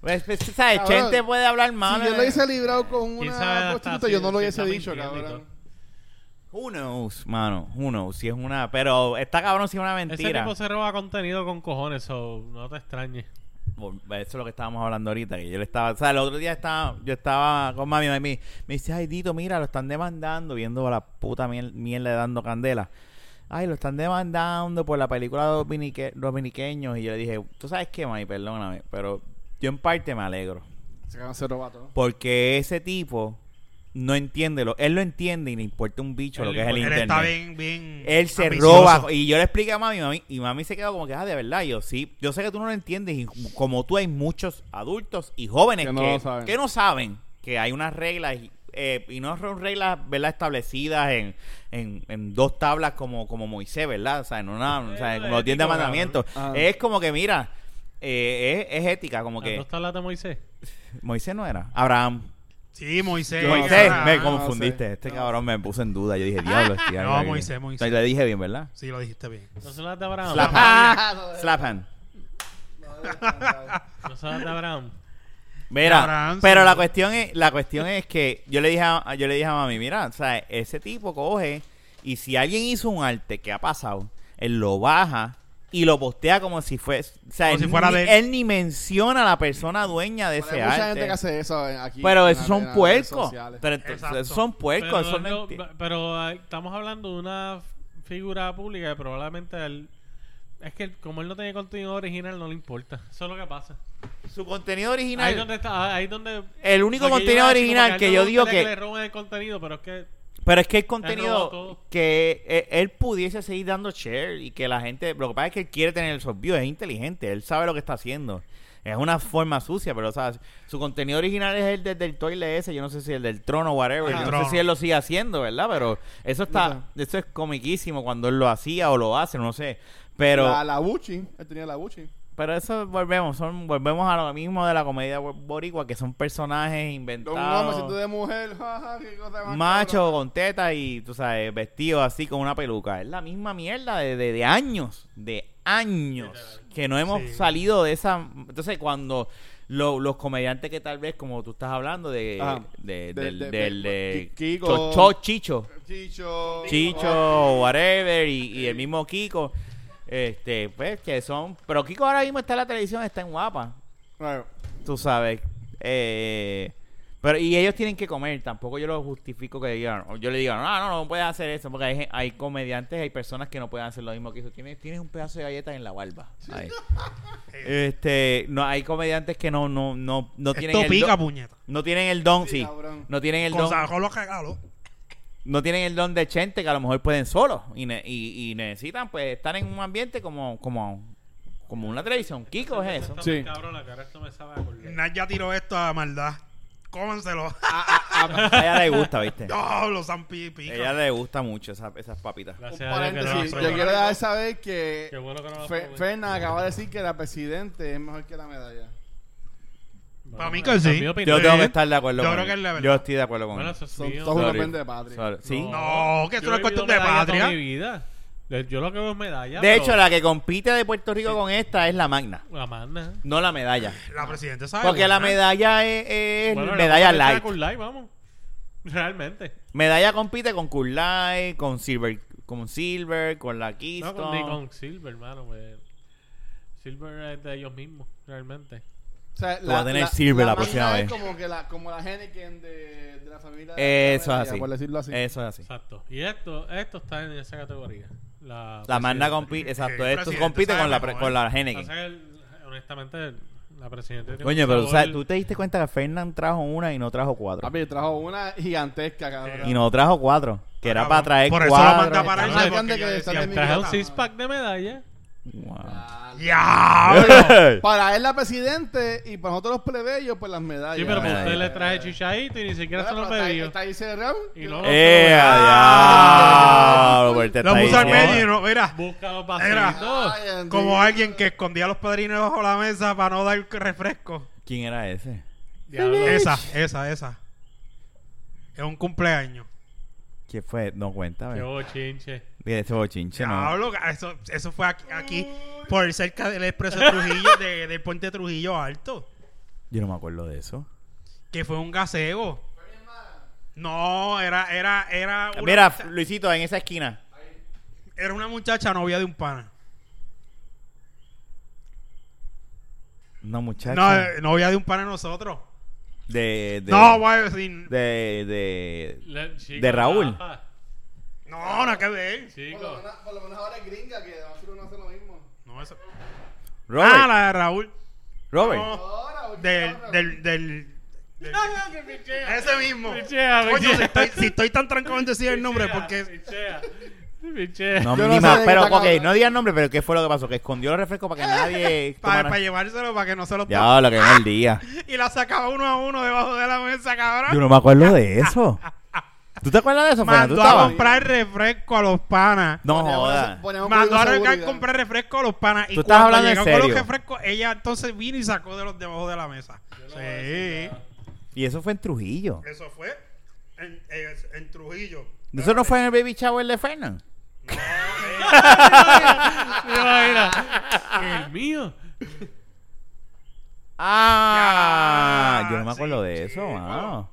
[SPEAKER 1] Pues, pues, tú ¿Sabes?
[SPEAKER 5] Cabrón,
[SPEAKER 1] Chente puede hablar mal.
[SPEAKER 5] si yo lo
[SPEAKER 1] eh.
[SPEAKER 5] hubiese librado con
[SPEAKER 3] ¿Quién sabe
[SPEAKER 5] una
[SPEAKER 3] hasta
[SPEAKER 5] prostituta,
[SPEAKER 3] si-
[SPEAKER 5] yo no lo
[SPEAKER 3] si
[SPEAKER 5] hubiese
[SPEAKER 3] está
[SPEAKER 5] dicho,
[SPEAKER 3] mintiendo y
[SPEAKER 5] cabrón.
[SPEAKER 1] Who knows, mano. Who knows. Si es una. Pero está cabrón si es una
[SPEAKER 3] Ese
[SPEAKER 1] mentira.
[SPEAKER 3] tipo se roba contenido con cojones, so no te extrañes.
[SPEAKER 1] Por- Eso es lo que estábamos hablando ahorita. Que yo le estaba. O sea, el otro día estaba, yo estaba con mami. mami me dice, ay, Dito, mira, lo están demandando. Viendo a la puta miel- mierda de dando candela. Ay, lo están demandando por la película dominique, dominiqueños. Y yo le dije, tú sabes qué, mami, perdóname. Pero yo en parte me alegro.
[SPEAKER 5] Se cagan cero vato.
[SPEAKER 1] Porque ese tipo no entiende. Lo, él lo entiende y le importa un bicho
[SPEAKER 3] Él
[SPEAKER 1] lo
[SPEAKER 3] le
[SPEAKER 1] que es el
[SPEAKER 2] Él
[SPEAKER 1] internet.
[SPEAKER 2] está bien, bien.
[SPEAKER 1] Él se
[SPEAKER 2] ambicioso.
[SPEAKER 1] roba. Y yo le expliqué a mami, mami, y mami se quedó como que, ah, de verdad, Y yo sí. Yo sé que tú no lo entiendes, y como tú hay muchos adultos y jóvenes que
[SPEAKER 5] Que
[SPEAKER 1] no,
[SPEAKER 5] no
[SPEAKER 1] que,
[SPEAKER 5] lo saben.
[SPEAKER 1] no saben que hay unas reglas, y, eh, y no son reglas, ¿verdad?, establecidas en, en, en dos tablas como, como Moisés, ¿verdad? O sea, en una, o sea,
[SPEAKER 3] Eh,
[SPEAKER 1] como los diez de
[SPEAKER 3] ético,
[SPEAKER 1] mandamientos.
[SPEAKER 5] cabrón. Ah.
[SPEAKER 1] Es como que, mira, eh, es, es ética, como
[SPEAKER 3] ¿Dónde
[SPEAKER 1] que
[SPEAKER 3] está la de Moisés?
[SPEAKER 1] Moisés no era, Abraham.
[SPEAKER 2] Sí, Moisés.
[SPEAKER 5] Yo-
[SPEAKER 1] Moisés,
[SPEAKER 2] Ah,
[SPEAKER 1] me
[SPEAKER 5] no
[SPEAKER 1] confundiste.
[SPEAKER 5] sé,
[SPEAKER 1] Este
[SPEAKER 5] no
[SPEAKER 1] cabrón me puso en duda. Yo dije, diablo, este
[SPEAKER 2] No,
[SPEAKER 1] cabrón".
[SPEAKER 2] Moisés, Moisés.
[SPEAKER 1] Le dije bien, ¿verdad?
[SPEAKER 2] Sí, lo dijiste bien.
[SPEAKER 3] No son las de Abraham.
[SPEAKER 1] Slap
[SPEAKER 5] Ah,
[SPEAKER 1] hand. Slap hand.
[SPEAKER 3] No son las de Abraham.
[SPEAKER 1] Mira,
[SPEAKER 2] Abraham,
[SPEAKER 1] pero
[SPEAKER 2] sí.
[SPEAKER 1] la cuestión es, la cuestión es que yo le dije a, yo le dije a mami, mira, o sea, ese tipo coge y si alguien hizo un arte que ha pasado, él lo baja y lo postea como si fue, o sea,
[SPEAKER 2] Como
[SPEAKER 1] él,
[SPEAKER 2] si fuera
[SPEAKER 1] ni,
[SPEAKER 2] de él.
[SPEAKER 1] él ni menciona a la persona dueña de
[SPEAKER 5] Bueno,
[SPEAKER 1] ese
[SPEAKER 5] hay mucha gente que
[SPEAKER 1] arte.
[SPEAKER 5] hace eso eh, aquí.
[SPEAKER 1] Pero
[SPEAKER 5] en
[SPEAKER 1] esos
[SPEAKER 5] las- en
[SPEAKER 1] son
[SPEAKER 5] las redes
[SPEAKER 1] puercos.
[SPEAKER 5] sociales.
[SPEAKER 1] Pero entonces,
[SPEAKER 2] Exacto.
[SPEAKER 1] esos son puercos,
[SPEAKER 3] Pero,
[SPEAKER 1] eso no
[SPEAKER 3] no-
[SPEAKER 1] enti-
[SPEAKER 3] pero, ah, estamos hablando de una figura pública que probablemente él... Es que él- como él no tiene contenido original, no le importa. Eso es lo que pasa.
[SPEAKER 1] su contenido
[SPEAKER 3] Ahí
[SPEAKER 1] original.
[SPEAKER 3] donde está, ahí donde...
[SPEAKER 1] El único
[SPEAKER 3] lo que yo
[SPEAKER 1] contenido
[SPEAKER 3] iba a decir, como
[SPEAKER 1] original
[SPEAKER 3] a él
[SPEAKER 1] que
[SPEAKER 3] no le
[SPEAKER 1] yo digo
[SPEAKER 3] gustaría
[SPEAKER 1] que-
[SPEAKER 3] le roben el contenido, pero es que...
[SPEAKER 1] Pero es que el
[SPEAKER 3] robado
[SPEAKER 1] contenido
[SPEAKER 3] todo.
[SPEAKER 1] que eh, él pudiese seguir dando share y que la gente, lo que pasa es que él quiere tener esos views, es inteligente, él sabe lo que está haciendo. Es una forma sucia, pero o sea, su contenido original es el del, del toile ese, yo no sé si el del trono whatever,
[SPEAKER 2] Ajá.
[SPEAKER 1] yo no
[SPEAKER 2] Trono.
[SPEAKER 1] sé si él lo sigue haciendo, ¿verdad? Pero eso está, eso es comiquísimo cuando él lo hacía o lo hace, no sé. Pero
[SPEAKER 5] La, la Buchi, él tenía la Buchi.
[SPEAKER 1] Pero eso volvemos, son, volvemos a lo mismo de la comedia boricua, que son personajes
[SPEAKER 5] De un hombre siendo
[SPEAKER 1] inventados,
[SPEAKER 5] de mujer, jaja, qué cosa más
[SPEAKER 1] macho
[SPEAKER 5] cabrona.
[SPEAKER 1] con teta y, tú sabes, vestido así con una peluca. Es la misma mierda de, de- de años, de años, que no hemos
[SPEAKER 2] Sí.
[SPEAKER 1] salido de esa... Entonces, cuando lo- los comediantes que tal vez, como tú estás hablando, de...
[SPEAKER 5] Ajá.
[SPEAKER 1] de-
[SPEAKER 5] De-
[SPEAKER 1] del-
[SPEAKER 5] de-
[SPEAKER 1] del-
[SPEAKER 5] de-
[SPEAKER 1] de-
[SPEAKER 5] Kiko.
[SPEAKER 1] Cho- Cho- Chicho.
[SPEAKER 5] Chicho.
[SPEAKER 1] Chicho, whatever, y, y el mismo Kiko. Este, pues que son. Pero Kiko ahora mismo está en la televisión, está en guapa.
[SPEAKER 5] Bueno,
[SPEAKER 1] Tú sabes. Eh, pero, y ellos tienen que comer, tampoco yo lo justifico que digan. o Yo le digo, no, no, no puedes hacer eso, porque hay, gen- hay comediantes, hay personas que no pueden hacer lo mismo que eso. Tienes, tienes un pedazo de galleta en la barba. Ahí. Este, no, hay comediantes que no, no, no, no tienen
[SPEAKER 2] Esto
[SPEAKER 1] el
[SPEAKER 2] pica,
[SPEAKER 1] don.
[SPEAKER 2] puñeta.
[SPEAKER 1] No tienen el don,
[SPEAKER 5] Sí,
[SPEAKER 1] sí.
[SPEAKER 5] cabrón.
[SPEAKER 1] No tienen el
[SPEAKER 2] Con
[SPEAKER 1] don
[SPEAKER 2] saco los regalos.
[SPEAKER 1] no tienen el don de gente que a lo mejor pueden solos y, ne- y, y necesitan pues estar en un ambiente como como como una televisión Kiko es eso
[SPEAKER 3] Está
[SPEAKER 5] Sí.
[SPEAKER 3] muy Cabrón, la cara esto me sabe a colgar.
[SPEAKER 2] Nat ya tiró esto a maldad. Cómanselo.
[SPEAKER 1] a ella le gusta viste
[SPEAKER 2] Diablo, San Pi- pica.
[SPEAKER 1] ella le gusta mucho esa- esas papitas
[SPEAKER 5] un
[SPEAKER 3] Gracias a Dios que no
[SPEAKER 5] paréntesis.
[SPEAKER 3] lo
[SPEAKER 5] Yo
[SPEAKER 3] probé.
[SPEAKER 5] quiero dejar saber que
[SPEAKER 3] Qué bueno pues. que no lo
[SPEAKER 5] Fe-
[SPEAKER 3] probé.
[SPEAKER 5] Fernan acaba de decir que la presidente es mejor que la medalla.
[SPEAKER 3] Bueno,
[SPEAKER 2] Para mí que sí.
[SPEAKER 3] en mi opinión.
[SPEAKER 1] yo tengo que estar de acuerdo
[SPEAKER 2] Yo
[SPEAKER 1] con
[SPEAKER 2] creo que
[SPEAKER 1] él.
[SPEAKER 2] es la verdad.
[SPEAKER 1] yo estoy de acuerdo con
[SPEAKER 3] Bueno,
[SPEAKER 1] él
[SPEAKER 3] eso es
[SPEAKER 5] Son
[SPEAKER 3] mío.
[SPEAKER 5] todos unos
[SPEAKER 1] Sorry.
[SPEAKER 5] pendejos de patria.
[SPEAKER 1] Sorry. sí
[SPEAKER 2] No, que eso
[SPEAKER 3] Yo
[SPEAKER 2] no
[SPEAKER 3] he
[SPEAKER 2] es cuestión
[SPEAKER 3] vivido
[SPEAKER 2] de
[SPEAKER 3] medalla toda
[SPEAKER 2] patria.
[SPEAKER 3] mi vida. Eh, Yo lo que veo es medalla.
[SPEAKER 1] de
[SPEAKER 3] pero-
[SPEAKER 1] hecho la que compite de Puerto Rico con esta es la magna
[SPEAKER 3] La magna.
[SPEAKER 1] no la medalla
[SPEAKER 2] La presidenta sabe.
[SPEAKER 1] porque la
[SPEAKER 2] buena.
[SPEAKER 1] medalla es, es
[SPEAKER 3] Bueno, la
[SPEAKER 1] medalla
[SPEAKER 3] magna está
[SPEAKER 1] light
[SPEAKER 3] con light, vamos. Realmente.
[SPEAKER 1] medalla compite con Cool Light con Silver con Silver con la
[SPEAKER 3] No, con, ni
[SPEAKER 1] Keystone
[SPEAKER 3] con Silver, hermano. pues. Silver es de ellos mismos, realmente.
[SPEAKER 5] O sea,
[SPEAKER 1] Tú vas a tener silver la próxima
[SPEAKER 5] magna es
[SPEAKER 1] vez.
[SPEAKER 5] como, que la, como la Heineken de, de la familia. de
[SPEAKER 1] eso es
[SPEAKER 5] la
[SPEAKER 1] así
[SPEAKER 5] medalla, Por decirlo así.
[SPEAKER 1] eso es así
[SPEAKER 3] Exacto. Y esto, esto está en esa categoría. La,
[SPEAKER 1] La magna
[SPEAKER 3] presidenta.
[SPEAKER 1] compite, exacto,
[SPEAKER 2] el
[SPEAKER 1] esto
[SPEAKER 2] presidente
[SPEAKER 1] compite
[SPEAKER 2] sabe
[SPEAKER 1] con la,
[SPEAKER 2] mejor.
[SPEAKER 1] pre- con la
[SPEAKER 3] O
[SPEAKER 1] Heineken.
[SPEAKER 3] sea que el- honestamente, la presidenta. tiene
[SPEAKER 1] Coño,
[SPEAKER 3] un
[SPEAKER 1] pero tú
[SPEAKER 3] sabor-
[SPEAKER 1] sabes, tú te diste cuenta que Fernán trajo una y no trajo cuatro.
[SPEAKER 5] Papi, trajo una gigantesca, cabrón.
[SPEAKER 1] Y no trajo cuatro, que era para traer
[SPEAKER 2] Ah, Por eso la
[SPEAKER 1] cuatro.
[SPEAKER 2] manda para
[SPEAKER 5] Estamos
[SPEAKER 2] allá.
[SPEAKER 5] hablando
[SPEAKER 2] porque
[SPEAKER 5] que
[SPEAKER 2] yo
[SPEAKER 5] está
[SPEAKER 2] decía,
[SPEAKER 5] de mi
[SPEAKER 3] Traje un
[SPEAKER 5] vida.
[SPEAKER 3] six pack de medalla.
[SPEAKER 1] Wow.
[SPEAKER 2] Diablo.
[SPEAKER 5] Para él la presidente y para nosotros los plebeyos, pues las medallas.
[SPEAKER 3] Sí, pero
[SPEAKER 1] medalla.
[SPEAKER 3] para usted le traje chichadito y ni siquiera se
[SPEAKER 5] Pero
[SPEAKER 3] lo
[SPEAKER 5] está,
[SPEAKER 3] pedí.
[SPEAKER 5] está ahí cerrado.
[SPEAKER 3] Y no
[SPEAKER 1] ¡Eh, a diablo! porque te
[SPEAKER 2] Lo
[SPEAKER 1] está
[SPEAKER 2] puso al
[SPEAKER 1] diciendo-
[SPEAKER 2] medio y no, mira.
[SPEAKER 3] Busca los
[SPEAKER 2] Era-
[SPEAKER 3] pasitos.
[SPEAKER 5] Ay, bendito.
[SPEAKER 2] Como alguien que escondía a los padrinos bajo la mesa para no dar refresco.
[SPEAKER 1] ¿Quién era ese?
[SPEAKER 2] Esa, esa, esa. Es un cumpleaños.
[SPEAKER 1] ¿Quién fue? No,
[SPEAKER 3] Qué
[SPEAKER 1] cuéntame.
[SPEAKER 3] bochinche.
[SPEAKER 1] De ese bochinche, ¿no?
[SPEAKER 2] Diablo, eso, eso fue aquí, aquí, por cerca del expreso Trujillo, de- del puente Trujillo Alto,
[SPEAKER 1] Yo no me acuerdo de eso.
[SPEAKER 2] que fue un gaseo. No, era, era, era una,
[SPEAKER 1] Mira,
[SPEAKER 2] mucha-
[SPEAKER 1] Luisito, en esa esquina.
[SPEAKER 2] era una muchacha novia de un pana.
[SPEAKER 1] Una muchacha.
[SPEAKER 2] No, eh, novia de un pana de nosotros.
[SPEAKER 1] de, de,
[SPEAKER 2] no, voy a decir-
[SPEAKER 1] de, de.
[SPEAKER 3] Le- chico,
[SPEAKER 1] De Raúl.
[SPEAKER 3] papá,
[SPEAKER 2] no, no que ver.
[SPEAKER 5] Por lo
[SPEAKER 3] Chico.
[SPEAKER 5] menos- Por lo menos ahora es gringa, que va a ser uno hace lo mismo.
[SPEAKER 2] No, eso- Ah,
[SPEAKER 1] Robert.
[SPEAKER 2] la de Raúl.
[SPEAKER 1] Robert.
[SPEAKER 2] No,
[SPEAKER 5] Ahora, porque
[SPEAKER 2] del,
[SPEAKER 5] ahora-
[SPEAKER 2] del, del, del- ese mismo.
[SPEAKER 3] Pichea,
[SPEAKER 2] Coño, si
[SPEAKER 3] pichea.
[SPEAKER 2] estoy, si estoy tan trancado en decir el nombre,
[SPEAKER 3] Pichea,
[SPEAKER 2] porque
[SPEAKER 3] Pichea. Pichea.
[SPEAKER 1] No,
[SPEAKER 5] Yo no
[SPEAKER 1] ni
[SPEAKER 5] sé
[SPEAKER 1] más.
[SPEAKER 5] de qué
[SPEAKER 1] Pero,
[SPEAKER 5] está
[SPEAKER 1] ok,
[SPEAKER 5] hablando.
[SPEAKER 1] no digas nombre, pero ¿qué fue lo que pasó? Que escondió los refrescos para que nadie.
[SPEAKER 2] para,
[SPEAKER 1] tomara-
[SPEAKER 2] para llevárselo, para que no se lo
[SPEAKER 1] Ya, lo que en el día.
[SPEAKER 2] Y la sacaba uno a uno debajo de la mesa,
[SPEAKER 1] Yo
[SPEAKER 2] cabrón.
[SPEAKER 1] no me acuerdo de eso. ¿Tú te acuerdas de eso, Fernando? ¿Tú
[SPEAKER 2] Mandó a
[SPEAKER 1] estabas?
[SPEAKER 2] comprar refresco a los panas.
[SPEAKER 1] No
[SPEAKER 5] Ponemos-
[SPEAKER 1] jodas.
[SPEAKER 5] ponemos
[SPEAKER 2] Mandó a
[SPEAKER 5] código de
[SPEAKER 2] regar-
[SPEAKER 5] seguridad.
[SPEAKER 2] comprar refresco a los panas. Y
[SPEAKER 1] Tú estás
[SPEAKER 2] cuando
[SPEAKER 1] hablando en
[SPEAKER 2] llegó con
[SPEAKER 1] serio.
[SPEAKER 2] los refrescos, ella entonces vino y sacó de los debajo de la mesa. Sí.
[SPEAKER 1] Y eso fue en Trujillo.
[SPEAKER 2] Eso fue en, en- en Trujillo.
[SPEAKER 1] ¿Eso no fue en el Baby Shower de Fernan?
[SPEAKER 3] Mira, mira. El mío.
[SPEAKER 1] Ah,
[SPEAKER 2] Ya,
[SPEAKER 1] yo no me acuerdo
[SPEAKER 2] sí,
[SPEAKER 1] de
[SPEAKER 2] sí,
[SPEAKER 1] eso,
[SPEAKER 2] bueno.
[SPEAKER 1] mano.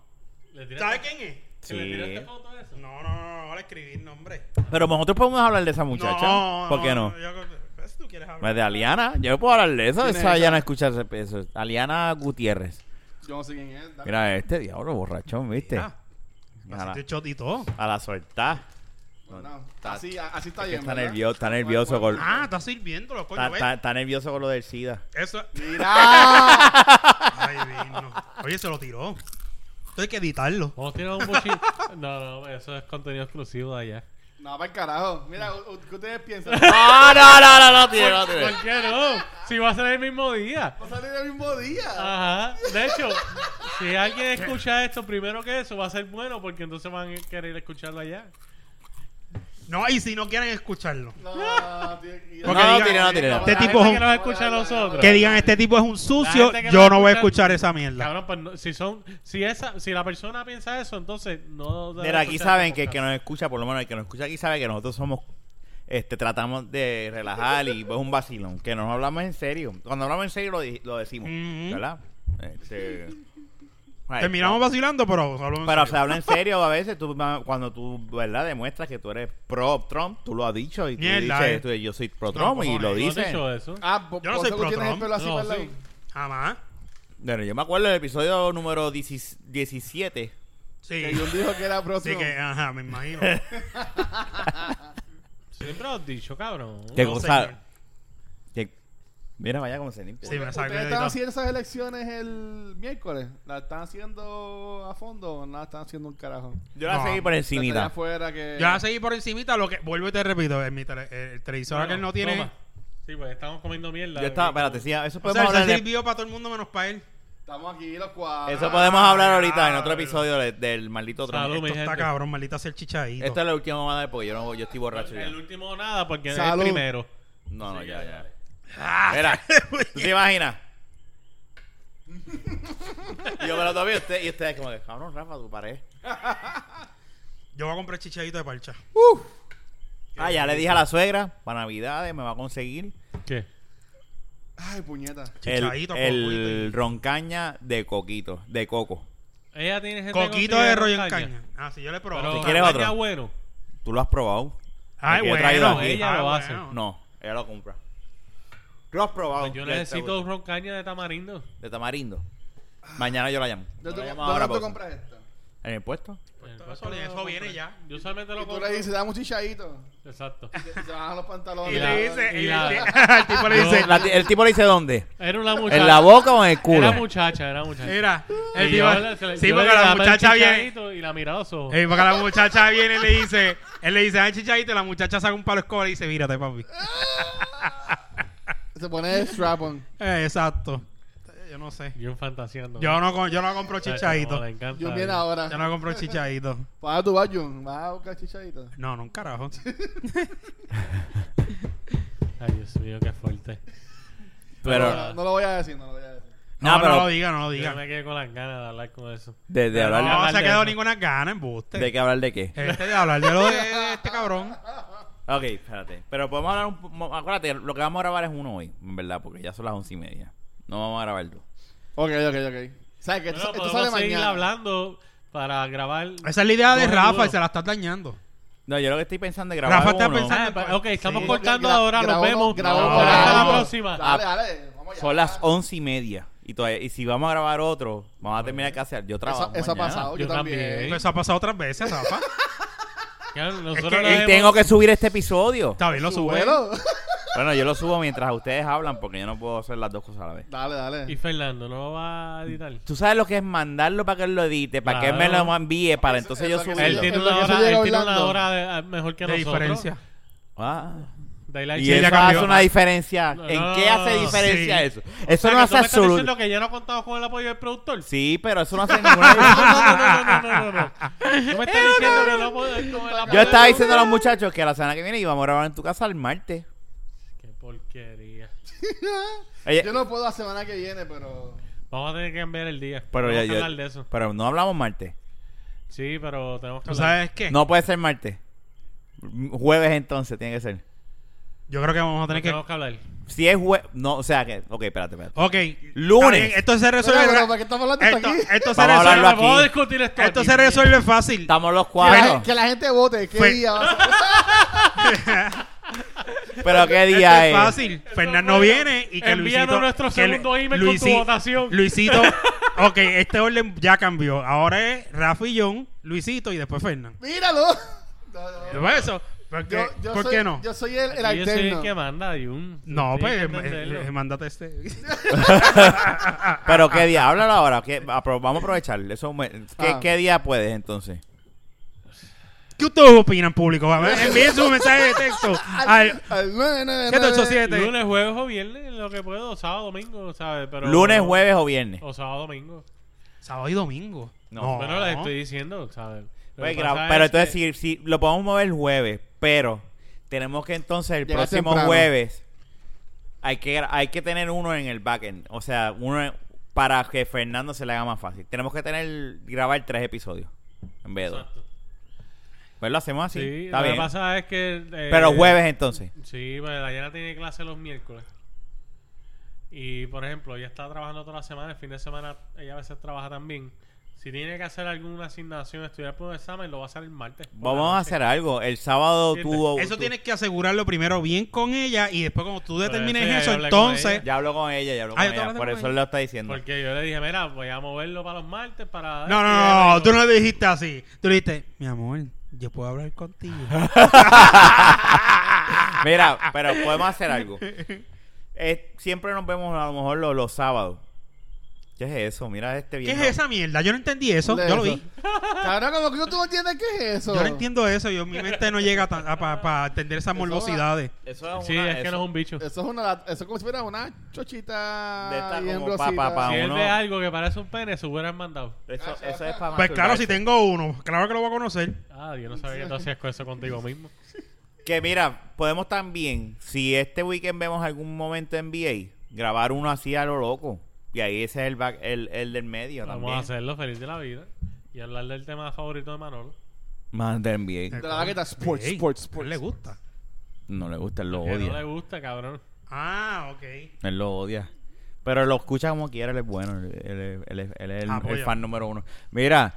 [SPEAKER 3] ¿Le
[SPEAKER 2] ¿Sabes
[SPEAKER 3] tiraste,
[SPEAKER 2] quién es?
[SPEAKER 3] ¿Le tiraste
[SPEAKER 1] Sí.
[SPEAKER 3] foto de eso?
[SPEAKER 2] No, no, no, no vale escribir nombre.
[SPEAKER 1] Pero nosotros podemos hablar de esa muchacha.
[SPEAKER 2] No,
[SPEAKER 1] ¿Por qué no?
[SPEAKER 2] yo- pues, tú quieres hablar.
[SPEAKER 1] Pues De Aliana, yo puedo hablar de eso.
[SPEAKER 5] ¿Quién es
[SPEAKER 1] Esa
[SPEAKER 5] esa?
[SPEAKER 1] ya no escucha ese- eso. Aliana Gutiérrez.
[SPEAKER 5] Yo no sé quién es. dale.
[SPEAKER 1] Mira, este diablo borrachón, ¿viste?
[SPEAKER 2] Ah,
[SPEAKER 1] A la,
[SPEAKER 2] Te shot y todo.
[SPEAKER 1] a la soltá.
[SPEAKER 5] Pues no, Así, así está
[SPEAKER 1] Es que
[SPEAKER 5] bien.
[SPEAKER 1] está
[SPEAKER 5] ¿verdad? pues,
[SPEAKER 1] nervioso, está nervioso con,
[SPEAKER 2] Ah, está sirviéndolo, coño.
[SPEAKER 1] está,
[SPEAKER 2] ve.
[SPEAKER 1] está- está nervioso con lo del SIDA.
[SPEAKER 2] Eso.
[SPEAKER 5] Mira.
[SPEAKER 2] Ay, vino. Oye, se lo tiró. Esto hay que editarlo.
[SPEAKER 3] Vamos a tirar un bochín. No, no, eso es contenido exclusivo de allá.
[SPEAKER 5] No, para el carajo. Mira, u- u- ¿qué ustedes piensan?
[SPEAKER 1] No,
[SPEAKER 5] Va
[SPEAKER 1] no, no, no, no, tío, no, tío.
[SPEAKER 3] ¿Por qué no? Si va a ser el mismo día.
[SPEAKER 5] a salir el mismo día.
[SPEAKER 3] Ajá. De hecho, si alguien escucha esto primero que eso, va a ser bueno porque entonces van a querer escucharlo allá.
[SPEAKER 2] No, y si no quieren escucharlo.
[SPEAKER 5] No, no, tiene que ir.
[SPEAKER 2] Porque No, digan-
[SPEAKER 1] tira, no, tira, no.
[SPEAKER 2] Este
[SPEAKER 3] La
[SPEAKER 2] tipo-
[SPEAKER 3] gente que nos escucha a nosotros.
[SPEAKER 2] Que digan, este tipo es un sucio,
[SPEAKER 3] La gente que
[SPEAKER 2] yo
[SPEAKER 3] lo
[SPEAKER 2] no voy a
[SPEAKER 3] escucha-
[SPEAKER 2] escuchar esa mierda.
[SPEAKER 3] Cabrón, pues no- si son, si esa, si la persona piensa eso, entonces no. debe
[SPEAKER 1] Mira, aquí
[SPEAKER 3] escuchar
[SPEAKER 1] saben
[SPEAKER 3] este
[SPEAKER 1] que el que
[SPEAKER 3] podcast.
[SPEAKER 1] nos escucha, por lo menos el que nos escucha aquí sabe que nosotros somos, este, tratamos de relajar y es un vacilón, que no hablamos en serio. Cuando hablamos en serio lo, di- lo decimos,
[SPEAKER 2] Ujú.
[SPEAKER 1] ¿verdad? Este, ay,
[SPEAKER 2] Terminamos vacilando, pero hablamos en
[SPEAKER 1] Pero
[SPEAKER 2] serio.
[SPEAKER 1] se habla en serio a veces, tú, ma- cuando tú, ¿verdad? Demuestras que tú eres pro Trump, tú lo has dicho y tú
[SPEAKER 2] Mierda,
[SPEAKER 1] dices,
[SPEAKER 2] eh.
[SPEAKER 1] tú, yo soy pro
[SPEAKER 2] No,
[SPEAKER 1] Trump y
[SPEAKER 2] cojones, no
[SPEAKER 3] ¿No
[SPEAKER 1] lo
[SPEAKER 3] has
[SPEAKER 1] dices.
[SPEAKER 2] eh.
[SPEAKER 3] dicho eso?
[SPEAKER 5] Ah, po-
[SPEAKER 2] Yo no
[SPEAKER 5] por
[SPEAKER 2] soy
[SPEAKER 5] eso que
[SPEAKER 2] pro
[SPEAKER 5] tienes el
[SPEAKER 2] Trump.
[SPEAKER 5] pelo así
[SPEAKER 3] No,
[SPEAKER 5] para el lado.
[SPEAKER 3] sí.
[SPEAKER 2] Jamás.
[SPEAKER 1] Bueno, yo me acuerdo del episodio número 10 17.
[SPEAKER 2] Sí.
[SPEAKER 5] Que Jun dijo que era
[SPEAKER 2] Así
[SPEAKER 5] próximo.
[SPEAKER 2] que, ajá, me imagino.
[SPEAKER 3] Siempre lo has dicho, cabrón.
[SPEAKER 1] Que
[SPEAKER 2] No,
[SPEAKER 1] cosa-
[SPEAKER 2] señor.
[SPEAKER 1] que- mira, vaya como se limpia.
[SPEAKER 2] Sí, me sacó
[SPEAKER 5] ¿Ustedes
[SPEAKER 2] el
[SPEAKER 5] están
[SPEAKER 2] editado.
[SPEAKER 5] haciendo esas elecciones el miércoles? ¿Las están haciendo a fondo o no las están haciendo un carajo?
[SPEAKER 1] Yo la
[SPEAKER 2] No,
[SPEAKER 1] seguí por
[SPEAKER 5] Las
[SPEAKER 1] encimita.
[SPEAKER 5] están afuera que...
[SPEAKER 2] Yo voy a seguir por encimita lo que... Vuelvo y te repito, en mi tele- el televisor
[SPEAKER 3] Bueno,
[SPEAKER 2] aquel no tiene...
[SPEAKER 3] toma. Sí, pues estamos comiendo mierda.
[SPEAKER 1] Yo estaba, espérate, sí, eso
[SPEAKER 2] O
[SPEAKER 1] podemos
[SPEAKER 2] sea,
[SPEAKER 1] hablar
[SPEAKER 2] él
[SPEAKER 1] en el-
[SPEAKER 2] sirvió para todo el mundo menos para él.
[SPEAKER 5] Estamos aquí los cuatro.
[SPEAKER 1] Eso podemos hablar ahorita en otro
[SPEAKER 2] claro.
[SPEAKER 1] episodio de- del maldito Trump.
[SPEAKER 3] Salud,
[SPEAKER 1] Esto-
[SPEAKER 3] mi
[SPEAKER 2] Esto está
[SPEAKER 3] gente.
[SPEAKER 2] cabrón, maldita sea el chichadito.
[SPEAKER 1] Esta es la última que vamos a dar porque yo, no, yo estoy borracho ya.
[SPEAKER 3] El último nada, porque
[SPEAKER 5] Salud.
[SPEAKER 3] es el primero.
[SPEAKER 1] No, no, ya, ya.
[SPEAKER 2] Ah,
[SPEAKER 1] Mira, ¿tú te imaginas? Y yo me lo tomé y usted, y ustedes como que, cabrón, Rafa, tu pared.
[SPEAKER 2] Yo voy a comprar chichadito de parcha.
[SPEAKER 1] Ah, ya le dije a la suegra, para navidades me va a conseguir
[SPEAKER 3] ¿Qué?
[SPEAKER 5] Ay, puñeta.
[SPEAKER 1] el,
[SPEAKER 2] Chichadito, coquito
[SPEAKER 1] el roncaña de coquito, de coco.
[SPEAKER 3] Ella tiene gente
[SPEAKER 2] y- Coquito
[SPEAKER 3] consigue
[SPEAKER 2] de rollo en
[SPEAKER 3] caña.
[SPEAKER 2] caña. Ah, sí, yo le probé.
[SPEAKER 3] Pero
[SPEAKER 1] Si quieres
[SPEAKER 3] caña
[SPEAKER 1] otro.
[SPEAKER 3] bueno.
[SPEAKER 1] ¿Tú lo has probado?
[SPEAKER 2] Ay,
[SPEAKER 1] Porque yo he
[SPEAKER 2] bueno,
[SPEAKER 1] traído
[SPEAKER 2] ella,
[SPEAKER 1] aquí.
[SPEAKER 3] ella lo
[SPEAKER 2] bueno.
[SPEAKER 3] hace.
[SPEAKER 1] No, ella lo compra. ¿Lo has probado?
[SPEAKER 3] Pues Yo
[SPEAKER 1] Ya está,
[SPEAKER 3] necesito un ron caña de tamarindo.
[SPEAKER 1] De tamarindo. Mañana yo la llamo.
[SPEAKER 5] ¿Dónde
[SPEAKER 1] No
[SPEAKER 5] tú-
[SPEAKER 1] la llamo
[SPEAKER 5] ¿Dónde
[SPEAKER 1] ahora, pues.
[SPEAKER 5] tú
[SPEAKER 1] pausa.
[SPEAKER 5] compras esto?
[SPEAKER 1] ¿En el puesto?
[SPEAKER 2] Pues Eh, todo eso- eso viene ya.
[SPEAKER 3] Yo solamente lo
[SPEAKER 5] Y tú
[SPEAKER 3] compro.
[SPEAKER 5] le dices, dame un chichadito.
[SPEAKER 3] Exacto.
[SPEAKER 5] Se se bajan los pantalones.
[SPEAKER 2] Y
[SPEAKER 3] la-
[SPEAKER 2] le dice...
[SPEAKER 3] y
[SPEAKER 2] y
[SPEAKER 3] la-
[SPEAKER 2] le- El tipo le dice...
[SPEAKER 1] La- el tipo le dice dónde.
[SPEAKER 3] Era una muchacha.
[SPEAKER 1] ¿En la boca o en el culo?
[SPEAKER 3] Era muchacha, era muchacha.
[SPEAKER 2] Mira, el
[SPEAKER 3] Y yo le- se
[SPEAKER 2] tipo...
[SPEAKER 3] le-
[SPEAKER 2] Sí,
[SPEAKER 3] yo le
[SPEAKER 2] porque la
[SPEAKER 3] daba el
[SPEAKER 2] muchacha viene...
[SPEAKER 3] chichadito Y la miraba a los ojos.
[SPEAKER 2] Eh, porque la muchacha viene y le dice, él le dice, ay, chichadito, y la muchacha saca un palo de escoba y dice, mírate, papi.
[SPEAKER 5] Se pone el strap-on.
[SPEAKER 2] Eh, exacto. Eh, Yo no sé.
[SPEAKER 3] Yo fantaseando.
[SPEAKER 2] Yo no, com- yo no compro
[SPEAKER 3] Chacho,
[SPEAKER 2] chichadito.
[SPEAKER 3] Eh, no, le encanta.
[SPEAKER 5] Jun viene ahora.
[SPEAKER 2] Yo no compro chichadito.
[SPEAKER 5] ¿Para Pues tu vas, Jun? ¿Vas a buscar chichadito?
[SPEAKER 2] No, no, un carajo.
[SPEAKER 3] Ay, Dios mío, qué fuerte.
[SPEAKER 1] Pero,
[SPEAKER 5] No, no, no lo voy a decir, no lo voy a decir.
[SPEAKER 2] No,
[SPEAKER 1] No,
[SPEAKER 2] no,
[SPEAKER 1] pero-
[SPEAKER 2] lo diga, no lo
[SPEAKER 3] Yo
[SPEAKER 2] diga.
[SPEAKER 3] me quedé con las ganas de hablar con eso.
[SPEAKER 1] de, de hablar
[SPEAKER 2] No,
[SPEAKER 3] hablar
[SPEAKER 2] se ha
[SPEAKER 3] de
[SPEAKER 2] quedado
[SPEAKER 3] eso.
[SPEAKER 2] ninguna gana en buste.
[SPEAKER 1] ¿De qué hablar de qué?
[SPEAKER 2] Este de hablar de lo de, de este cabrón.
[SPEAKER 1] Ok, espérate. Pero podemos hablar un po- mo- Acuérdate, lo que vamos a grabar es uno hoy, en verdad, porque ya son las once y media. No vamos a grabar dos.
[SPEAKER 5] Ok, ok, ok. ¿Sabes que
[SPEAKER 3] Bueno,
[SPEAKER 5] esto, esto
[SPEAKER 3] podemos
[SPEAKER 5] sale
[SPEAKER 3] seguir
[SPEAKER 5] mañana.
[SPEAKER 3] hablando para grabar.
[SPEAKER 2] Esa es la idea de
[SPEAKER 3] Coge
[SPEAKER 2] Rafa
[SPEAKER 3] duro.
[SPEAKER 2] y se la estás dañando.
[SPEAKER 1] No, yo lo que estoy pensando es grabar
[SPEAKER 2] Rafa está
[SPEAKER 1] uno.
[SPEAKER 2] pensando-
[SPEAKER 3] Ah, pa- ok, estamos
[SPEAKER 2] Sí.
[SPEAKER 3] cortando
[SPEAKER 5] Gra-
[SPEAKER 3] ahora,
[SPEAKER 5] grabamos-
[SPEAKER 3] nos vemos.
[SPEAKER 5] grabamos
[SPEAKER 2] por
[SPEAKER 3] hasta la
[SPEAKER 5] algo.
[SPEAKER 3] próxima.
[SPEAKER 5] Dale, dale. Vamos ya.
[SPEAKER 1] Son las once y media. Y, todavía- y si vamos a grabar otro, vamos a terminar que hacer. Yo trabajo.
[SPEAKER 5] Eso, eso ha
[SPEAKER 1] mañana.
[SPEAKER 5] pasado, yo,
[SPEAKER 3] Yo
[SPEAKER 5] también.
[SPEAKER 3] también.
[SPEAKER 2] Eso ha pasado otras veces, Rafa.
[SPEAKER 3] Ya, nosotros
[SPEAKER 2] Es que-
[SPEAKER 3] nos
[SPEAKER 2] y
[SPEAKER 1] Y
[SPEAKER 3] hemos-
[SPEAKER 1] tengo que subir este episodio.
[SPEAKER 2] Está bien, lo sube.
[SPEAKER 5] Súbelo.
[SPEAKER 1] Bueno, yo lo subo mientras ustedes hablan porque yo no puedo hacer las dos cosas a la vez.
[SPEAKER 5] dale,
[SPEAKER 3] Y
[SPEAKER 5] dale.
[SPEAKER 3] Fernando, ¿no va a editar?
[SPEAKER 1] ¿Tú sabes lo que es mandarlo para que él lo edite, para
[SPEAKER 3] Claro.
[SPEAKER 1] que él me lo envíe, para entonces yo
[SPEAKER 5] Eso es lo
[SPEAKER 1] subir?
[SPEAKER 5] que
[SPEAKER 3] Él
[SPEAKER 5] yo-
[SPEAKER 3] tiene
[SPEAKER 5] en lo
[SPEAKER 3] una
[SPEAKER 5] que eso
[SPEAKER 3] hora,
[SPEAKER 5] llega
[SPEAKER 3] él tiene una
[SPEAKER 5] Orlando.
[SPEAKER 3] hora de- ah, mejor que
[SPEAKER 2] De
[SPEAKER 3] nosotros.
[SPEAKER 2] diferencia.
[SPEAKER 1] Ah.
[SPEAKER 3] De ahí la
[SPEAKER 1] Y
[SPEAKER 3] chicha.
[SPEAKER 2] ya
[SPEAKER 1] eso
[SPEAKER 2] cambió.
[SPEAKER 1] hace una diferencia.
[SPEAKER 3] No,
[SPEAKER 1] ¿En
[SPEAKER 3] no,
[SPEAKER 1] qué hace
[SPEAKER 3] no,
[SPEAKER 1] diferencia
[SPEAKER 2] sí.
[SPEAKER 1] eso?
[SPEAKER 3] Ah, O sea,
[SPEAKER 1] Eso no
[SPEAKER 3] que
[SPEAKER 1] hace
[SPEAKER 3] tú me estás
[SPEAKER 1] absoluto.
[SPEAKER 3] diciendo que ya no contaba con el apoyo del productor.
[SPEAKER 1] Sí, pero eso no hace ninguna
[SPEAKER 3] No,
[SPEAKER 1] diferencia.
[SPEAKER 3] no, no, no, no, no, no. Tú me estás diciendo que no puedo con el apoyo
[SPEAKER 1] Yo estaba
[SPEAKER 3] del
[SPEAKER 1] diciendo a los muchachos que la semana que viene íbamos a grabar en tu casa el martes.
[SPEAKER 3] productor. Qué porquería.
[SPEAKER 2] Eh.
[SPEAKER 1] Oye,
[SPEAKER 5] Yo no puedo la semana que viene, pero.
[SPEAKER 3] Vamos a tener que cambiar el día.
[SPEAKER 1] pero, ya-
[SPEAKER 3] Vamos a
[SPEAKER 1] yo-
[SPEAKER 3] hablar de eso.
[SPEAKER 1] pero no hablamos martes.
[SPEAKER 3] Sí, pero tenemos que
[SPEAKER 2] ¿Tú
[SPEAKER 3] hablar.
[SPEAKER 2] sabes qué?
[SPEAKER 1] No puede ser martes. M- Jueves entonces tiene que ser.
[SPEAKER 2] Yo creo que vamos a tener que...
[SPEAKER 3] Tenemos que hablar.
[SPEAKER 1] Si es jueves... No, o sea que... Ok, espérate, espérate.
[SPEAKER 2] Ok.
[SPEAKER 1] Lunes.
[SPEAKER 2] está bien, Esto se
[SPEAKER 5] Pero,
[SPEAKER 2] resuelve...
[SPEAKER 5] pero, ¿para qué estamos hablando
[SPEAKER 2] Esto,
[SPEAKER 5] hasta aquí?
[SPEAKER 2] esto se
[SPEAKER 1] Vamos a
[SPEAKER 2] resuelve...
[SPEAKER 1] hablarlo
[SPEAKER 3] Pero Vamos a
[SPEAKER 1] aquí.
[SPEAKER 3] discutir esto.
[SPEAKER 2] Esto
[SPEAKER 3] aquí.
[SPEAKER 2] se resuelve fácil.
[SPEAKER 1] Estamos los
[SPEAKER 5] Que la,
[SPEAKER 1] cuatro.
[SPEAKER 5] que la gente vote. ¿Qué día va a ser?
[SPEAKER 1] Pero qué
[SPEAKER 2] Esto Este
[SPEAKER 1] día
[SPEAKER 2] es
[SPEAKER 1] Este es.
[SPEAKER 2] fácil. Fernando viene y que
[SPEAKER 3] Envíanos
[SPEAKER 2] Luisito.
[SPEAKER 3] nuestro
[SPEAKER 2] que Lu-
[SPEAKER 3] segundo email con tu
[SPEAKER 2] Luisi-
[SPEAKER 3] votación.
[SPEAKER 2] Luisito. Ok, este orden ya cambió. Ahora es Rafa y John, Luisito y después Fernando.
[SPEAKER 5] Míralo. No, no, no.
[SPEAKER 2] Por eso. ¿Por qué,
[SPEAKER 5] Yo- yo
[SPEAKER 2] por
[SPEAKER 5] soy-
[SPEAKER 2] qué no?
[SPEAKER 5] Yo soy el, el
[SPEAKER 3] Yo soy el
[SPEAKER 5] alterno.
[SPEAKER 3] que manda, Jun.
[SPEAKER 2] no,
[SPEAKER 3] Tienes
[SPEAKER 2] pues
[SPEAKER 3] que
[SPEAKER 2] eh,
[SPEAKER 3] entenderlo.
[SPEAKER 2] eh, mándate este.
[SPEAKER 1] Pero qué día. Háblalo ahora. ¿qué- apro- vamos a aprovechar. Eso, me- ¿qué,
[SPEAKER 5] Ah.
[SPEAKER 1] qué día puedes entonces?
[SPEAKER 2] ¿Qué ustedes opinan, público? A ver, Envíen su mensaje de texto al
[SPEAKER 5] Al 999.
[SPEAKER 2] 787.
[SPEAKER 3] Lunes, jueves o viernes, lo que puedo, sábado, domingo, ¿sabes? Pero,
[SPEAKER 1] Lunes, jueves o viernes.
[SPEAKER 3] O sábado, domingo.
[SPEAKER 2] Sábado y domingo.
[SPEAKER 1] No,
[SPEAKER 2] No.
[SPEAKER 3] Bueno, les estoy diciendo, ¿sabes? Lo
[SPEAKER 1] Pues,
[SPEAKER 3] que
[SPEAKER 1] gra-
[SPEAKER 3] pasa
[SPEAKER 1] pero
[SPEAKER 3] es
[SPEAKER 1] entonces
[SPEAKER 3] que-
[SPEAKER 1] si, si lo podemos mover el jueves, Pero tenemos que entonces el
[SPEAKER 5] Llegar
[SPEAKER 1] próximo
[SPEAKER 5] temprano.
[SPEAKER 1] jueves hay que, hay que tener uno en el backend. O sea, uno en- para que Fernando se le haga más fácil. Tenemos que tener grabar tres episodios en vez de dos.
[SPEAKER 3] Exacto.
[SPEAKER 1] Pues lo hacemos así.
[SPEAKER 3] Sí,
[SPEAKER 1] Está
[SPEAKER 3] lo
[SPEAKER 1] bien.
[SPEAKER 3] que pasa es que. eh,
[SPEAKER 1] Pero jueves entonces.
[SPEAKER 3] Sí, pues Dayana tiene clase los miércoles. Y por ejemplo, ella está trabajando toda la semana, el fin de semana ella a veces trabaja también. Si tiene que hacer alguna asignación, estudiar por un examen, lo va a hacer el martes. por la
[SPEAKER 1] Vamos a
[SPEAKER 3] noche.
[SPEAKER 1] hacer algo. El sábado
[SPEAKER 3] Sí,
[SPEAKER 1] tuvo.
[SPEAKER 2] Eso
[SPEAKER 1] tu-
[SPEAKER 2] tienes que asegurarlo primero bien con ella y después cuando tú determines
[SPEAKER 3] eso ya
[SPEAKER 2] eso,
[SPEAKER 3] yo hablé con
[SPEAKER 2] entonces...
[SPEAKER 3] ella.
[SPEAKER 1] Ya hablo con ella, ya hablo
[SPEAKER 2] Ah,
[SPEAKER 1] con
[SPEAKER 2] yo te
[SPEAKER 1] ella.
[SPEAKER 2] hablaste
[SPEAKER 1] Por
[SPEAKER 2] con
[SPEAKER 1] eso
[SPEAKER 2] ella.
[SPEAKER 1] lo está diciendo.
[SPEAKER 3] Porque yo le dije, mira, voy a moverlo para los martes para.
[SPEAKER 2] No, no, no, no, tú no le dijiste así. Tú le dijiste, mi amor, yo puedo hablar contigo.
[SPEAKER 1] Mira, pero podemos hacer algo. Eh, siempre nos vemos a lo mejor los, los sábados. ¿Qué es eso? Mira este
[SPEAKER 2] ¿Qué
[SPEAKER 1] viejo.
[SPEAKER 2] es esa mierda? Yo no entendí eso.
[SPEAKER 5] Le-
[SPEAKER 2] Yo lo vi.
[SPEAKER 5] Cabrón, como que tú no entiendes qué es eso.
[SPEAKER 2] Yo no entiendo eso. Yo, mi mente no llega para entender esas morbosidades.
[SPEAKER 1] Eso es
[SPEAKER 3] Sí,
[SPEAKER 1] una-
[SPEAKER 3] es que
[SPEAKER 1] eso-
[SPEAKER 3] no es un bicho.
[SPEAKER 5] Eso es una eso es como si fuera una chochita
[SPEAKER 1] De esta
[SPEAKER 5] bien
[SPEAKER 1] como pa,
[SPEAKER 5] rosita.
[SPEAKER 1] pa, pa,
[SPEAKER 3] Si él
[SPEAKER 1] uno-
[SPEAKER 3] ve algo que parece un pene, se hubieran mandado.
[SPEAKER 1] eso- eso es
[SPEAKER 5] Ah,
[SPEAKER 1] para
[SPEAKER 2] Pues claro, si
[SPEAKER 1] masturbarse.
[SPEAKER 2] tengo uno, claro que lo voy a conocer.
[SPEAKER 3] Ah, yo no sabía que tú hacías con eso contigo mismo.
[SPEAKER 1] Que mira, podemos también, si este weekend vemos algún momento en NBA, grabar uno así a lo loco. Y ahí ese es el, back- el, el del medio
[SPEAKER 3] Vamos
[SPEAKER 1] también.
[SPEAKER 3] a hacerlo feliz de la vida y hablar del tema favorito de Manolo.
[SPEAKER 1] Más de NBA.
[SPEAKER 5] De la vaqueta sports,
[SPEAKER 2] Ey,
[SPEAKER 5] sports,
[SPEAKER 2] a él
[SPEAKER 5] sports.
[SPEAKER 2] le gusta.
[SPEAKER 1] No le gusta, él lo
[SPEAKER 3] Que no le
[SPEAKER 1] odia.
[SPEAKER 3] gusta, cabrón.
[SPEAKER 2] Ah, ok.
[SPEAKER 1] Él lo odia. Pero lo escucha como quiera, él es bueno. Él, él- él es- él es el,
[SPEAKER 2] Apoya.
[SPEAKER 1] el fan número uno. Mira,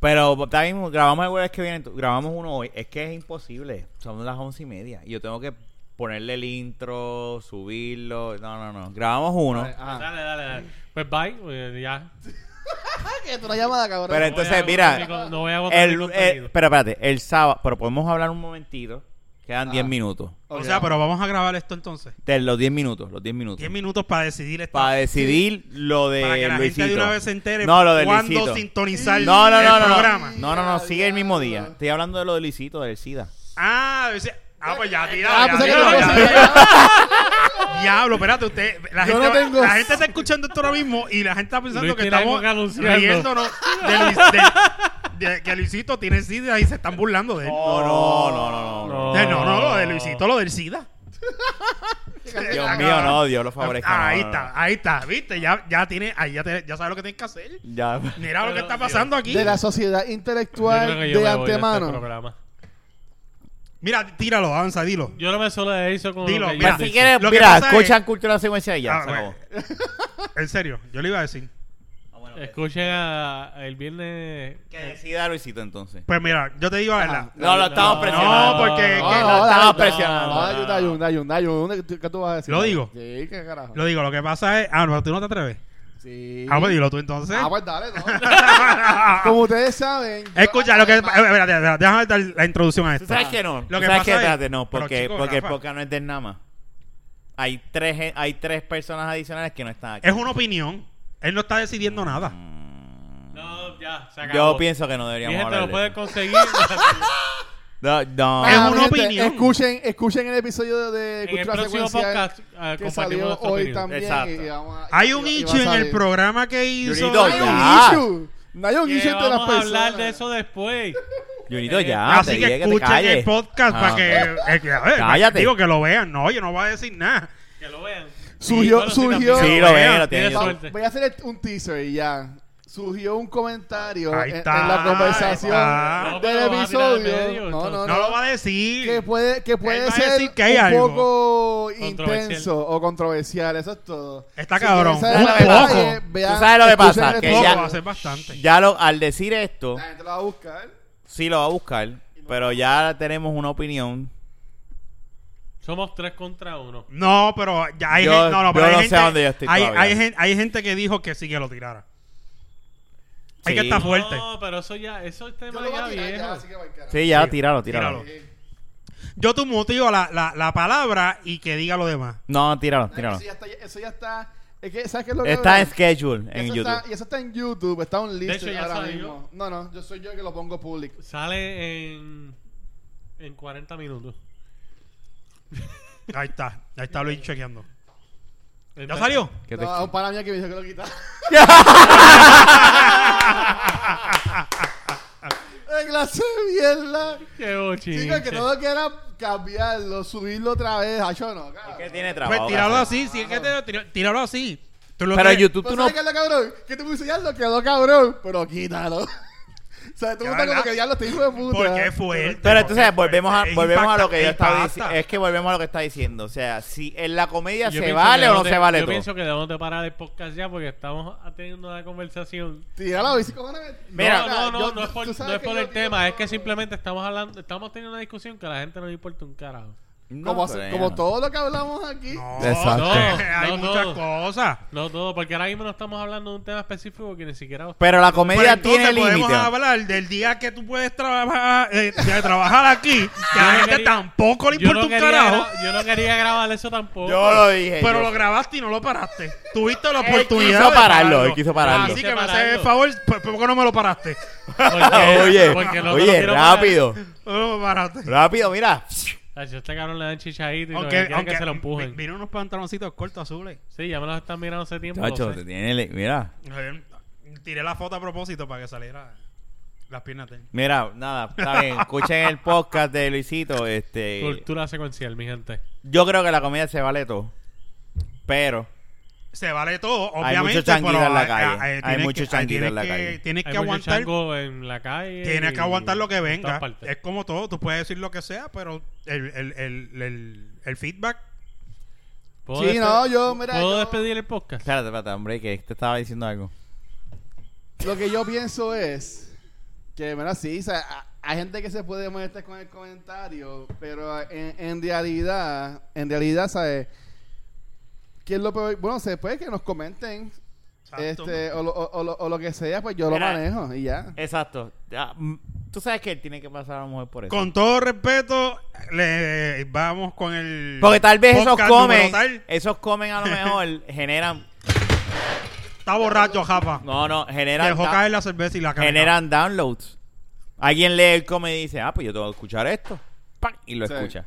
[SPEAKER 1] pero también grabamos el jueves que viene. tú- Grabamos uno hoy. Es que es imposible. Son las once y media. Y yo tengo que ponerle el intro, subirlo. No, no, no. Grabamos uno.
[SPEAKER 5] Ajá.
[SPEAKER 3] Dale, dale, dale. Pues bye, pues ya.
[SPEAKER 5] Ah, que tú una llamada, cabrón.
[SPEAKER 1] Pero
[SPEAKER 3] No voy a
[SPEAKER 1] entonces,
[SPEAKER 3] agotar
[SPEAKER 1] mira,
[SPEAKER 3] mi con- no voy a agotar mi
[SPEAKER 1] El, eh, el-
[SPEAKER 3] contenido.
[SPEAKER 1] espera, espérate. El sábado. Pero podemos hablar un momentito. Quedan
[SPEAKER 5] Ah.
[SPEAKER 1] 10 minutos.
[SPEAKER 5] Ok.
[SPEAKER 2] O sea, pero vamos a grabar esto entonces.
[SPEAKER 1] De los 10 minutos. Los 10 minutos.
[SPEAKER 2] 10 minutos para decidir esto.
[SPEAKER 1] Para decidir lo de.
[SPEAKER 2] para que la
[SPEAKER 1] Luisito.
[SPEAKER 2] gente de una vez se entere
[SPEAKER 1] No, lo de
[SPEAKER 2] cuándo
[SPEAKER 1] Luisito.
[SPEAKER 2] sintonizar
[SPEAKER 1] No, no, no,
[SPEAKER 2] el
[SPEAKER 1] no, no.
[SPEAKER 2] programa.
[SPEAKER 1] No, no, no, sigue el mismo día.
[SPEAKER 5] Diablo.
[SPEAKER 1] Estoy hablando de lo de Luisito, del SIDA.
[SPEAKER 2] Ah, dice- ah, pues ya, tira.
[SPEAKER 5] Ah,
[SPEAKER 2] ya,
[SPEAKER 5] pensé que
[SPEAKER 2] tira,
[SPEAKER 5] no
[SPEAKER 2] ya,
[SPEAKER 5] sabía.
[SPEAKER 2] tira. Diablo, espérate, usted. La,
[SPEAKER 5] Yo
[SPEAKER 2] gente,
[SPEAKER 5] no
[SPEAKER 2] va-
[SPEAKER 5] tengo-
[SPEAKER 2] la gente está escuchando esto ahora mismo y la gente está pensando
[SPEAKER 3] Luis
[SPEAKER 2] que
[SPEAKER 3] tiene algo
[SPEAKER 2] estamos
[SPEAKER 3] que anunciarlo.
[SPEAKER 2] riéndonos de, Luis- de- de- que Luisito tiene SIDA y se están burlando de él.
[SPEAKER 3] Oh.
[SPEAKER 1] No, no, no, no, no.
[SPEAKER 2] Eh, No, no, lo de Luisito, lo del SIDA.
[SPEAKER 1] Dios mío, no, Dios lo favorezca.
[SPEAKER 2] ahí
[SPEAKER 1] no, no, no.
[SPEAKER 2] está, ahí está, viste, ya, ya tiene, ahí ya, te- ya sabes lo que tienes que hacer.
[SPEAKER 1] Ya.
[SPEAKER 2] Mira lo que
[SPEAKER 3] Pero,
[SPEAKER 2] está pasando aquí.
[SPEAKER 5] De la sociedad
[SPEAKER 3] Yo
[SPEAKER 5] intelectual
[SPEAKER 3] creo que yo
[SPEAKER 5] de
[SPEAKER 3] me voy de este
[SPEAKER 5] antemano.
[SPEAKER 3] programa.
[SPEAKER 2] Mira, tíralo, avanza, dilo.
[SPEAKER 3] Yo no me solidarizo con
[SPEAKER 2] Dilo,
[SPEAKER 3] lo que yo
[SPEAKER 1] Pero
[SPEAKER 2] mira.
[SPEAKER 3] dije.
[SPEAKER 1] si quieres,
[SPEAKER 2] Lo que
[SPEAKER 1] mira,
[SPEAKER 2] pasa es-
[SPEAKER 1] escuchan cultura secuencia y ya.
[SPEAKER 2] Ah,
[SPEAKER 1] se
[SPEAKER 2] bueno.
[SPEAKER 1] acabó.
[SPEAKER 2] En serio, yo le iba a decir.
[SPEAKER 3] Escuchen a- el viernes.
[SPEAKER 1] Que decida Luisito entonces.
[SPEAKER 2] Pues mira, yo te digo la verdad.
[SPEAKER 1] No, lo estamos
[SPEAKER 3] no,
[SPEAKER 1] presionando.
[SPEAKER 2] no, porque-
[SPEAKER 1] No,
[SPEAKER 2] que-
[SPEAKER 1] lo estamos
[SPEAKER 5] estaba
[SPEAKER 1] presionando.
[SPEAKER 5] Ah, No, ayuda, ayuda, ayuda, ayuda. ¿Qué- ¿Qué tú vas a decir?
[SPEAKER 2] Lo digo.
[SPEAKER 5] Sí, qué carajo.
[SPEAKER 2] Lo digo, lo que pasa es. Ah, no, tú no te atreves.
[SPEAKER 5] Sí.
[SPEAKER 2] Ah, pues dilo tú entonces.
[SPEAKER 5] Ah, pues dale, no. Como ustedes saben. yo-
[SPEAKER 2] Escucha, lo que. eh, Espérate, espérate, déjame dar la introducción a
[SPEAKER 1] ¿Tú
[SPEAKER 2] esto.
[SPEAKER 1] sabes que no?
[SPEAKER 2] Lo
[SPEAKER 1] ¿Tú
[SPEAKER 2] que
[SPEAKER 1] sabes
[SPEAKER 2] pasa
[SPEAKER 1] que
[SPEAKER 2] es-
[SPEAKER 1] espérate, no,
[SPEAKER 2] pero,
[SPEAKER 1] porque,
[SPEAKER 2] chico,
[SPEAKER 1] porque el
[SPEAKER 2] Rafa.
[SPEAKER 1] podcast no es del Nama. Hay tres, gen- hay tres personas adicionales que no están aquí.
[SPEAKER 2] Es una opinión. Él no está
[SPEAKER 1] Mm.
[SPEAKER 2] decidiendo nada.
[SPEAKER 3] No, ya, se acabó.
[SPEAKER 1] Yo pienso que no
[SPEAKER 3] Mi
[SPEAKER 1] deberíamos
[SPEAKER 3] gente
[SPEAKER 1] hablar
[SPEAKER 3] lo
[SPEAKER 1] de
[SPEAKER 3] pueden
[SPEAKER 1] eso.
[SPEAKER 3] conseguir.
[SPEAKER 1] No, no.
[SPEAKER 2] Es
[SPEAKER 5] Ah,
[SPEAKER 2] una
[SPEAKER 5] mi gente,
[SPEAKER 2] opinión.
[SPEAKER 5] Escuchen, escuchen el episodio de
[SPEAKER 3] en el
[SPEAKER 5] Cultura
[SPEAKER 3] próximo
[SPEAKER 2] ah,
[SPEAKER 5] Secuencial
[SPEAKER 3] podcast eh,
[SPEAKER 5] que
[SPEAKER 3] compartimos
[SPEAKER 5] salió
[SPEAKER 3] nuestra
[SPEAKER 5] hoy
[SPEAKER 3] opinión.
[SPEAKER 5] también.
[SPEAKER 1] Exacto.
[SPEAKER 5] y vamos a-
[SPEAKER 2] Hay
[SPEAKER 5] y-
[SPEAKER 2] un
[SPEAKER 5] y- y va
[SPEAKER 2] icho en
[SPEAKER 5] a
[SPEAKER 2] el
[SPEAKER 5] salir.
[SPEAKER 2] programa que hizo.
[SPEAKER 1] Yurito,
[SPEAKER 5] Hay un
[SPEAKER 1] Ya.
[SPEAKER 5] issue. No hay un
[SPEAKER 3] Que
[SPEAKER 5] issue entre las
[SPEAKER 3] vamos a
[SPEAKER 5] personas.
[SPEAKER 3] hablar de eso después.
[SPEAKER 1] Junito,
[SPEAKER 3] Eh,
[SPEAKER 1] ya. te
[SPEAKER 2] Así que
[SPEAKER 1] dije te
[SPEAKER 2] escuchen
[SPEAKER 1] calles.
[SPEAKER 2] el podcast
[SPEAKER 1] Ah,
[SPEAKER 2] para que. eh, que, a ver,
[SPEAKER 1] Cállate.
[SPEAKER 2] Digo que lo vean. No, yo no voy a decir nada.
[SPEAKER 3] Que lo vean.
[SPEAKER 5] Surgió-
[SPEAKER 3] sí, también.
[SPEAKER 5] surgió-
[SPEAKER 1] Sí, lo ven, lo
[SPEAKER 3] Vean,
[SPEAKER 1] tienen
[SPEAKER 3] tiene
[SPEAKER 1] en YouTube.
[SPEAKER 3] suerte.
[SPEAKER 5] Voy a hacer un teaser y ya. Surgió un comentario
[SPEAKER 2] Ahí
[SPEAKER 5] en,
[SPEAKER 2] está,
[SPEAKER 5] en la
[SPEAKER 2] ahí
[SPEAKER 5] conversación
[SPEAKER 3] está.
[SPEAKER 5] del
[SPEAKER 3] No, pero lo vas a tirar al
[SPEAKER 5] episodio.
[SPEAKER 3] medio,
[SPEAKER 5] no, no,
[SPEAKER 3] entonces.
[SPEAKER 2] No lo va
[SPEAKER 5] a
[SPEAKER 2] a decir.
[SPEAKER 5] que puede, que puede
[SPEAKER 2] va a
[SPEAKER 5] ser
[SPEAKER 2] decir que hay
[SPEAKER 5] un
[SPEAKER 2] algo.
[SPEAKER 5] poco
[SPEAKER 3] Controversial.
[SPEAKER 5] intenso o controversial, eso es todo.
[SPEAKER 2] Está cabrón,
[SPEAKER 5] quieren saber
[SPEAKER 1] un
[SPEAKER 5] más
[SPEAKER 1] poco.
[SPEAKER 5] detalles,
[SPEAKER 1] Tú
[SPEAKER 5] eh, vean-
[SPEAKER 1] sabes lo que
[SPEAKER 5] escuchen
[SPEAKER 1] pasa,
[SPEAKER 5] el
[SPEAKER 1] que
[SPEAKER 2] Poco,
[SPEAKER 5] episodio.
[SPEAKER 1] ya-
[SPEAKER 2] va a ser bastante.
[SPEAKER 1] Ya lo, al decir esto,
[SPEAKER 5] La gente lo va a buscar.
[SPEAKER 1] sí lo va a buscar, pero ya tenemos una opinión.
[SPEAKER 3] Somos tres contra uno.
[SPEAKER 2] No, pero ya hay
[SPEAKER 1] Yo-
[SPEAKER 2] gente. No, no,
[SPEAKER 1] yo
[SPEAKER 2] pero hay
[SPEAKER 1] no sé
[SPEAKER 2] gente,
[SPEAKER 1] a dónde yo estoy
[SPEAKER 2] hay,
[SPEAKER 1] todavía.
[SPEAKER 2] hay gen- hay gente que dijo que sí que lo tirara. Hay
[SPEAKER 1] Sí.
[SPEAKER 2] que estar fuerte.
[SPEAKER 3] No, pero eso ya, eso es
[SPEAKER 5] Yo
[SPEAKER 3] tema
[SPEAKER 5] lo voy
[SPEAKER 3] ya
[SPEAKER 5] a tirar ya,
[SPEAKER 3] viejo.
[SPEAKER 5] así que va al carajo.
[SPEAKER 1] Sí, ya,
[SPEAKER 2] Sí,
[SPEAKER 1] tíralo, tíralo.
[SPEAKER 2] tíralo. Yo tu motivo la, la, la palabra y que diga lo demás.
[SPEAKER 1] No, tíralo,
[SPEAKER 5] Ay,
[SPEAKER 1] tíralo.
[SPEAKER 5] Eso ya está, eso ya está. Es que, ¿sabes qué es lo que
[SPEAKER 1] Está en
[SPEAKER 5] Eso
[SPEAKER 1] schedule en
[SPEAKER 5] está-
[SPEAKER 1] YouTube.
[SPEAKER 5] y eso está en YouTube, está un
[SPEAKER 3] hecho,
[SPEAKER 5] list
[SPEAKER 3] ya
[SPEAKER 5] ahora
[SPEAKER 3] salió.
[SPEAKER 5] mismo. No, no, yo soy yo que lo pongo público.
[SPEAKER 3] Sale en, en 40 minutos.
[SPEAKER 2] Ahí está, ahí está Luis chequeando. ¿Ya
[SPEAKER 3] Entonces,
[SPEAKER 2] salió?
[SPEAKER 1] ¿Qué te-
[SPEAKER 5] No, a un pana mío que me dijo que lo quitara. de clase de mierda.
[SPEAKER 3] Qué bochinche.
[SPEAKER 5] Chicos, que todo quiera cambiarlo, subirlo otra vez. Ah, yo no, cabrón.
[SPEAKER 4] ¿Qué tiene
[SPEAKER 2] Pues
[SPEAKER 4] trabajo?
[SPEAKER 2] tíralo así, si es que te- tira- tíralo así. Tú lo
[SPEAKER 1] Pero
[SPEAKER 2] que-
[SPEAKER 1] YouTube
[SPEAKER 5] ¿Pues
[SPEAKER 1] tú no...
[SPEAKER 5] sabes qué es lo cabrón? Que te puse ya lo quedó cabrón, pero quítalo. o sea, tú estás
[SPEAKER 2] verdad.
[SPEAKER 5] como que ya lo te hijo de puta.
[SPEAKER 2] ¿Por qué fuerte?
[SPEAKER 4] Pero entonces
[SPEAKER 2] ¿Por qué
[SPEAKER 4] volvemos a,
[SPEAKER 2] fuerte?
[SPEAKER 4] volvemos a lo que yo
[SPEAKER 2] Es
[SPEAKER 4] estaba
[SPEAKER 2] impacta-
[SPEAKER 4] diciendo. Es que volvemos a lo que está diciendo. O sea, si en la comedia
[SPEAKER 3] Yo
[SPEAKER 4] se
[SPEAKER 3] pienso que
[SPEAKER 4] vale o no
[SPEAKER 3] debemos
[SPEAKER 4] se
[SPEAKER 3] de-
[SPEAKER 4] vale
[SPEAKER 3] Yo
[SPEAKER 4] todo.
[SPEAKER 3] pienso que debemos de parar el podcast ya porque estamos teniendo una conversación.
[SPEAKER 5] Tira la bici, cojones.
[SPEAKER 4] Mira,
[SPEAKER 3] no, no, no,
[SPEAKER 5] yo-
[SPEAKER 3] no es por,
[SPEAKER 5] tú sabes
[SPEAKER 3] no es
[SPEAKER 5] que
[SPEAKER 3] por
[SPEAKER 5] yo
[SPEAKER 3] el
[SPEAKER 5] tiro-
[SPEAKER 3] tema, es que simplemente estamos hablando, estamos teniendo una discusión que a la gente no le importa un carajo.
[SPEAKER 1] No,
[SPEAKER 5] Como,
[SPEAKER 1] pero ya
[SPEAKER 5] como
[SPEAKER 1] no.
[SPEAKER 5] todo lo que hablamos aquí.
[SPEAKER 2] No,
[SPEAKER 4] Exacto.
[SPEAKER 2] no, hay
[SPEAKER 3] No, no.
[SPEAKER 2] muchas cosas.
[SPEAKER 3] No todo, porque ahora mismo no estamos hablando de un tema específico que ni siquiera
[SPEAKER 4] Pero la
[SPEAKER 2] Pero
[SPEAKER 4] comedia
[SPEAKER 2] Pues entonces
[SPEAKER 4] tiene
[SPEAKER 2] podemos
[SPEAKER 4] límite.
[SPEAKER 2] hablar del día que tú puedes trabajar, eh, de trabajar aquí, que a la
[SPEAKER 3] no
[SPEAKER 2] gente
[SPEAKER 3] quería-
[SPEAKER 2] tampoco le importa un
[SPEAKER 3] quería
[SPEAKER 2] carajo,
[SPEAKER 3] gra- yo no quería grabar eso tampoco.
[SPEAKER 4] Yo lo dije.
[SPEAKER 2] pero
[SPEAKER 4] yo-
[SPEAKER 2] lo grabaste y no lo paraste. Tuviste la
[SPEAKER 4] Él
[SPEAKER 2] oportunidad
[SPEAKER 4] quiso
[SPEAKER 2] de
[SPEAKER 4] pararlo, él quiso pararlo.
[SPEAKER 2] Así que me
[SPEAKER 3] Separarlo.
[SPEAKER 2] haces el favor, pues, ¿por por qué no me lo paraste?
[SPEAKER 3] Porque-
[SPEAKER 4] oye,
[SPEAKER 3] porque no- no
[SPEAKER 4] oye,
[SPEAKER 3] quiero parar.
[SPEAKER 4] rápido.
[SPEAKER 2] No me paraste.
[SPEAKER 4] Rápido, mira.
[SPEAKER 3] Ay, yo a este cabrón le dan chichadito y
[SPEAKER 2] Aunque,
[SPEAKER 3] no quieren
[SPEAKER 2] aunque
[SPEAKER 3] que se lo empujen.
[SPEAKER 2] vi- vino unos pantaloncitos cortos azules.
[SPEAKER 3] Sí, ya me los están mirando hace tiempo.
[SPEAKER 1] Chacho,
[SPEAKER 3] lo
[SPEAKER 1] te
[SPEAKER 3] sé.
[SPEAKER 1] tiene... li- Mira.
[SPEAKER 2] Eh, Tiré la foto a propósito para que saliera las piernas de él.
[SPEAKER 1] Mira, nada, está bien. Escuchen el podcast de Luisito. Este,
[SPEAKER 3] Cultura secuencial, mi gente.
[SPEAKER 1] yo creo que la comedia se vale todo. Pero
[SPEAKER 2] Se vale todo,
[SPEAKER 1] Hay
[SPEAKER 2] obviamente.
[SPEAKER 1] mucho changuito
[SPEAKER 2] pero
[SPEAKER 1] en la
[SPEAKER 2] hay-
[SPEAKER 1] calle.
[SPEAKER 2] hay-
[SPEAKER 1] Hay
[SPEAKER 2] tienes
[SPEAKER 1] mucho
[SPEAKER 2] que-
[SPEAKER 1] changuito
[SPEAKER 2] tienes
[SPEAKER 1] en la
[SPEAKER 2] que-
[SPEAKER 1] calle.
[SPEAKER 2] Tienes
[SPEAKER 3] Hay
[SPEAKER 2] que
[SPEAKER 3] mucho
[SPEAKER 2] aguantar
[SPEAKER 3] chango en la calle.
[SPEAKER 2] Tienes que
[SPEAKER 3] y-
[SPEAKER 2] aguantar lo que
[SPEAKER 3] en todas
[SPEAKER 2] venga.
[SPEAKER 3] partes.
[SPEAKER 2] Es como todo, tú puedes decir lo que sea, pero el, el, el, el, el feedback.
[SPEAKER 3] ¿Puedo
[SPEAKER 5] Sí,
[SPEAKER 3] despe-
[SPEAKER 5] no, yo, mira,
[SPEAKER 3] ¿Puedo
[SPEAKER 5] yo-
[SPEAKER 3] despedir el podcast?
[SPEAKER 1] espérate, espérate, hombre, que te estaba diciendo algo.
[SPEAKER 5] Lo que yo pienso es que, bueno, sí, o sea, a- hay gente que se puede molestar con el comentario, pero en, en realidad, en realidad, ¿sabes? ¿Qué es lo peor? Bueno, se puede que nos comenten
[SPEAKER 2] Exacto.
[SPEAKER 5] este, o, lo, o- o lo- o lo que sea, pues yo
[SPEAKER 4] Mira.
[SPEAKER 5] lo manejo y ya.
[SPEAKER 1] Exacto. Ya, mm, Tú sabes que él tiene que pasar a la mujer por eso.
[SPEAKER 2] Con todo respeto, le vamos con el.
[SPEAKER 1] Porque tal vez esos
[SPEAKER 2] podcast
[SPEAKER 1] comen,
[SPEAKER 2] número tal.
[SPEAKER 1] esos comen a lo mejor generan,
[SPEAKER 2] Está borracho, Japa.
[SPEAKER 1] no, no, generan,
[SPEAKER 2] Dejó
[SPEAKER 1] da-
[SPEAKER 2] caer la cerveza y la cara.
[SPEAKER 1] generan downloads. Alguien lee el come y dice, ah, pues yo tengo que escuchar esto, ¡Pac! y lo
[SPEAKER 5] Sí.
[SPEAKER 1] escucha.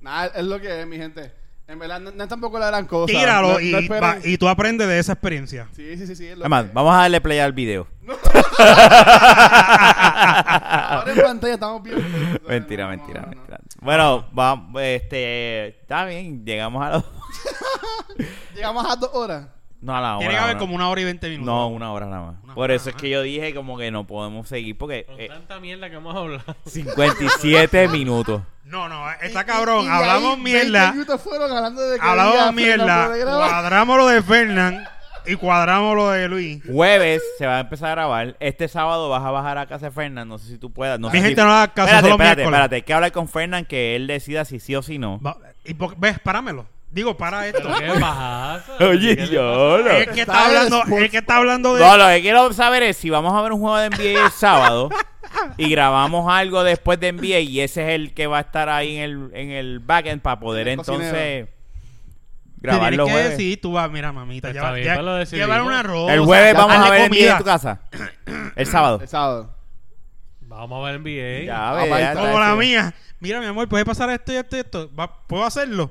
[SPEAKER 5] Nada, es lo que es, mi gente. En verdad, no, no es tampoco la gran cosa.
[SPEAKER 2] Tíralo
[SPEAKER 5] No-
[SPEAKER 2] y,
[SPEAKER 5] no esperen.
[SPEAKER 2] va- y tú aprendes de esa experiencia.
[SPEAKER 5] Sí, sí, sí, sí. es lo
[SPEAKER 1] Además,
[SPEAKER 5] que-
[SPEAKER 1] vamos a darle play al video.
[SPEAKER 5] Ahora en pantalla estamos bien.
[SPEAKER 1] Mentira,
[SPEAKER 5] No, no,
[SPEAKER 1] mentira,
[SPEAKER 5] no, no.
[SPEAKER 1] mentira. Bueno, vamos, este, está bien, llegamos a los...
[SPEAKER 5] Llegamos a dos horas.
[SPEAKER 1] No, a la hora.
[SPEAKER 2] Tiene que haber
[SPEAKER 1] no.
[SPEAKER 2] como una hora y veinte minutos.
[SPEAKER 1] No, una hora nada más.
[SPEAKER 2] Una
[SPEAKER 1] Por
[SPEAKER 2] hora
[SPEAKER 1] eso es
[SPEAKER 2] nada
[SPEAKER 1] que yo dije como que no podemos seguir porque
[SPEAKER 3] Con
[SPEAKER 1] eh,
[SPEAKER 3] tanta mierda que hemos hablado.
[SPEAKER 1] 57 minutos.
[SPEAKER 2] No, no, eh, está
[SPEAKER 5] Y-
[SPEAKER 2] cabrón.
[SPEAKER 5] y- y
[SPEAKER 2] Hablamos
[SPEAKER 5] ahí 20
[SPEAKER 2] mierda.
[SPEAKER 5] minutos fueron hablando de que
[SPEAKER 2] Hablamos
[SPEAKER 5] había
[SPEAKER 2] mierda.
[SPEAKER 5] Fernando de Grau.
[SPEAKER 2] Cuadramos lo de Fernán y cuadramos lo de Luis.
[SPEAKER 1] Jueves se va a empezar a grabar. Este sábado vas a bajar a casa de Fernan. No sé si tú puedas. No
[SPEAKER 2] Mi
[SPEAKER 1] sé
[SPEAKER 2] gente
[SPEAKER 1] si-
[SPEAKER 2] no haga caso,
[SPEAKER 1] Espérate,
[SPEAKER 2] solo
[SPEAKER 1] espérate,
[SPEAKER 2] miércoles.
[SPEAKER 1] espérate. Hay que hablar con Fernan que él decida si sí o si no.
[SPEAKER 2] Va- y po- ¿Ves? Páramelo. Digo, para esto.
[SPEAKER 3] ¿Pero qué pasa?
[SPEAKER 1] Oye,
[SPEAKER 3] ¿Qué le
[SPEAKER 1] yo no.
[SPEAKER 2] El que está
[SPEAKER 5] Está
[SPEAKER 2] hablando,
[SPEAKER 5] después.
[SPEAKER 2] el que está hablando de.
[SPEAKER 1] No, lo que quiero saber es si vamos a ver un juego de NBA el sábado y grabamos algo después de NBA y ese es el que va a estar ahí en el, en el backend para poder
[SPEAKER 5] En el
[SPEAKER 1] entonces
[SPEAKER 2] Te
[SPEAKER 1] grabar
[SPEAKER 2] tienes
[SPEAKER 1] los
[SPEAKER 2] que
[SPEAKER 1] jueves.
[SPEAKER 2] decir, tú vas, mira, mamita,
[SPEAKER 3] Está
[SPEAKER 2] lleva,
[SPEAKER 3] bien,
[SPEAKER 2] lle-
[SPEAKER 3] pues lo decidimos.
[SPEAKER 2] llevar una rosa.
[SPEAKER 1] El jueves
[SPEAKER 2] ya
[SPEAKER 1] vamos a
[SPEAKER 2] darle
[SPEAKER 1] ver NBA en tu
[SPEAKER 2] comida.
[SPEAKER 1] casa. El sábado.
[SPEAKER 5] El sábado.
[SPEAKER 3] pasa? Vamos a ver NBA.
[SPEAKER 1] Ya,
[SPEAKER 5] Ah,
[SPEAKER 1] ve,
[SPEAKER 5] pa' ahí
[SPEAKER 1] ya
[SPEAKER 5] está.
[SPEAKER 1] está
[SPEAKER 2] Como la
[SPEAKER 1] decidido.
[SPEAKER 2] mía. Mira, mi amor, puede pasar esto y esto y esto. Va- ¿Puedo hacerlo?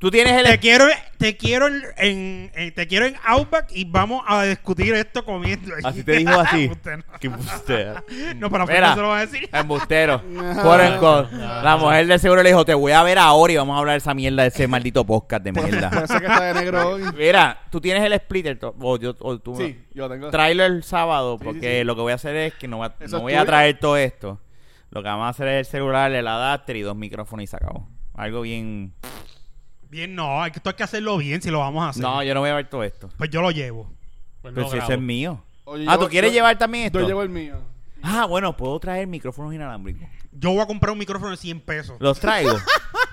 [SPEAKER 1] Tú tienes el
[SPEAKER 2] Te quiero, te quiero en, en- en- te quiero en Outback y vamos a discutir esto comiendo.
[SPEAKER 1] Así te dijo así.
[SPEAKER 2] Usted no.
[SPEAKER 1] Qué embustero.
[SPEAKER 2] No, para
[SPEAKER 1] Mira,
[SPEAKER 2] Fernán se lo va a decir.
[SPEAKER 1] Embustero. Por el con- La mujer de seguro le dijo, te voy a ver ahora y vamos a hablar de esa mierda, de ese maldito podcast de
[SPEAKER 5] Por
[SPEAKER 1] mierda.
[SPEAKER 5] eso que está de negro hoy.
[SPEAKER 1] Mira, tú tienes el splitter. to- O yo, o tú.
[SPEAKER 5] Sí, yo tengo.
[SPEAKER 1] Tráelo el sábado
[SPEAKER 5] Sí, sí,
[SPEAKER 1] porque
[SPEAKER 5] sí.
[SPEAKER 1] lo que voy a hacer es que no, va-
[SPEAKER 5] Eso
[SPEAKER 1] no
[SPEAKER 5] es
[SPEAKER 1] voy a
[SPEAKER 5] tuyo.
[SPEAKER 1] traer todo esto. Lo que vamos a hacer es el celular, el adapter y dos micrófonos y se acabó. Algo bien...
[SPEAKER 2] Bien, no, hay que, esto hay que hacerlo bien si lo vamos
[SPEAKER 5] Ah,
[SPEAKER 2] a hacer.
[SPEAKER 1] No, yo no voy a ver todo esto.
[SPEAKER 2] Pues yo lo llevo.
[SPEAKER 3] Pues
[SPEAKER 1] Pero
[SPEAKER 3] no
[SPEAKER 1] si eso
[SPEAKER 3] grabo.
[SPEAKER 1] es mío.
[SPEAKER 5] Oye,
[SPEAKER 1] ah,
[SPEAKER 5] yo-
[SPEAKER 1] ¿tú quieres
[SPEAKER 5] yo-
[SPEAKER 1] llevar también esto?
[SPEAKER 5] Yo llevo el mío.
[SPEAKER 1] Ah, bueno, puedo traer micrófonos inalámbricos.
[SPEAKER 2] Yo voy a comprar un micrófono de 100 pesos.
[SPEAKER 1] Los traigo.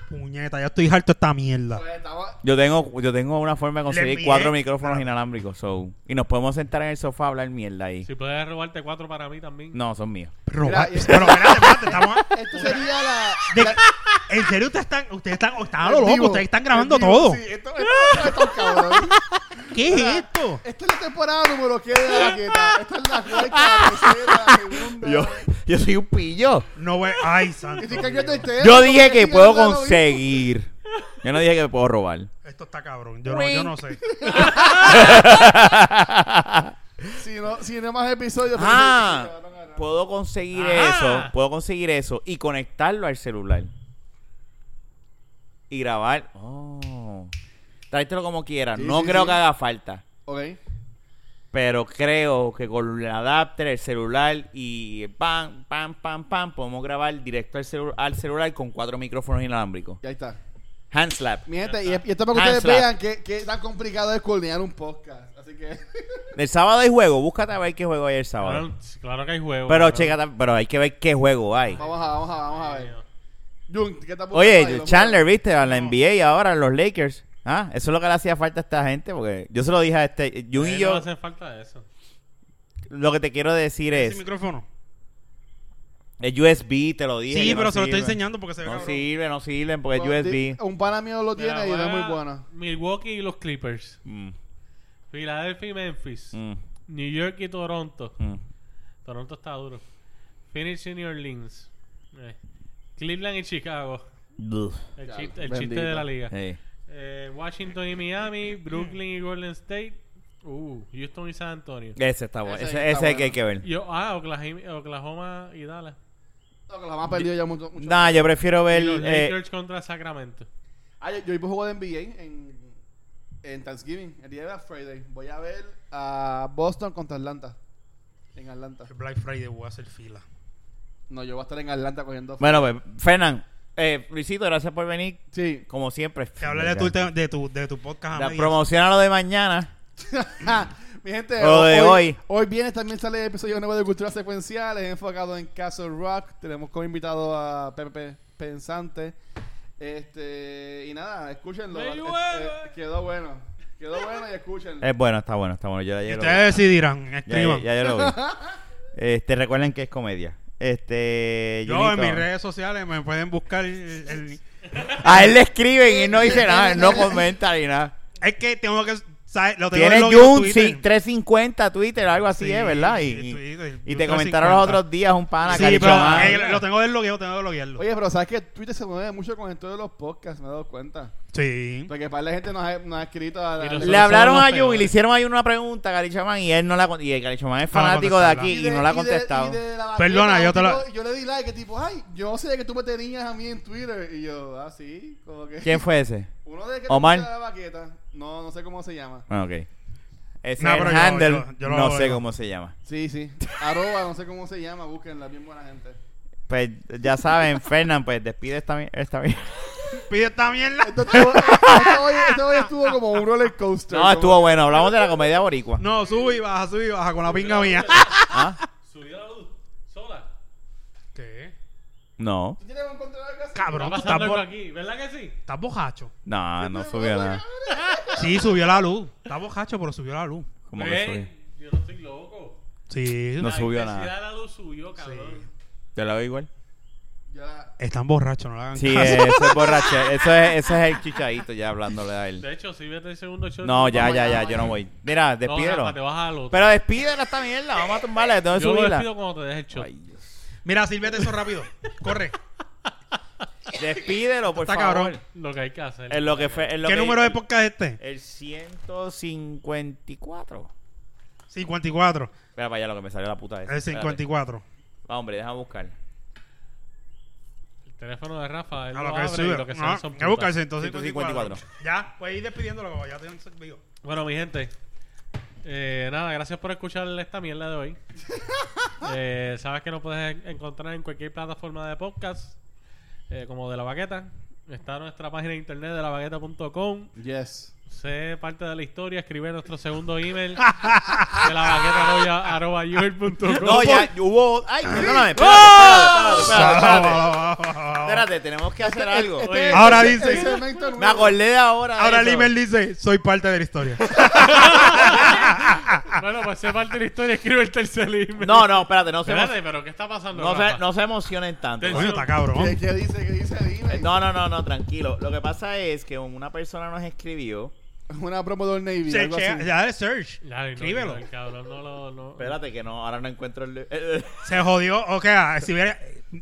[SPEAKER 2] Puñeta, ya estoy harto de esta
[SPEAKER 1] Ah.
[SPEAKER 2] mierda.
[SPEAKER 5] Pues estaba-
[SPEAKER 1] Yo tengo, yo tengo una forma de conseguir
[SPEAKER 2] envié.
[SPEAKER 1] cuatro micrófonos inalámbricos. so, y nos podemos sentar en el sofá a hablar mierda ahí.
[SPEAKER 3] Si puedes robarte cuatro para mí también.
[SPEAKER 1] No, son míos.
[SPEAKER 2] Robar.
[SPEAKER 5] Mira, y-
[SPEAKER 2] Pero espérate, espérate, estamos. a-
[SPEAKER 5] Esto sería la.
[SPEAKER 2] De-
[SPEAKER 5] la-
[SPEAKER 2] ¿En serio ustedes están, ustedes están, oh, están a lo
[SPEAKER 5] en
[SPEAKER 2] loco?
[SPEAKER 5] vivo.
[SPEAKER 2] Ustedes están grabando
[SPEAKER 5] En vivo,
[SPEAKER 2] todo.
[SPEAKER 5] Sí, esto, esto- esto es cabrón.
[SPEAKER 2] ¿Qué es esto?
[SPEAKER 5] Esta es la temporada número que de la raqueta. Esta es la cuarta, la tercera, la segunda.
[SPEAKER 1] Yo, yo soy un pillo.
[SPEAKER 2] No ve, ay,
[SPEAKER 5] Y
[SPEAKER 2] santo.
[SPEAKER 5] estoy cambiando
[SPEAKER 2] Dios.
[SPEAKER 5] el tema,
[SPEAKER 1] Yo
[SPEAKER 5] porque
[SPEAKER 1] dije que
[SPEAKER 5] sigan
[SPEAKER 1] puedo
[SPEAKER 5] hablando lo mismo.
[SPEAKER 1] conseguir. Yo no dije que puedo robar.
[SPEAKER 2] Esto está cabrón. Yo no, yo no sé.
[SPEAKER 5] Si no, si no hay más episodios.
[SPEAKER 1] Ah.
[SPEAKER 5] pues, se quedaron atrás.
[SPEAKER 1] puedo conseguir
[SPEAKER 3] Ajá.
[SPEAKER 1] eso, puedo conseguir eso y conectarlo al celular. Y grabar. Oh. Tráetelo como quieras.
[SPEAKER 5] Sí,
[SPEAKER 1] no
[SPEAKER 5] sí,
[SPEAKER 1] creo
[SPEAKER 5] sí.
[SPEAKER 1] que haga falta.
[SPEAKER 5] Ok.
[SPEAKER 1] Pero creo que con el adapter, el celular y pam, pam, pam, pam, podemos grabar directo al, celu- al celular con cuatro micrófonos inalámbricos.
[SPEAKER 5] Ya está.
[SPEAKER 1] Hand slap.
[SPEAKER 5] Mi gente, y, y esto es para que
[SPEAKER 1] Hands
[SPEAKER 5] ustedes
[SPEAKER 1] up.
[SPEAKER 5] vean que, que tan complicado es coordinar un podcast. Así que.
[SPEAKER 1] El sábado hay juego. Búscate a ver qué juego hay el sábado.
[SPEAKER 5] Ah,
[SPEAKER 3] Claro, claro que hay juegos.
[SPEAKER 1] Pero, chécate, pero hay que ver qué juego hay.
[SPEAKER 5] vamos a, vamos a, vamos a ver. Jun, ¿qué está apuntando ahí?
[SPEAKER 1] Oye,
[SPEAKER 5] Los
[SPEAKER 1] Chandler, ¿viste? A la NBA y ahora a los Lakers. Ah, eso es lo que le hacía falta a esta gente, porque yo se lo dije a este. Jun
[SPEAKER 2] Eh,
[SPEAKER 1] y
[SPEAKER 3] yo. No
[SPEAKER 1] yo,
[SPEAKER 3] hace falta eso.
[SPEAKER 1] lo que te quiero decir
[SPEAKER 2] Ese
[SPEAKER 1] es.
[SPEAKER 2] micrófono.
[SPEAKER 1] El USB, te lo dije.
[SPEAKER 2] Sí,
[SPEAKER 1] que no
[SPEAKER 2] pero se lo estoy
[SPEAKER 1] sirve.
[SPEAKER 2] enseñando porque se ve
[SPEAKER 1] No
[SPEAKER 2] cabrón.
[SPEAKER 1] sirve, no sirven, porque
[SPEAKER 5] Bueno, di-
[SPEAKER 1] es USB.
[SPEAKER 5] Un pana mío lo tiene
[SPEAKER 3] Mira,
[SPEAKER 5] y no es muy
[SPEAKER 3] juega
[SPEAKER 5] bueno.
[SPEAKER 3] Milwaukee y los Clippers.
[SPEAKER 1] Mm,
[SPEAKER 3] Philadelphia y Memphis.
[SPEAKER 1] mm,
[SPEAKER 3] New York y Toronto.
[SPEAKER 1] mm.
[SPEAKER 3] Toronto está duro. Phoenix y New Orleans. Eh, Cleveland y Chicago.
[SPEAKER 1] Bluh.
[SPEAKER 3] El,
[SPEAKER 5] Ya,
[SPEAKER 3] chiste, el
[SPEAKER 5] bendito.
[SPEAKER 3] chiste de la liga.
[SPEAKER 1] Sí.
[SPEAKER 3] Eh, Washington y Miami. Brooklyn y Golden State. Uh, Houston y San Antonio.
[SPEAKER 1] Ese está bueno.
[SPEAKER 5] Ese
[SPEAKER 1] Ese,
[SPEAKER 5] está
[SPEAKER 1] ese es el que hay
[SPEAKER 5] bueno.
[SPEAKER 1] que ver.
[SPEAKER 3] Yo, ah, Oklahoma, Oklahoma y Dallas.
[SPEAKER 5] No, que los han perdido ya mucho. mucho.
[SPEAKER 1] Nah, yo prefiero ver.
[SPEAKER 3] Y los
[SPEAKER 1] eh,
[SPEAKER 3] Lakers contra Sacramento.
[SPEAKER 5] Ah, yo, yo hice un juego de NBA en, en Thanksgiving, el día de Black Friday. Voy a ver a Boston contra Atlanta. En Atlanta.
[SPEAKER 2] El Black Friday voy a hacer fila.
[SPEAKER 5] No, yo voy a estar en Atlanta cogiendo.
[SPEAKER 1] bueno, pues, Fernán, eh, Luisito, gracias por venir.
[SPEAKER 5] Sí.
[SPEAKER 1] Como siempre.
[SPEAKER 2] Que hablarle de tu, de tu, de tu podcast a
[SPEAKER 1] La
[SPEAKER 2] medias.
[SPEAKER 1] promociona lo de mañana.
[SPEAKER 5] Mi gente,
[SPEAKER 1] Lo de hoy.
[SPEAKER 5] Hoy viernes también sale el episodio nuevo de Cultura Secuencial. Es enfocado en Castle Rock. Tenemos como invitado a Pepe Pensante. Este, y nada, escúchenlo.
[SPEAKER 3] Me
[SPEAKER 5] Eh,
[SPEAKER 3] llueve.
[SPEAKER 5] eh, quedó bueno. Quedó bueno y escúchenlo.
[SPEAKER 1] Es bueno, está bueno, está bueno. Yo ayer lo vi.
[SPEAKER 2] Ustedes decidirán,
[SPEAKER 1] Ya, ya,
[SPEAKER 2] escriban.
[SPEAKER 1] ya yo lo vi. Este, recuerden que es comedia. Este,
[SPEAKER 2] Yo en
[SPEAKER 1] Junito.
[SPEAKER 2] mis redes sociales me pueden buscar. el- el-
[SPEAKER 1] A él le escriben y no dice nada, no comenta ni nada.
[SPEAKER 2] es que tengo que. ¿sabes? Lo tengo
[SPEAKER 1] Tiene
[SPEAKER 2] en
[SPEAKER 1] Jun
[SPEAKER 2] Twitter.
[SPEAKER 1] sí, 350 Twitter, algo así,
[SPEAKER 2] Sí,
[SPEAKER 1] es, ¿verdad? Y,
[SPEAKER 2] sí, Twitter,
[SPEAKER 1] y
[SPEAKER 2] Jun
[SPEAKER 1] te comentaron los
[SPEAKER 2] 350.
[SPEAKER 1] otros días un pana,
[SPEAKER 2] Sí,
[SPEAKER 1] Cari
[SPEAKER 2] pero
[SPEAKER 1] Chomán.
[SPEAKER 2] eh, lo tengo desbloqueado, tengo que desbloquearlo.
[SPEAKER 5] Oye, pero sabes que Twitter se mueve mucho con esto de los podcasts, me he dado cuenta.
[SPEAKER 2] Sí.
[SPEAKER 5] Porque para la gente nos ha, nos ha escrito a
[SPEAKER 3] Y los-
[SPEAKER 1] Le hablaron
[SPEAKER 3] Nosotros
[SPEAKER 1] a
[SPEAKER 3] somos
[SPEAKER 1] Jun y
[SPEAKER 3] peores.
[SPEAKER 1] le hicieron ahí una pregunta a Cari Chomán y él no la con- y el Cari Chomán es
[SPEAKER 2] No la
[SPEAKER 1] fanático de aquí
[SPEAKER 2] contestaba.
[SPEAKER 1] y, no la ha contestado.
[SPEAKER 2] Perdona, yo te la-
[SPEAKER 5] Yo le di like, tipo, ay, yo sé que tú me tenías a mí en Twitter. Y yo, ah, sí, como que...
[SPEAKER 1] ¿Quién fue ese?
[SPEAKER 5] Uno de que
[SPEAKER 1] Omar.
[SPEAKER 5] te gusta la vaqueta. No, no sé cómo se llama.
[SPEAKER 1] Ah, ok. Ese
[SPEAKER 2] No,
[SPEAKER 1] es el
[SPEAKER 2] pero yo-
[SPEAKER 1] handle,
[SPEAKER 2] yo- yo lo-
[SPEAKER 1] no sé
[SPEAKER 2] yo-
[SPEAKER 1] cómo se llama.
[SPEAKER 5] Sí, sí. Arroba, no sé cómo se llama, búsquenla, bien buena gente.
[SPEAKER 1] Pues ya saben, Fernán, pues despide esta, mi- esta mi-
[SPEAKER 2] Pide esta mierda.
[SPEAKER 5] Esto estuvo, esto hoy, esto hoy estuvo como un roller coaster.
[SPEAKER 1] No,
[SPEAKER 5] como-
[SPEAKER 1] estuvo bueno. Hablamos de la comedia boricua.
[SPEAKER 2] No, sube y baja, sube y baja con la pinga mía.
[SPEAKER 1] ¿Ah?
[SPEAKER 3] Subió la luz. Sola. ¿Qué?
[SPEAKER 1] No,
[SPEAKER 5] ¿Tú tienes un control de algo así?
[SPEAKER 2] Cabrón, tú
[SPEAKER 3] Está
[SPEAKER 2] estás,
[SPEAKER 3] pasando algo
[SPEAKER 2] bo-
[SPEAKER 3] aquí, ¿verdad que sí?
[SPEAKER 2] estás bojacho.
[SPEAKER 1] no, no subió nada.
[SPEAKER 2] Sí, subió la luz. Estás bojacho, pero subió la luz.
[SPEAKER 1] Como
[SPEAKER 3] Ve,
[SPEAKER 1] que subió.
[SPEAKER 3] Yo no estoy loco.
[SPEAKER 2] Sí.
[SPEAKER 1] No subió
[SPEAKER 3] La intensidad
[SPEAKER 1] nada.
[SPEAKER 3] de la luz subió, cabrón.
[SPEAKER 1] ¿Te la veo igual?
[SPEAKER 5] Ya.
[SPEAKER 2] Están borrachos, no le hagan
[SPEAKER 1] Sí,
[SPEAKER 2] caso.
[SPEAKER 1] eh, eso es borracho. Eso es, eso es el chichadito ya hablándole a él.
[SPEAKER 3] De hecho, si vete el segundo shot.
[SPEAKER 1] No, ya,
[SPEAKER 5] Vamos
[SPEAKER 1] ya,
[SPEAKER 5] allá,
[SPEAKER 1] ya,
[SPEAKER 5] vamos
[SPEAKER 1] yo no
[SPEAKER 5] allá.
[SPEAKER 1] voy. Mira,
[SPEAKER 3] No, Rafa, te
[SPEAKER 1] despídelo.
[SPEAKER 3] vas al otro.
[SPEAKER 1] Pero despídela esta mierda. Vamos a tumbarla, tengo que
[SPEAKER 3] yo lo
[SPEAKER 1] subirla.
[SPEAKER 3] despido cuando te deje el shot.
[SPEAKER 1] Ay, Dios.
[SPEAKER 2] Mira, sírvete eso rápido. Corre.
[SPEAKER 1] Despídelo, por
[SPEAKER 2] Está
[SPEAKER 1] favor.
[SPEAKER 2] cabrón.
[SPEAKER 3] Lo que hay que hacer.
[SPEAKER 1] En lo que fue. en lo
[SPEAKER 2] ¿Qué
[SPEAKER 1] que-
[SPEAKER 2] número de podcast es este?
[SPEAKER 1] El 154.
[SPEAKER 2] 54.
[SPEAKER 1] Espera para allá lo que me salió la puta esa.
[SPEAKER 2] El
[SPEAKER 1] Espérate.
[SPEAKER 2] 54.
[SPEAKER 1] Ah, hombre, déjame buscar.
[SPEAKER 3] El teléfono de Rafa. Él
[SPEAKER 2] A
[SPEAKER 3] lo
[SPEAKER 2] lo que él
[SPEAKER 3] abre y
[SPEAKER 2] sube.
[SPEAKER 3] lo que
[SPEAKER 2] Ah,
[SPEAKER 3] sale son
[SPEAKER 2] ¿qué
[SPEAKER 3] putas.
[SPEAKER 2] buscas entonces?
[SPEAKER 1] 154.
[SPEAKER 2] Ya, pues ir despidiéndolo, ya tengo vivo.
[SPEAKER 3] Bueno, mi gente. eh, nada, gracias por escuchar esta mierda de hoy. Eh, sabes que nos puedes en- encontrar en cualquier plataforma de podcast, eh, como De La Baqueta. Está nuestra página de internet de lavagueta.com.
[SPEAKER 5] Yes.
[SPEAKER 3] Sé parte de la historia, escribe nuestro segundo email de lavagueta.com.
[SPEAKER 1] No, ya hubo. Ay, perdóname. Espérate, espérate, espérate, espérate, espérate. Espérate, tenemos que hacer algo.
[SPEAKER 3] Oye,
[SPEAKER 2] Ahora
[SPEAKER 5] el-
[SPEAKER 2] dice-
[SPEAKER 5] el segmento
[SPEAKER 1] Me
[SPEAKER 5] nuevo.
[SPEAKER 1] acordé de ahora. de
[SPEAKER 2] Ahora
[SPEAKER 1] eso.
[SPEAKER 2] Limer dice, soy parte de la historia. Ah.
[SPEAKER 3] Bueno, pues sé parte de la historia, escribe el tercer email.
[SPEAKER 1] No, no, espérate, no se, emo-
[SPEAKER 3] Espérate, pero ¿qué está pasando?
[SPEAKER 1] no
[SPEAKER 3] Rafa?
[SPEAKER 1] se, no se emocionen tanto.
[SPEAKER 2] Coño, está cabrón.
[SPEAKER 5] ¿Qué, qué dice? ¿Qué dice? Dime.
[SPEAKER 1] No, no, no, no, tranquilo. Lo que pasa es que una persona nos escribió.
[SPEAKER 5] Una promo del Navy.
[SPEAKER 2] Se
[SPEAKER 5] algo así.
[SPEAKER 2] chea- Ya de search.
[SPEAKER 3] Ya, no,
[SPEAKER 2] Escríbelo.
[SPEAKER 3] no, el cabrón, no lo- no-
[SPEAKER 1] Espérate que no, ahora no encuentro el. el-
[SPEAKER 2] Se jodió. Ok, ah, si viene-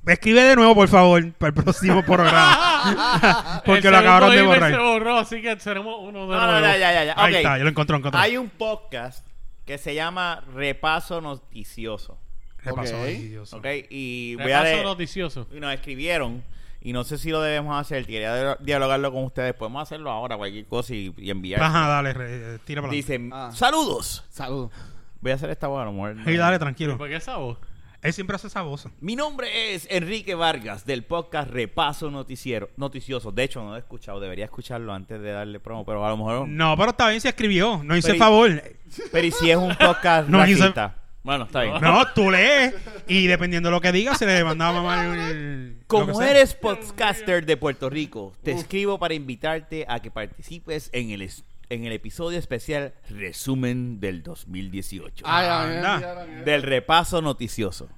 [SPEAKER 2] escribe de nuevo, por favor, para el próximo programa. Porque
[SPEAKER 3] El
[SPEAKER 2] lo acabaron de
[SPEAKER 3] segundo email Se
[SPEAKER 2] borrar.
[SPEAKER 3] borró, así que seremos uno de
[SPEAKER 1] No, no,
[SPEAKER 3] nuevo.
[SPEAKER 1] ya, ya, ya. ya.
[SPEAKER 2] Ahí
[SPEAKER 1] Ok.
[SPEAKER 2] está, yo lo encontré, lo encontré.
[SPEAKER 1] Hay un podcast que se llama Repaso Noticioso.
[SPEAKER 2] Repaso
[SPEAKER 5] Ok.
[SPEAKER 2] noticioso.
[SPEAKER 1] Ok, y voy a
[SPEAKER 3] Repaso
[SPEAKER 1] leer.
[SPEAKER 3] noticioso.
[SPEAKER 1] Y nos escribieron. Y no sé si lo debemos hacer. Quería dia- dialogarlo con ustedes. Podemos hacerlo ahora, cualquier cosa y, y enviar.
[SPEAKER 2] Ajá, dale, re- eh, tira para adelante.
[SPEAKER 1] Dicen,
[SPEAKER 5] Ah.
[SPEAKER 1] saludos.
[SPEAKER 5] Saludos.
[SPEAKER 1] Voy a hacer esta buena mujer.
[SPEAKER 2] Sí, dale, tranquilo.
[SPEAKER 3] ¿Por qué esa voz?
[SPEAKER 2] Él siempre hace esa voz.
[SPEAKER 1] Mi nombre es Enrique Vargas del podcast Repaso Noticiero, Noticioso. De hecho, no lo he escuchado. Debería escucharlo antes de darle promo, pero a lo mejor...
[SPEAKER 2] No, pero está bien, se escribió. No hice
[SPEAKER 1] Pero y-
[SPEAKER 2] favor.
[SPEAKER 1] Pero ¿y si es un podcast
[SPEAKER 2] No, quizá-
[SPEAKER 1] racista? Bueno, está bien.
[SPEAKER 2] No, tú lees. Y dependiendo de lo que diga, se le mandaba mamar el. lo que
[SPEAKER 1] Como
[SPEAKER 2] sea.
[SPEAKER 1] eres podcaster de Puerto Rico, te escribo para invitarte a que participes en el, es- en el episodio especial Resumen del 2018.
[SPEAKER 2] Ah.
[SPEAKER 5] Ay, a mí me
[SPEAKER 2] Anda.
[SPEAKER 5] enviaron
[SPEAKER 1] del repaso noticioso.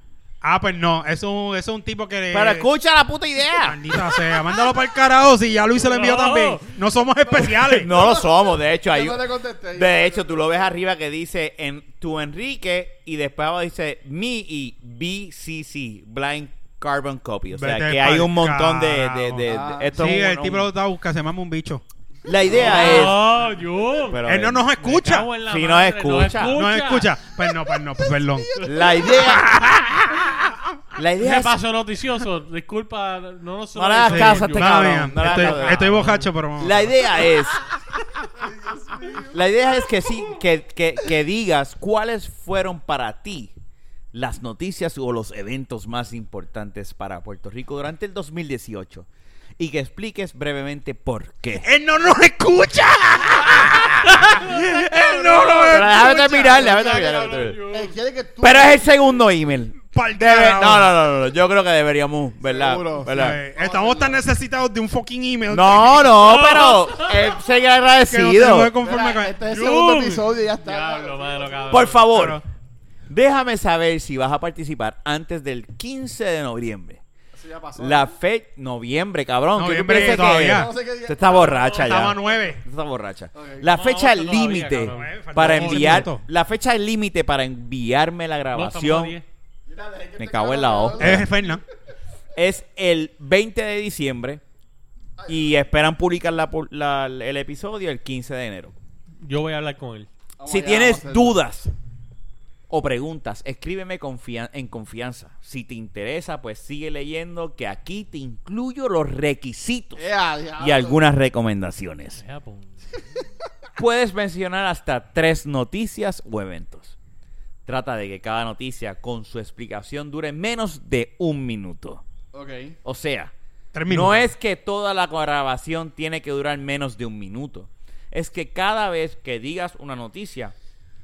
[SPEAKER 2] Ah, pues no, eso es un tipo que. le-
[SPEAKER 1] Pero escucha la puta idea.
[SPEAKER 2] Maldita sea, mándalo para el carajo si ya Luis se lo envió
[SPEAKER 3] No.
[SPEAKER 2] también. No somos especiales.
[SPEAKER 1] No lo somos, de hecho.
[SPEAKER 5] Yo
[SPEAKER 1] Hay,
[SPEAKER 5] no le contesté. Yo no
[SPEAKER 1] de hecho, tú lo ves arriba que dice en tu Enrique y después abajo dice mi y BCC, Blind Carbon Copy. O sea,
[SPEAKER 2] Vete
[SPEAKER 1] que hay
[SPEAKER 2] pa'l
[SPEAKER 1] un montón de... de- de- de-
[SPEAKER 5] carajo.
[SPEAKER 1] esto
[SPEAKER 2] sí,
[SPEAKER 1] es un-
[SPEAKER 2] el tipo lo está buscando, se mama un bicho.
[SPEAKER 1] La idea Ah, es...
[SPEAKER 3] No, yo.
[SPEAKER 1] pero
[SPEAKER 2] Él no
[SPEAKER 1] es-
[SPEAKER 2] nos escucha.
[SPEAKER 3] cago en la
[SPEAKER 1] Si no
[SPEAKER 3] madre,
[SPEAKER 1] escucha.
[SPEAKER 2] No nos escucha. Pues no, pues no, pues perdón.
[SPEAKER 1] La idea. La idea es.
[SPEAKER 3] Repaso noticioso. Disculpa, no nos
[SPEAKER 1] No le hagas
[SPEAKER 2] Sí.
[SPEAKER 1] caso a este
[SPEAKER 2] Nada,
[SPEAKER 1] cabrón.
[SPEAKER 2] mira,
[SPEAKER 1] No le hagas caso.
[SPEAKER 2] estoy, estoy bojacho, pero vamos.
[SPEAKER 1] La idea es. La idea es que sí, que, que, que digas cuáles fueron para ti las noticias o los eventos más importantes para Puerto Rico durante el 2018 y que expliques brevemente por qué.
[SPEAKER 2] ¡Él no nos escucha! ¡Él no nos
[SPEAKER 1] Pero
[SPEAKER 2] escucha!
[SPEAKER 1] déjame terminar, déjame
[SPEAKER 5] escucha,
[SPEAKER 1] terminar, déjame
[SPEAKER 3] escucha.
[SPEAKER 1] terminar.
[SPEAKER 5] Eh, quiere que tú.
[SPEAKER 1] Pero es el segundo email.
[SPEAKER 2] Pa'l
[SPEAKER 1] Debe-
[SPEAKER 2] carajo.
[SPEAKER 1] no, no, no, no, yo creo que deberíamos, ¿verdad?
[SPEAKER 5] Seguro,
[SPEAKER 1] ¿verdad?
[SPEAKER 2] Eh, Estamos tan necesitados de un fucking email.
[SPEAKER 1] No, no, pero eh, seguir
[SPEAKER 2] que no tenemos
[SPEAKER 1] agradecido.
[SPEAKER 2] que conformar
[SPEAKER 5] Mira,
[SPEAKER 2] con-
[SPEAKER 5] este es el
[SPEAKER 2] Yo-
[SPEAKER 5] segundo episodio y ya está.
[SPEAKER 3] Diablo, mano, cabrón.
[SPEAKER 1] Por favor,
[SPEAKER 3] Ah,
[SPEAKER 2] Pero-
[SPEAKER 1] déjame saber si vas a participar antes del 15 de noviembre.
[SPEAKER 5] Eso ya pasó.
[SPEAKER 1] La fe noviembre, cabrón. ¿qué tú
[SPEAKER 2] Noviembre
[SPEAKER 1] piensas que
[SPEAKER 2] todavía.
[SPEAKER 1] es?
[SPEAKER 5] No sé qué día.
[SPEAKER 1] Usted está borracha
[SPEAKER 2] Estaba
[SPEAKER 1] ya.
[SPEAKER 2] nueve.
[SPEAKER 1] Usted está borracha.
[SPEAKER 5] Ok.
[SPEAKER 1] La
[SPEAKER 3] No,
[SPEAKER 1] fecha
[SPEAKER 3] no, todavía,
[SPEAKER 1] límite
[SPEAKER 3] cabrón.
[SPEAKER 2] Eh, faltan
[SPEAKER 1] para
[SPEAKER 2] once
[SPEAKER 1] enviar
[SPEAKER 2] minutos.
[SPEAKER 1] la fecha límite para enviarme
[SPEAKER 3] No,
[SPEAKER 1] la
[SPEAKER 3] estamos a
[SPEAKER 1] grabación
[SPEAKER 3] 10.
[SPEAKER 5] Mira, dejé que
[SPEAKER 1] Me
[SPEAKER 5] este
[SPEAKER 1] cago en la
[SPEAKER 5] cabrón-
[SPEAKER 1] hostia.
[SPEAKER 2] Es Fernan.
[SPEAKER 1] es el 20 de diciembre y esperan publicar la pu- la- el episodio el 15 de enero.
[SPEAKER 3] Yo voy a hablar con él.
[SPEAKER 5] Vamos
[SPEAKER 1] Si
[SPEAKER 5] allá, vamos a
[SPEAKER 1] tienes
[SPEAKER 5] hacerlo.
[SPEAKER 1] dudas o preguntas, escríbeme confia- en confianza. Si te interesa, pues sigue leyendo que aquí te incluyo los requisitos
[SPEAKER 5] Ea, diablo.
[SPEAKER 1] y algunas recomendaciones.
[SPEAKER 3] Sea, pum.
[SPEAKER 1] Puedes mencionar hasta tres noticias o eventos. Trata de que cada noticia con su explicación dure menos de un minuto.
[SPEAKER 5] Ok.
[SPEAKER 1] O sea,
[SPEAKER 2] Tres minutos.
[SPEAKER 1] no es que toda la grabación tiene que durar menos de un minuto. Es que cada vez que digas una noticia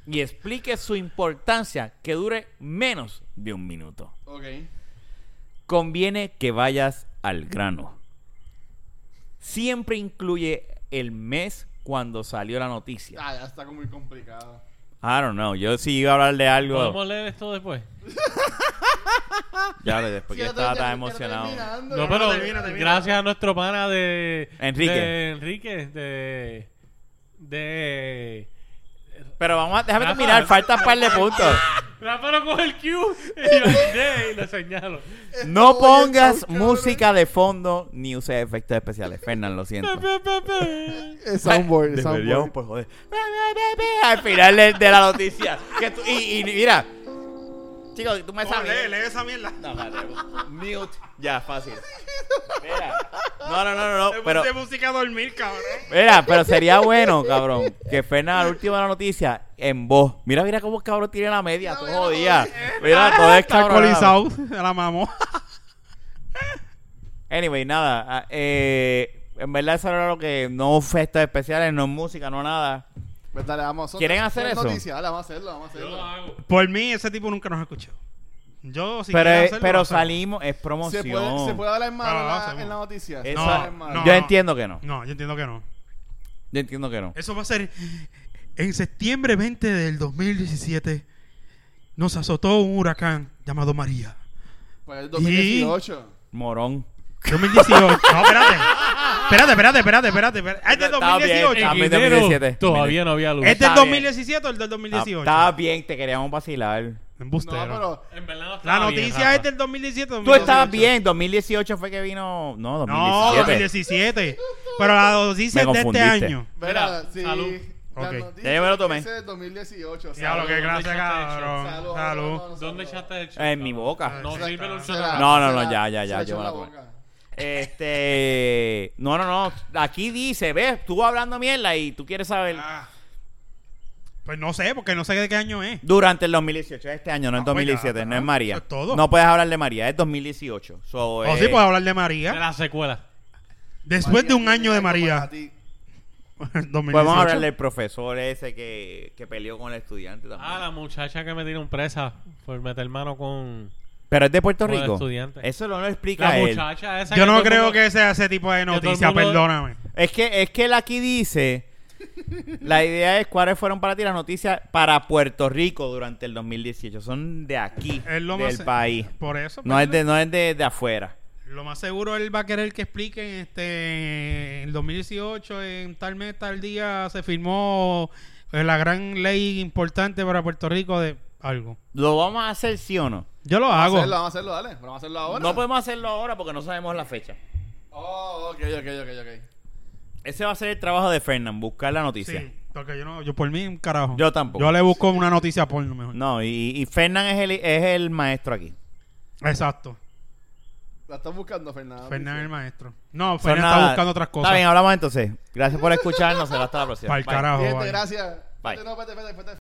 [SPEAKER 1] y expliques su importancia, que dure menos de un minuto.
[SPEAKER 5] Ok.
[SPEAKER 1] Conviene que vayas al grano. Siempre incluye el mes cuando salió la noticia.
[SPEAKER 5] Ah, ya está como muy complicado.
[SPEAKER 1] I don't know. Yo sí iba a hablar de algo.
[SPEAKER 3] ¿Podemos leer esto después?
[SPEAKER 1] Ya, después que
[SPEAKER 5] Sí,
[SPEAKER 1] estaba tan
[SPEAKER 5] ya te- ya
[SPEAKER 1] emocionado.
[SPEAKER 5] terminando,
[SPEAKER 3] No,
[SPEAKER 5] ya
[SPEAKER 3] pero
[SPEAKER 5] termina, termina.
[SPEAKER 3] gracias a nuestro pana de...
[SPEAKER 1] Enrique.
[SPEAKER 3] De Enrique, de... De...
[SPEAKER 1] Pero vamos a, déjame
[SPEAKER 3] Rafa.
[SPEAKER 1] terminar, faltan un par de puntos.
[SPEAKER 3] Rafa coge el Q y yo de y lo señalo.
[SPEAKER 1] No
[SPEAKER 5] Oye,
[SPEAKER 1] pongas
[SPEAKER 5] cabrón.
[SPEAKER 1] música de fondo ni uses efectos especiales. Fernán, lo siento.
[SPEAKER 5] Eh, Soundboard,
[SPEAKER 1] Deberíamos,
[SPEAKER 5] soundboard.
[SPEAKER 1] pues, joder. Al final de, de la noticia. Que tú- y, y mira. Chicos, tú me
[SPEAKER 2] Oh,
[SPEAKER 1] sabes.
[SPEAKER 2] lee, lee esa mierda.
[SPEAKER 1] No, madre. Mute. Ya, fácil. Mira. No, no, no, no. no,
[SPEAKER 2] Le
[SPEAKER 1] pero,
[SPEAKER 2] puse música a dormir, cabrón.
[SPEAKER 1] mira, pero sería bueno, cabrón. Que Fernán, la última de la noticia, en voz. Mira, mira cómo el cabrón tiene la media. Todo jodía. Mira, todo es
[SPEAKER 2] Está
[SPEAKER 1] cabrón.
[SPEAKER 2] alcoholizado. Se la mamó.
[SPEAKER 1] Anyway, nada. ah, eh, en verdad, eso era lo que. No efectos especiales, no música, no nada.
[SPEAKER 5] Pues dale, vamos a
[SPEAKER 1] ¿Quieren hacer
[SPEAKER 5] es
[SPEAKER 1] eso?
[SPEAKER 5] noticia, dale, vamos a hacerlo, vamos a
[SPEAKER 3] Yo lo
[SPEAKER 5] hacerlo.
[SPEAKER 3] hago.
[SPEAKER 2] Por mí, ese tipo nunca nos escuchó. Yo, si
[SPEAKER 1] pero
[SPEAKER 2] quiere
[SPEAKER 1] eh,
[SPEAKER 2] hacerlo,
[SPEAKER 1] pero
[SPEAKER 2] lo hacemos.
[SPEAKER 1] salimos, es promoción.
[SPEAKER 5] ¿Se puede, ¿Se puede hablar más
[SPEAKER 2] Ah,
[SPEAKER 5] en,
[SPEAKER 2] lo
[SPEAKER 5] la,
[SPEAKER 2] hacemos.
[SPEAKER 5] en la noticia? ¿Se
[SPEAKER 1] Eso-
[SPEAKER 5] puede hablar más?
[SPEAKER 2] no,
[SPEAKER 1] Yo entiendo que no.
[SPEAKER 2] No, yo entiendo que no.
[SPEAKER 1] Yo entiendo que no.
[SPEAKER 2] Eso va a ser en septiembre 20 del 2017. Nos azotó un huracán llamado María.
[SPEAKER 5] Pues el 2018.
[SPEAKER 1] Morón.
[SPEAKER 2] 2018. No, espérate. Espérate, espérate, espérate, espérate. espérate. Ah, Es del
[SPEAKER 1] Está bien,
[SPEAKER 2] 2018.
[SPEAKER 1] está
[SPEAKER 3] En
[SPEAKER 1] También
[SPEAKER 3] enero
[SPEAKER 1] 2017.
[SPEAKER 3] todavía no había luz.
[SPEAKER 2] ¿Es
[SPEAKER 1] Está
[SPEAKER 2] del
[SPEAKER 1] bien.
[SPEAKER 2] 2017 o el del 2018?
[SPEAKER 1] Estaba bien, te queríamos vacilar.
[SPEAKER 2] Embustero.
[SPEAKER 5] No,
[SPEAKER 3] En verdad no estaba
[SPEAKER 2] La
[SPEAKER 3] bien,
[SPEAKER 2] noticia
[SPEAKER 3] Rafa.
[SPEAKER 2] es del 2017.
[SPEAKER 1] Tú estabas
[SPEAKER 2] 2018.
[SPEAKER 1] bien, 2018 fue que vino. No, 2017.
[SPEAKER 2] No, 2017. Pero la noticia
[SPEAKER 1] Me
[SPEAKER 2] es de este
[SPEAKER 1] confundiste.
[SPEAKER 2] año.
[SPEAKER 5] pero. Mira,
[SPEAKER 3] Mira, salud.
[SPEAKER 5] sí. Las
[SPEAKER 2] Ok.
[SPEAKER 5] noticias
[SPEAKER 1] Ya yo me lo tomé.
[SPEAKER 5] ese del 2018.
[SPEAKER 2] Ya lo
[SPEAKER 5] salud.
[SPEAKER 2] que clase,
[SPEAKER 3] ¿dónde echaste el
[SPEAKER 2] cabrón.
[SPEAKER 5] Salud,
[SPEAKER 2] Salud.
[SPEAKER 5] no, no,
[SPEAKER 3] ¿Dónde
[SPEAKER 5] salud.
[SPEAKER 3] echaste el chico?
[SPEAKER 1] En mi boca.
[SPEAKER 3] No
[SPEAKER 5] Se la-
[SPEAKER 3] sirve un
[SPEAKER 5] se
[SPEAKER 3] shot.
[SPEAKER 5] la-
[SPEAKER 1] No, no,
[SPEAKER 5] se
[SPEAKER 1] no,
[SPEAKER 5] la-
[SPEAKER 1] ya, ya,
[SPEAKER 5] se
[SPEAKER 1] ya, yo
[SPEAKER 5] echó
[SPEAKER 1] me la
[SPEAKER 5] en
[SPEAKER 1] tomé.
[SPEAKER 5] boca.
[SPEAKER 1] Este. No, no, no. Aquí dice, ves, tú hablando mierda y tú quieres saber.
[SPEAKER 2] Ah. Pues no sé, porque no sé de qué año es.
[SPEAKER 1] Durante el 2018, este año, no es
[SPEAKER 2] Ah, pues ya,
[SPEAKER 1] 2007, no
[SPEAKER 2] ah,
[SPEAKER 1] es María.
[SPEAKER 2] eso es todo.
[SPEAKER 1] No puedes hablar de María, es 2018. So,
[SPEAKER 2] O
[SPEAKER 1] eh,
[SPEAKER 2] sí, pues puedes hablar de
[SPEAKER 3] De
[SPEAKER 2] María.
[SPEAKER 3] la secuela.
[SPEAKER 2] Después de un
[SPEAKER 5] María,
[SPEAKER 2] año de
[SPEAKER 5] algo
[SPEAKER 2] María.
[SPEAKER 5] para ti.
[SPEAKER 2] 2018.
[SPEAKER 1] Podemos hablar del profesor ese que, que peleó con el estudiante también.
[SPEAKER 3] Ah, la muchacha que me dieron presa por meter mano con...
[SPEAKER 1] Pero es de Puerto
[SPEAKER 3] Con el
[SPEAKER 1] Rico.
[SPEAKER 3] estudiante.
[SPEAKER 1] Eso no lo explica
[SPEAKER 3] La
[SPEAKER 1] él.
[SPEAKER 3] muchacha esa
[SPEAKER 2] Yo
[SPEAKER 3] que todo
[SPEAKER 2] no
[SPEAKER 3] el
[SPEAKER 2] creo
[SPEAKER 3] mundo-
[SPEAKER 2] que sea ese tipo de
[SPEAKER 3] todo el
[SPEAKER 2] noticia,
[SPEAKER 3] mundo-
[SPEAKER 2] perdóname.
[SPEAKER 1] Es que, es que él aquí dice, la idea es cuáles fueron para ti las noticias para Puerto Rico durante el 2018. Son de aquí,
[SPEAKER 2] Es lo
[SPEAKER 1] del
[SPEAKER 2] más
[SPEAKER 1] país.
[SPEAKER 2] Por eso.
[SPEAKER 1] No
[SPEAKER 2] pues,
[SPEAKER 1] es de, no es de, de afuera.
[SPEAKER 2] Lo más seguro él va a querer que expliquen este en el 2018 en tal mes tal día se firmó eh, la gran ley importante para Puerto Rico de algo.
[SPEAKER 1] ¿Lo vamos a hacer sí o no?
[SPEAKER 2] Yo lo
[SPEAKER 5] Vamos a
[SPEAKER 2] hago.
[SPEAKER 5] hacerlo, vamos a hacerlo, dale. Vamos a hacerlo ahora.
[SPEAKER 1] No pues, podemos hacerlo ahora porque no sabemos la fecha.
[SPEAKER 5] Oh, ok, ok, ok, ok.
[SPEAKER 1] Ese va a ser el trabajo de Fernán, buscar la noticia.
[SPEAKER 2] Sí, porque yo no yo por mí un carajo.
[SPEAKER 1] Yo tampoco.
[SPEAKER 2] Yo le busco una noticia porno mejor.
[SPEAKER 1] No, y, y Fernán es el, es el maestro aquí.
[SPEAKER 2] Exacto.
[SPEAKER 5] La estás buscando, Fernando.
[SPEAKER 2] Fernández el maestro. No,
[SPEAKER 1] Son
[SPEAKER 2] Fernández
[SPEAKER 1] nada.
[SPEAKER 2] está buscando otras cosas.
[SPEAKER 1] Está bien, hablamos entonces. Gracias por escucharnos. Será hasta la próxima.
[SPEAKER 2] Pa'l
[SPEAKER 1] Bye.
[SPEAKER 2] carajo.
[SPEAKER 5] Gente,
[SPEAKER 2] vaya.
[SPEAKER 5] gracias.
[SPEAKER 1] Bye.
[SPEAKER 5] Espérate, No, espérate, espérate, espérate.